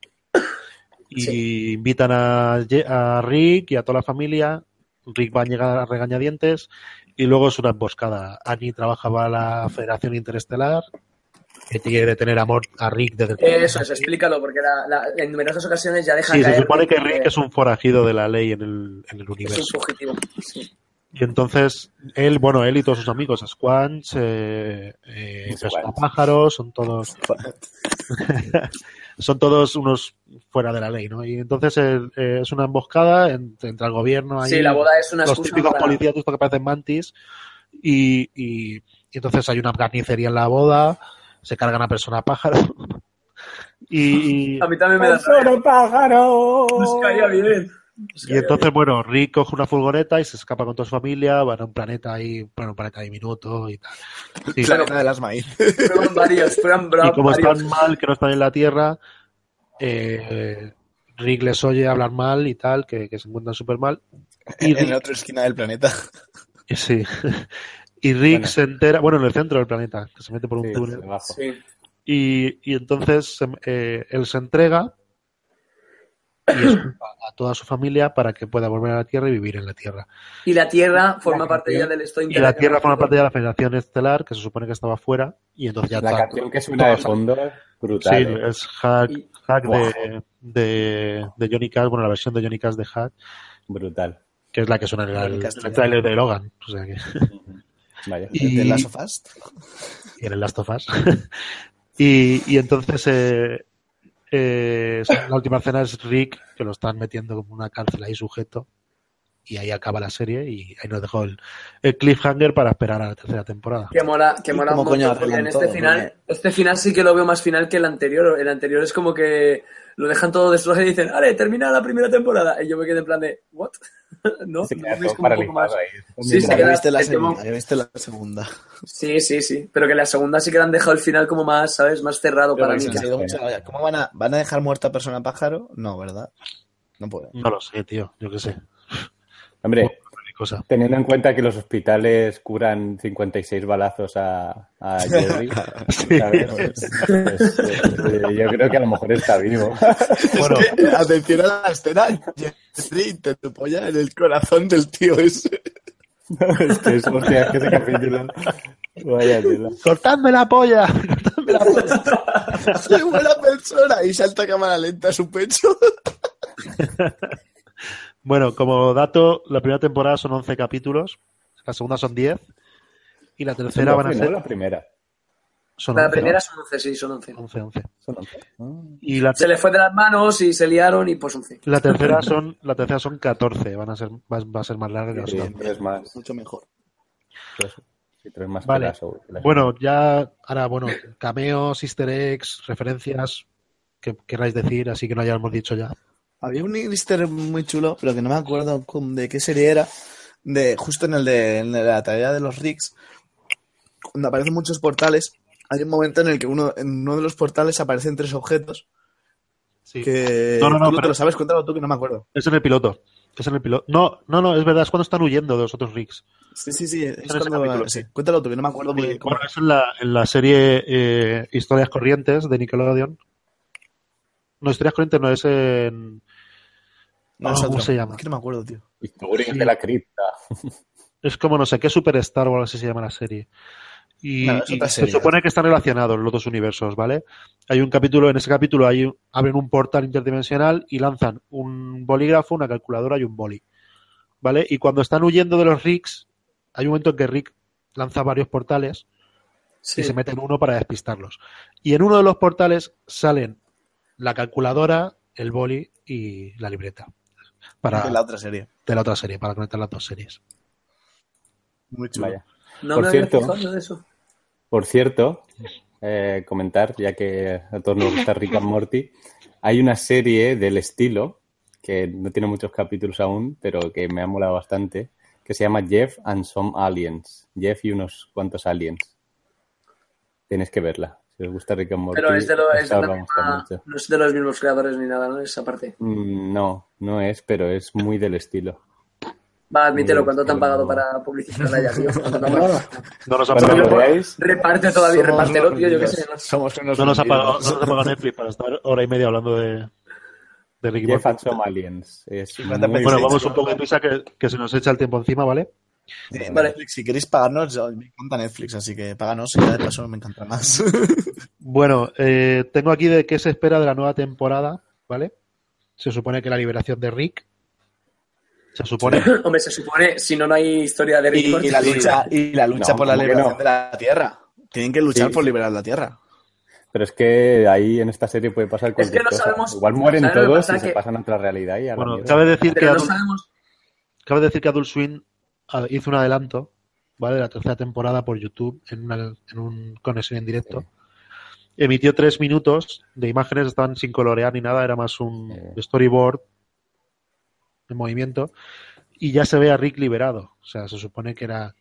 Speaker 2: Y invitan a, Ye- a Rick y a toda la familia. Rick va a llegar a regañadientes. Y luego es una emboscada. Annie trabajaba a la Federación Interestelar, que quiere tener amor a Rick desde el
Speaker 1: Eh, Eso es, explícalo, porque la- la- en numerosas ocasiones ya deja
Speaker 2: Sí, se
Speaker 1: caer
Speaker 2: supone que Rick es un forajido de la ley en el,
Speaker 1: eh, es
Speaker 2: en el
Speaker 1: un
Speaker 2: universo.
Speaker 1: fugitivo. Sí.
Speaker 2: Y entonces, él, bueno, él y todos sus amigos, Squanch, eh, eh, Persona Pájaro, son todos son todos unos fuera de la ley, ¿no? Y entonces eh, eh, es una emboscada en- entre el gobierno ahí.
Speaker 1: Sí, la boda es una
Speaker 2: Los
Speaker 1: excusa
Speaker 2: típicos
Speaker 1: para-
Speaker 2: policías estos que parecen mantis. Y, y- y entonces hay una carnicería en la boda, se cargan a persona pájaro. Y, y-
Speaker 1: A mí también me da rabia.
Speaker 3: ¡Solo pájaro!
Speaker 1: Nos caía bien. Nos
Speaker 2: y
Speaker 1: caía
Speaker 2: entonces, bueno, Rick coge una furgoneta y se escapa con toda su familia, van a un planeta ahí, bueno, un planeta diminuto y tal. Sí.
Speaker 5: Planeta de las maíz.
Speaker 1: bien. Prueban varios, prueban
Speaker 2: y como
Speaker 1: varios.
Speaker 2: están mal, que no están en la Tierra, eh, Rick les oye hablar mal y tal, que, que se encuentran súper mal. Y
Speaker 5: En la
Speaker 2: Rick,
Speaker 5: otra esquina del planeta.
Speaker 2: sí. Y Rick
Speaker 3: Bueno.
Speaker 2: se entera, bueno, en el centro del planeta, que se mete por un
Speaker 3: Sí,
Speaker 2: túnel.
Speaker 3: debajo.
Speaker 1: Sí.
Speaker 2: Y, y entonces se- eh, él se entrega y escupa a toda su familia para que pueda volver a la Tierra y vivir en la Tierra.
Speaker 1: Y la Tierra forma parte ya del esto
Speaker 2: Y la Tierra forma parte de la Federación Estelar, que se supone que estaba fuera, y entonces ya
Speaker 3: La
Speaker 2: está.
Speaker 3: canción que suena de fondo es brutal.
Speaker 2: Sí,
Speaker 3: ¿eh?
Speaker 2: es hack,
Speaker 1: Y-
Speaker 2: hack
Speaker 3: Guau.
Speaker 2: de, de, de Johnny Cash, bueno, la versión de Johnny Cash de Hack,
Speaker 3: Brutal.
Speaker 2: que es la que suena en el,
Speaker 5: Johnny
Speaker 2: en
Speaker 5: Cash,
Speaker 2: el
Speaker 5: tío.
Speaker 2: tráiler de Logan, o sea que,
Speaker 3: Vaya.
Speaker 2: Y-
Speaker 5: De Last of Us.
Speaker 2: y en el Last of Us. y, y entonces, eh, eh, la última escena es Rick, que lo están metiendo como una cárcel ahí sujeto, y ahí acaba la serie, y ahí nos dejó el, el cliffhanger para esperar a la tercera temporada.
Speaker 1: Que mola, que mola
Speaker 5: ¿Cómo
Speaker 1: un montón,
Speaker 5: coño
Speaker 1: porque
Speaker 5: arreglan
Speaker 1: en este
Speaker 5: todo,
Speaker 1: final, este final sí que lo veo más final que el anterior. El anterior es como que lo dejan todo destrozado y dicen, vale, termina la primera temporada. Y yo me quedé en plan de, ¿what? ¿No?
Speaker 3: Se queda
Speaker 1: ¿No veis
Speaker 3: todo
Speaker 1: como un poco
Speaker 3: paralizado
Speaker 1: más?
Speaker 3: ahí.
Speaker 1: Sí, se
Speaker 5: Ya
Speaker 1: queda-
Speaker 5: viste la
Speaker 1: el tema-
Speaker 5: segunda. Ya viste la segunda.
Speaker 1: Sí, sí, sí. Pero que la segunda sí que la han dejado el final como más, ¿sabes? Más cerrado
Speaker 5: Pero
Speaker 1: para mí.
Speaker 5: se ha ido mucha olla. ¿Cómo van a, van a dejar muerta a persona pájaro? No, ¿verdad? No puedo.
Speaker 2: No lo sé, tío, yo qué sé.
Speaker 3: Hombre,
Speaker 2: cualquier cosa.
Speaker 3: teniendo en cuenta que los hospitales curan 56 balazos a, a Jerry, ¿sabes? Pues, eh, yo creo que a lo mejor está vivo.
Speaker 2: Bueno,
Speaker 5: Atención a la escena. Jerry te tu polla en el corazón del tío ese.
Speaker 3: es que es hostia, es que ese capítulo. Vaya tela.
Speaker 2: ¡cortadme la polla!
Speaker 5: Soy buena persona. Y salta a cámara lenta a su pecho.
Speaker 2: Bueno, como dato, la primera temporada son 11 capítulos, la segunda son 10 y la
Speaker 3: Son
Speaker 2: tercera van a
Speaker 3: doce, ¿no?
Speaker 2: ser...
Speaker 3: La primera.
Speaker 2: Son
Speaker 1: La
Speaker 2: 11,
Speaker 1: primera
Speaker 2: ¿no?
Speaker 1: son 11, sí, son 11.
Speaker 2: 11, 11.
Speaker 3: Son doce. Ah.
Speaker 2: Y la,
Speaker 1: Se le fue de las manos y se liaron y pues 11.
Speaker 2: la tercera son la tercera son 14, van a ser va, va a ser más larga que la
Speaker 3: Sí,
Speaker 2: segunda.
Speaker 3: tres más.
Speaker 5: Mucho mejor.
Speaker 3: Tres, sí, tres más que
Speaker 2: Vale.
Speaker 3: la segunda- que la
Speaker 2: Bueno, ya ahora bueno, cameos, easter eggs, referencias que queráis decir, así que no hayamos dicho ya.
Speaker 5: Había un easter muy chulo, pero que no me acuerdo con- de qué serie era, de justo en el de, en la tarea de los Ricks, cuando aparecen muchos portales, hay un momento en el que uno, en uno de los portales aparecen tres objetos
Speaker 2: Sí.
Speaker 5: Que
Speaker 2: No, no, no,
Speaker 5: tú te
Speaker 2: pero-
Speaker 5: lo sabes, cuéntalo tú que no me acuerdo.
Speaker 2: Es en el piloto. Es en el piloto. No, no, no, es verdad, es cuando están huyendo de los otros rigs.
Speaker 5: Sí, sí, sí. es
Speaker 2: ese
Speaker 5: cuando-
Speaker 2: capítulo,
Speaker 5: sí, Cuéntalo tú que no me acuerdo muy bien cómo.
Speaker 2: Bueno, es en la, en la serie eh, Historias Corrientes de Nickelodeon. No, Historias Corrientes no, es en...
Speaker 5: No,
Speaker 2: Ah,
Speaker 5: es
Speaker 2: ¿cómo
Speaker 5: otro.
Speaker 2: se llama?
Speaker 5: Es que no me acuerdo, tío.
Speaker 3: Historias de la cripta.
Speaker 2: Es como no sé qué Superstar o algo así se llama la serie. Y,
Speaker 5: Claro, es otra
Speaker 2: y se
Speaker 5: serie.
Speaker 2: supone que están relacionados los dos universos, ¿vale? Hay un capítulo, en ese capítulo hay, un- abren un portal interdimensional y lanzan un bolígrafo, una calculadora y un boli. ¿Vale? Y cuando están huyendo de los Ricks, hay un momento en que Rick lanza varios portales
Speaker 1: Sí.
Speaker 2: y se mete en uno para despistarlos. Y en uno de los portales salen la calculadora, el boli y la libreta. Para,
Speaker 5: De la otra serie.
Speaker 2: de la otra serie, para conectar las dos series.
Speaker 5: Muy chulo.
Speaker 3: Vaya.
Speaker 1: No
Speaker 3: Por
Speaker 1: me había
Speaker 3: cierto.
Speaker 1: fijado yo de eso.
Speaker 3: Por cierto, eh, comentar, ya que a todos nos gusta Rick and Morty, hay una serie del estilo, que no tiene muchos capítulos aún, pero que me ha molado bastante, que se llama Jeff and Some Aliens. Jeff y unos cuantos aliens. Tienes que verla. Si os gusta Rick and Morty,
Speaker 1: Pero es de, lo- es de
Speaker 3: esta
Speaker 1: la
Speaker 3: os va a gustar
Speaker 1: misma-
Speaker 3: mucho.
Speaker 1: no es de los mismos creadores ni nada, ¿no? Esa parte.
Speaker 3: Mm, No, no es, pero es muy del estilo.
Speaker 1: Va, admítelo, ¿cuánto te han
Speaker 3: Pero-
Speaker 1: pagado para publicitarla ya, tío? ¿Cuánto te han pagado?
Speaker 2: No nos ha
Speaker 3: Cuando
Speaker 2: pagado-
Speaker 3: lo veáis,
Speaker 1: Reparte todavía,
Speaker 5: Somos
Speaker 1: repártelo,
Speaker 5: unos
Speaker 1: tío, yo qué sé.
Speaker 5: vendidos. Somos unos
Speaker 2: No nos ha pagado,
Speaker 5: vendidos.
Speaker 2: no nos ha pagado Netflix para estar hora y media hablando de, de Ricky
Speaker 3: Jeff and
Speaker 2: Morty.
Speaker 3: Some Aliens. Es
Speaker 5: Sí, cuenta
Speaker 3: muy-
Speaker 2: Bueno,
Speaker 5: Sí,
Speaker 2: vamos
Speaker 5: sí,
Speaker 2: un poco de prisa que, que se nos echa el tiempo encima, ¿vale?
Speaker 5: Eh,
Speaker 1: Vale.
Speaker 5: Netflix, si queréis pagarnos, yo- me encanta Netflix, así que páganos y ya de paso me encanta más.
Speaker 2: Bueno, eh, tengo aquí de qué se espera de la nueva temporada, ¿vale? Se supone que la liberación de Rick. Se supone.
Speaker 1: no. Hombre, se supone, si no, no hay historia de Rick
Speaker 5: y,
Speaker 1: Morty.
Speaker 5: la lucha, y la lucha
Speaker 3: No,
Speaker 5: por la
Speaker 3: ¿cómo que
Speaker 5: liberación
Speaker 3: no?
Speaker 5: de la Tierra. Tienen que luchar
Speaker 3: Sí.
Speaker 5: por liberar la Tierra.
Speaker 3: Pero es que ahí en esta serie puede pasar
Speaker 1: que
Speaker 3: cualquier
Speaker 1: no
Speaker 3: cosa.
Speaker 1: sabemos-
Speaker 3: Igual mueren
Speaker 1: ¿sabes lo que
Speaker 3: todos
Speaker 1: pasa?
Speaker 3: y se
Speaker 1: Que-
Speaker 3: pasan a otra realidad y a la
Speaker 2: Bueno,
Speaker 3: mierda.
Speaker 2: cabe decir que
Speaker 1: Pero no
Speaker 2: Adult,
Speaker 1: sabemos.
Speaker 2: cabe decir que Adult Swim ah, hizo un adelanto, ¿vale? De la tercera temporada por YouTube en una en un conexión en directo. Emitió tres minutos de imágenes, estaban sin colorear ni nada, era más un
Speaker 3: Sí.
Speaker 2: storyboard en movimiento. Y ya se ve a Rick liberado. O sea, se supone que era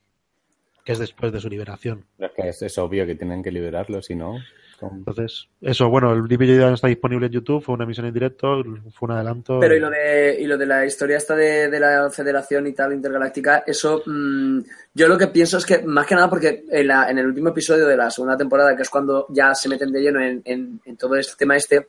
Speaker 2: que es después de su liberación.
Speaker 3: Pero es que es, es obvio que tienen que liberarlo, si no. con-
Speaker 2: Entonces, eso, bueno, el vídeo ya no está disponible en YouTube, fue una emisión en directo, fue un adelanto.
Speaker 1: Pero y lo de, y lo de la historia esta de, de la federación y tal intergaláctica, eso mm, yo lo que pienso es que, más que nada porque en, la- en el último episodio de la segunda temporada, que es cuando ya se meten de lleno en, en- en todo este tema este,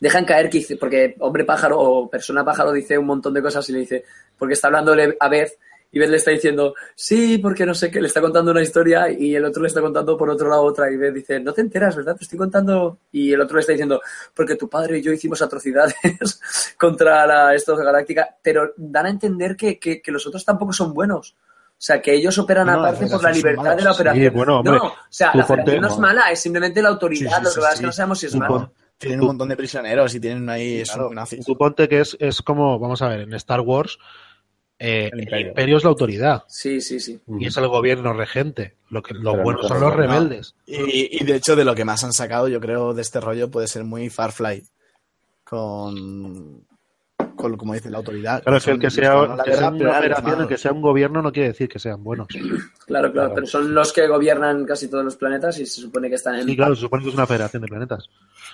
Speaker 1: dejan caer que dice- porque hombre pájaro o persona pájaro dice un montón de cosas y le dice, porque está hablándole a Beth y Beth le está diciendo, sí, porque no sé qué, le está contando una historia y el otro le está contando por otro lado otra y Beth dice, no te enteras, ¿verdad? Te estoy contando y el otro le está diciendo, porque tu padre y yo hicimos atrocidades contra la estos de Galáctica, pero dan a entender que, que- que los otros tampoco son buenos. O sea, que ellos operan
Speaker 5: No,
Speaker 1: aparte
Speaker 5: las
Speaker 1: por la
Speaker 5: relaciones son
Speaker 1: libertad de la
Speaker 5: malas. Sí,
Speaker 1: operación.
Speaker 2: bueno, hombre,
Speaker 1: no, o sea,
Speaker 2: tú
Speaker 1: la
Speaker 2: ponte-
Speaker 1: operación no es mala, es simplemente la autoridad,
Speaker 5: Sí, sí,
Speaker 1: lo que
Speaker 5: sí,
Speaker 1: pasa es
Speaker 5: sí.
Speaker 1: que no sabemos si es
Speaker 2: Tú
Speaker 1: malo.
Speaker 2: pon-
Speaker 5: Tienen
Speaker 2: Tú-
Speaker 5: un montón de prisioneros y tienen ahí. es un nazis.
Speaker 2: Suponte que es, es como, vamos a ver, en Star Wars, eh,
Speaker 5: El
Speaker 2: el,
Speaker 5: imperio.
Speaker 2: imperio. es la autoridad
Speaker 1: Sí, sí, sí.
Speaker 2: y es el gobierno regente. Lo que, los
Speaker 3: Pero
Speaker 2: buenos
Speaker 3: no
Speaker 2: son
Speaker 3: son
Speaker 2: los
Speaker 3: los-
Speaker 2: rebeldes.
Speaker 5: Y, y de hecho, de lo que más han sacado, yo creo, de este rollo puede ser muy Farfly. Con. con como dice la autoridad.
Speaker 2: Claro, es que el
Speaker 5: Son-
Speaker 2: que sea,
Speaker 5: ganaron la
Speaker 2: que
Speaker 5: guerra,
Speaker 2: sea
Speaker 5: pero
Speaker 2: una
Speaker 5: eran
Speaker 2: operación, el
Speaker 5: armados.
Speaker 2: que sea un gobierno, no quiere decir que sean buenos.
Speaker 1: Claro, claro,
Speaker 3: Claro.
Speaker 1: pero son los que gobiernan casi todos los planetas y se supone que están en...
Speaker 2: Y claro, se supone que es una federación de planetas.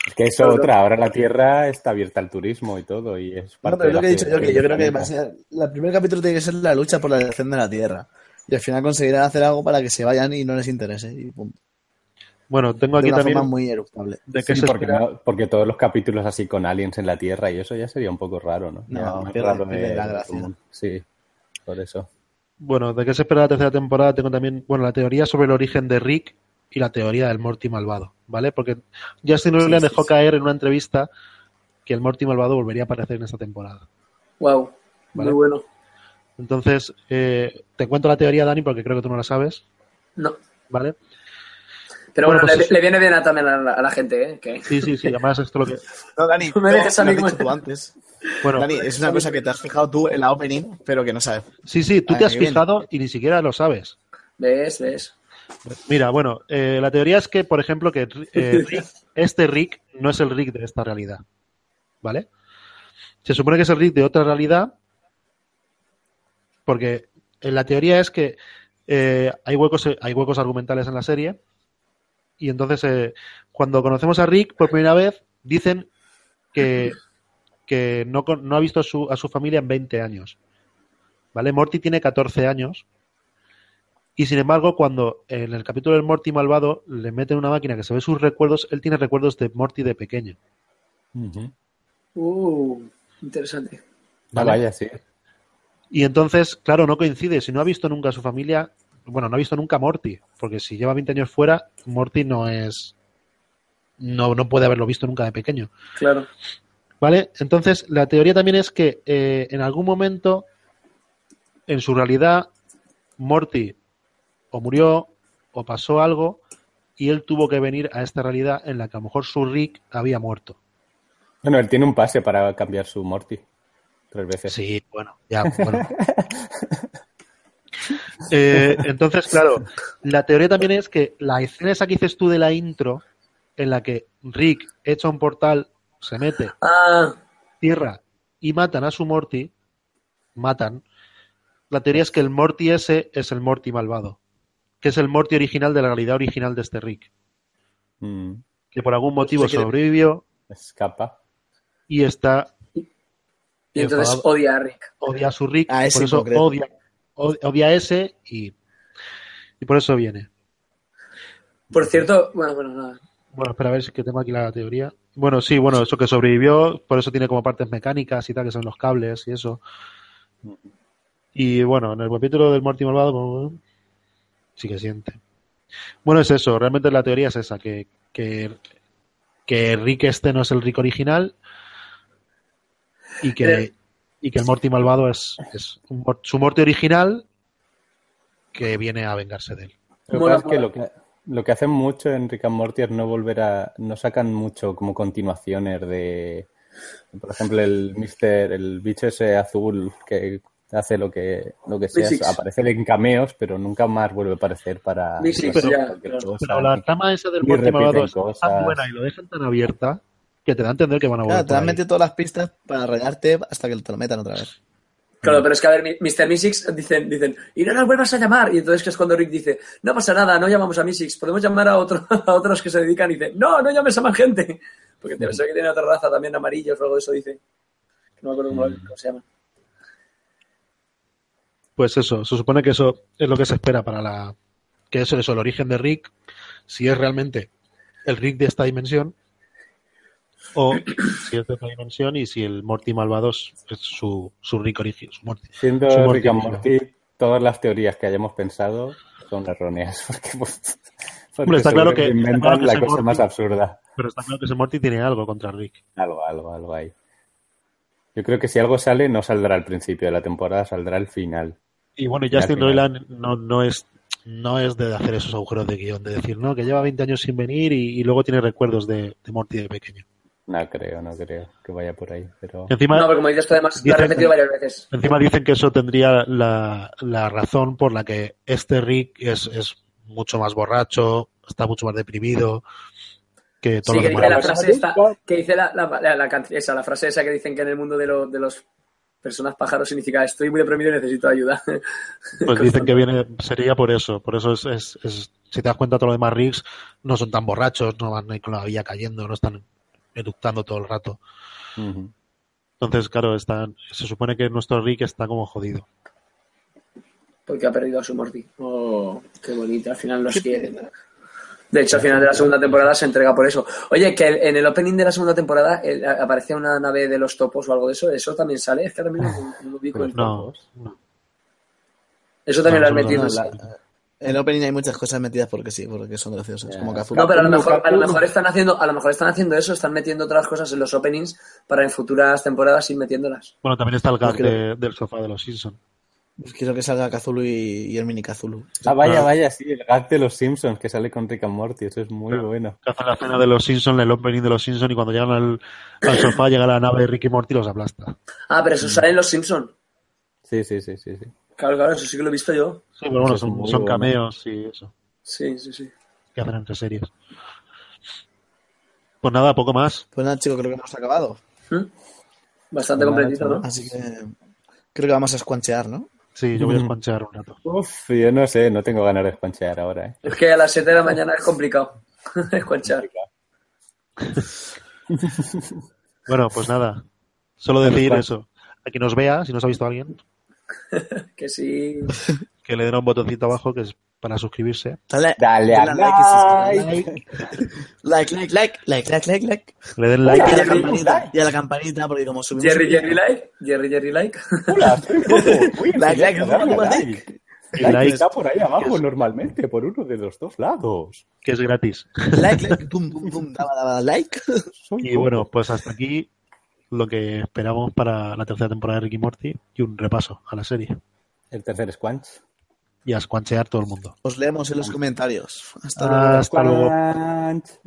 Speaker 3: Es que eso
Speaker 1: Pero-
Speaker 3: otra. Ahora la Tierra está abierta al turismo y todo. Y es parte
Speaker 5: No, pero
Speaker 3: de
Speaker 5: es lo
Speaker 3: la
Speaker 5: que he dicho yo,
Speaker 3: federación
Speaker 5: que yo
Speaker 3: de
Speaker 5: creo que va a
Speaker 3: planetas.
Speaker 5: ser. El primer capítulo tiene que ser la lucha por la elección de la Tierra. Y al final conseguirán hacer algo para que se vayan y no les interese. Y punto.
Speaker 2: Bueno, tengo
Speaker 5: de
Speaker 2: aquí
Speaker 5: una forma
Speaker 2: también
Speaker 5: muy eructable.
Speaker 2: de que
Speaker 3: Sí,
Speaker 2: se
Speaker 3: porque,
Speaker 2: espera-
Speaker 3: no- porque todos los capítulos así con aliens en la Tierra y eso ya sería un poco raro, ¿no?
Speaker 5: No,
Speaker 3: Ya más
Speaker 5: pierde-
Speaker 3: raro
Speaker 5: pierde la gracia.
Speaker 3: común. Sí, por eso.
Speaker 2: Bueno, de qué se espera la tercera temporada, tengo también, bueno, la teoría sobre el origen de Rick y la teoría del Morty malvado, ¿vale? Porque Justin
Speaker 5: Sí,
Speaker 2: Roiland
Speaker 5: sí,
Speaker 2: dejó
Speaker 5: sí.
Speaker 2: caer en una entrevista que el Morty malvado volvería a aparecer en esta temporada.
Speaker 1: Wow,
Speaker 2: Vale.
Speaker 1: muy bueno.
Speaker 2: Entonces, eh, te cuento la teoría, Dani, porque creo que tú no la sabes,
Speaker 1: No.
Speaker 2: ¿vale?
Speaker 1: Pero
Speaker 2: Bueno,
Speaker 1: bueno,
Speaker 2: pues
Speaker 1: le,
Speaker 2: eso.
Speaker 1: le viene bien a, también a la, a la gente, ¿eh? Que...
Speaker 2: Sí, sí, sí, además esto lo que...
Speaker 5: No, Dani,
Speaker 1: No me dejes
Speaker 5: lo has
Speaker 1: a mí
Speaker 5: dicho
Speaker 1: con-
Speaker 5: tú antes.
Speaker 2: Bueno,
Speaker 5: Dani, es una cosa que te has fijado tú en la opening, pero que no sabes.
Speaker 2: sí, sí, tú
Speaker 5: Ah,
Speaker 2: te has
Speaker 5: qué bien.
Speaker 2: fijado y ni siquiera lo sabes.
Speaker 1: ¿Ves? ¿Ves?
Speaker 2: Mira, bueno, eh, la teoría es que, por ejemplo, que eh, Rick- este Rick no es el Rick de esta realidad. ¿Vale? Se supone que es el Rick de otra realidad. Porque eh, la teoría es que eh, hay, huecos, hay huecos argumentales en la serie. Y entonces, eh, cuando conocemos a Rick por primera vez, dicen que, que no, con- no ha visto a su, a su familia en 20 años. ¿Vale? Morty tiene 14 años. Y sin embargo, cuando en el capítulo del Morty malvado le meten una máquina que se ve sus recuerdos, él tiene recuerdos de Morty de pequeño.
Speaker 3: Ujú.
Speaker 1: Uh, interesante.
Speaker 3: Ah,
Speaker 2: Vale.
Speaker 3: vaya, sí.
Speaker 2: Y entonces, claro, no coincide. Si no ha visto nunca a su familia, bueno, no ha visto nunca a Morty, porque si lleva 20 años fuera, Morty no es. No, no puede haberlo visto nunca de pequeño.
Speaker 1: Claro.
Speaker 2: ¿Vale? Entonces, la teoría también es que eh, en algún momento, en su realidad, Morty o murió o pasó algo y él tuvo que venir a esta realidad en la que a lo mejor su Rick había muerto.
Speaker 3: Bueno, él tiene un pase para cambiar su Morty. Tres veces.
Speaker 2: Sí, bueno, ya, bueno. Eh, entonces, claro, la teoría también es que la escena esa que dices tú de la intro, en la que Rick echa un portal, se mete,
Speaker 1: Ah,
Speaker 2: tierra y matan a su Morty, matan, la teoría es que el Morty ese es el Morty malvado, que es el Morty original de la realidad original de este Rick,
Speaker 3: Mm,
Speaker 2: que por algún motivo
Speaker 5: quiere-
Speaker 2: sobrevivió
Speaker 3: escapa.
Speaker 2: y está
Speaker 1: y entonces
Speaker 2: enfadado.
Speaker 1: odia a Rick.
Speaker 2: odia a su Rick,
Speaker 5: A ese
Speaker 2: por
Speaker 5: en
Speaker 2: eso
Speaker 5: concreto.
Speaker 2: odia, od- odia a ese y, y por eso viene.
Speaker 1: Por cierto, bueno, bueno, nada.
Speaker 2: Bueno, espera a ver si que tengo aquí la teoría. Bueno, sí, bueno, eso que sobrevivió, por eso tiene como partes mecánicas y tal, que son los cables y eso. Y bueno, en el capítulo del Morty Malvado, como- sí que siente. Bueno, es eso, realmente la teoría es esa, que, que, que Rick este no es el Rick original y que,
Speaker 1: Eh.
Speaker 2: y que el Morty Malvado es, es un Mor- su Morty original que viene a vengarse de él.
Speaker 3: Lo que
Speaker 1: Mola,
Speaker 3: pasa es que
Speaker 1: mola.
Speaker 3: lo que, lo que hacen mucho en Rick and Morty es no volver a. No sacan mucho como continuaciones de. Por ejemplo, el Mister, el bicho ese azul que hace lo que, lo que sea.
Speaker 1: Mystics.
Speaker 3: Aparece en cameos, pero nunca más vuelve a aparecer para.
Speaker 1: Mystics,
Speaker 3: no sé,
Speaker 1: ya,
Speaker 3: cualquier
Speaker 1: claro.
Speaker 3: cosa.
Speaker 2: Pero la trama esa del
Speaker 3: ni
Speaker 2: Morty
Speaker 3: repiten
Speaker 2: Malvado es tan
Speaker 3: cosas.
Speaker 2: Ah, buena y lo dejan tan abierta que te da a entender que van a volver.
Speaker 5: Claro, Ah, te
Speaker 2: por
Speaker 5: han
Speaker 2: ahí.
Speaker 5: metido todas las pistas para regarte hasta que te lo metan otra vez.
Speaker 1: Claro, pero es que a ver, mi- Mr. Misix dicen, dicen, y no nos vuelvas a llamar. Y entonces que es cuando Rick dice, no pasa nada, no llamamos a Misix, podemos llamar a, otro- a otros que se dedican. Y dice, no, no llames a más gente. Porque te pensaba que tiene otra raza también, amarillos o algo de eso, dice. No me acuerdo cómo, cómo se llama.
Speaker 2: Pues eso, se supone que eso es lo que se espera para la. Que eso, eso, el origen de Rick, si es realmente el Rick de esta dimensión, o si es de otra dimensión y si el Morty malvado es, es su, su Rick origen, su Morty.
Speaker 3: Siendo
Speaker 2: Su Morty
Speaker 3: Rick and
Speaker 2: original.
Speaker 3: Morty, todas las teorías que hayamos pensado son erróneas. Porque, pues, porque
Speaker 2: Hombre, está
Speaker 3: seguro
Speaker 2: claro que-
Speaker 3: se
Speaker 2: está
Speaker 3: inventan
Speaker 2: claro que
Speaker 3: la
Speaker 2: ese
Speaker 3: cosa
Speaker 2: Morty-
Speaker 3: más absurda.
Speaker 2: Pero está claro que ese Morty tiene algo contra Rick.
Speaker 3: Algo, algo, algo ahí. Yo creo que si algo sale, no saldrá al principio de la temporada, saldrá al final.
Speaker 2: Y bueno, y
Speaker 3: Ya,
Speaker 2: Justin
Speaker 3: claro.
Speaker 2: Roiland no, no es. No es de hacer esos agujeros de guión, de decir, no, que lleva 20 años sin venir y, y luego tiene recuerdos de, de Morty de pequeño.
Speaker 3: No creo, no creo que vaya por ahí. Pero
Speaker 2: Encima,
Speaker 1: No, pero como dices tú, además, lo ha
Speaker 2: Dicen-
Speaker 1: repetido varias veces.
Speaker 2: Encima dicen que eso tendría la, la razón por la que este Rick es, es mucho más borracho, está mucho más deprimido que todos
Speaker 1: Ah, Sí, que
Speaker 2: los
Speaker 1: dice la
Speaker 2: demás.
Speaker 1: frase esta, que dice la, la, la- la can- esa, la frase esa que dicen que en el mundo de, lo- de los personas pájaros significa estoy muy deprimido y necesito ayuda.
Speaker 2: Pues dicen que viene, sería por eso. Por eso es, es- es- si te das cuenta, todos los demás Ricks no son tan borrachos, no van ahí con la vía cayendo, no están eructando todo el rato.
Speaker 3: Ujú.
Speaker 2: Entonces, claro, están, se supone que nuestro Rick está como jodido.
Speaker 1: Porque ha perdido a su Morty. Oh, qué bonito, al final los quiere. De hecho, al final de la segunda temporada se entrega por eso. Oye, que el- en el opening de la segunda temporada el- a- aparece una nave de los topos o algo de eso. Eso también sale. Es que ahora mismo no- no lo ubico.
Speaker 3: Pues
Speaker 1: el-
Speaker 2: pues No, no.
Speaker 1: Eso también
Speaker 2: No,
Speaker 1: lo han
Speaker 2: eso no,
Speaker 1: metido.
Speaker 5: No,
Speaker 1: sí.
Speaker 5: la- en el opening hay muchas cosas metidas porque sí, porque son graciosas. Como Cazú.
Speaker 1: No, pero a lo
Speaker 3: Uno,
Speaker 1: mejor, a lo
Speaker 3: uno.
Speaker 1: mejor están haciendo, a lo mejor están haciendo eso, están metiendo otras cosas en los openings para en futuras temporadas ir metiéndolas.
Speaker 2: Bueno, también está el gag
Speaker 5: creo.
Speaker 2: de- del sofá de los Simpsons.
Speaker 5: Quiero que salga Kazulu y, y el mini Kazulu.
Speaker 3: Ah, vaya,
Speaker 2: Claro.
Speaker 3: vaya, sí, el gag de los Simpsons que sale con Rick and Morty, eso es muy bueno.
Speaker 2: que hacen la escena de los Simpsons, el opening de los Simpsons, y cuando llegan al, al sofá llega la nave de Ricky Morty y los aplasta.
Speaker 1: Ah, pero eso sale en Los Simpson.
Speaker 3: Sí, sí, sí, sí, sí.
Speaker 1: Claro, claro, eso sí que lo he visto yo.
Speaker 2: Sí, pero bueno,
Speaker 3: Es
Speaker 2: son,
Speaker 3: muy
Speaker 2: son
Speaker 3: bueno.
Speaker 2: cameos y eso,
Speaker 1: Sí, sí, sí.
Speaker 2: que hacen entre series. Pues nada, poco más.
Speaker 5: Pues nada, chicos, creo que hemos acabado.
Speaker 1: ¿Mm? Bastante
Speaker 3: Pues nada,
Speaker 1: completito, ¿no?
Speaker 5: Así que creo que vamos a escuanchear, ¿no?
Speaker 2: Sí, yo voy a
Speaker 3: Mm.
Speaker 2: espanchear un rato.
Speaker 3: Uf, yo no sé, no tengo ganas de espanchear ahora, ¿eh?
Speaker 1: Es que a las 7 de la mañana es complicado escuchar.
Speaker 2: Bueno, pues nada. Solo decir eso. A quien nos vea, si nos ha visto alguien,
Speaker 1: Que sí.
Speaker 2: que le den a un botoncito abajo que es para suscribirse.
Speaker 5: Dale,
Speaker 3: Dale a
Speaker 5: dale a like y suscríbete.
Speaker 3: like.
Speaker 5: Like, like, like, like, like, like, like.
Speaker 2: Que le den
Speaker 5: Y
Speaker 2: like.
Speaker 5: a la
Speaker 1: Jerry,
Speaker 5: campanita, y a la campanita, porque como subimos.
Speaker 1: Jerry, Jerry like. Jerry, Jerry like.
Speaker 3: Hola, soy Goku. Uy,
Speaker 5: Like, like,
Speaker 3: dale, dale.
Speaker 5: like, like.
Speaker 2: Like
Speaker 3: Like
Speaker 2: es-
Speaker 3: está por ahí abajo normalmente, por uno de los dos lados.
Speaker 2: que es gratis.
Speaker 5: Like, like, pum, pum, pum, daba, daba, like.
Speaker 3: Soy
Speaker 2: Y
Speaker 3: Goku.
Speaker 2: bueno, pues hasta aquí lo que esperamos para la tercera temporada de Ricky Morty y un repaso a la serie.
Speaker 3: El tercer Squanch.
Speaker 2: Y a escuanchear todo el mundo.
Speaker 5: Ah, Os leemos en los comentarios. Hasta luego.
Speaker 2: Hasta luego.
Speaker 3: Squanch.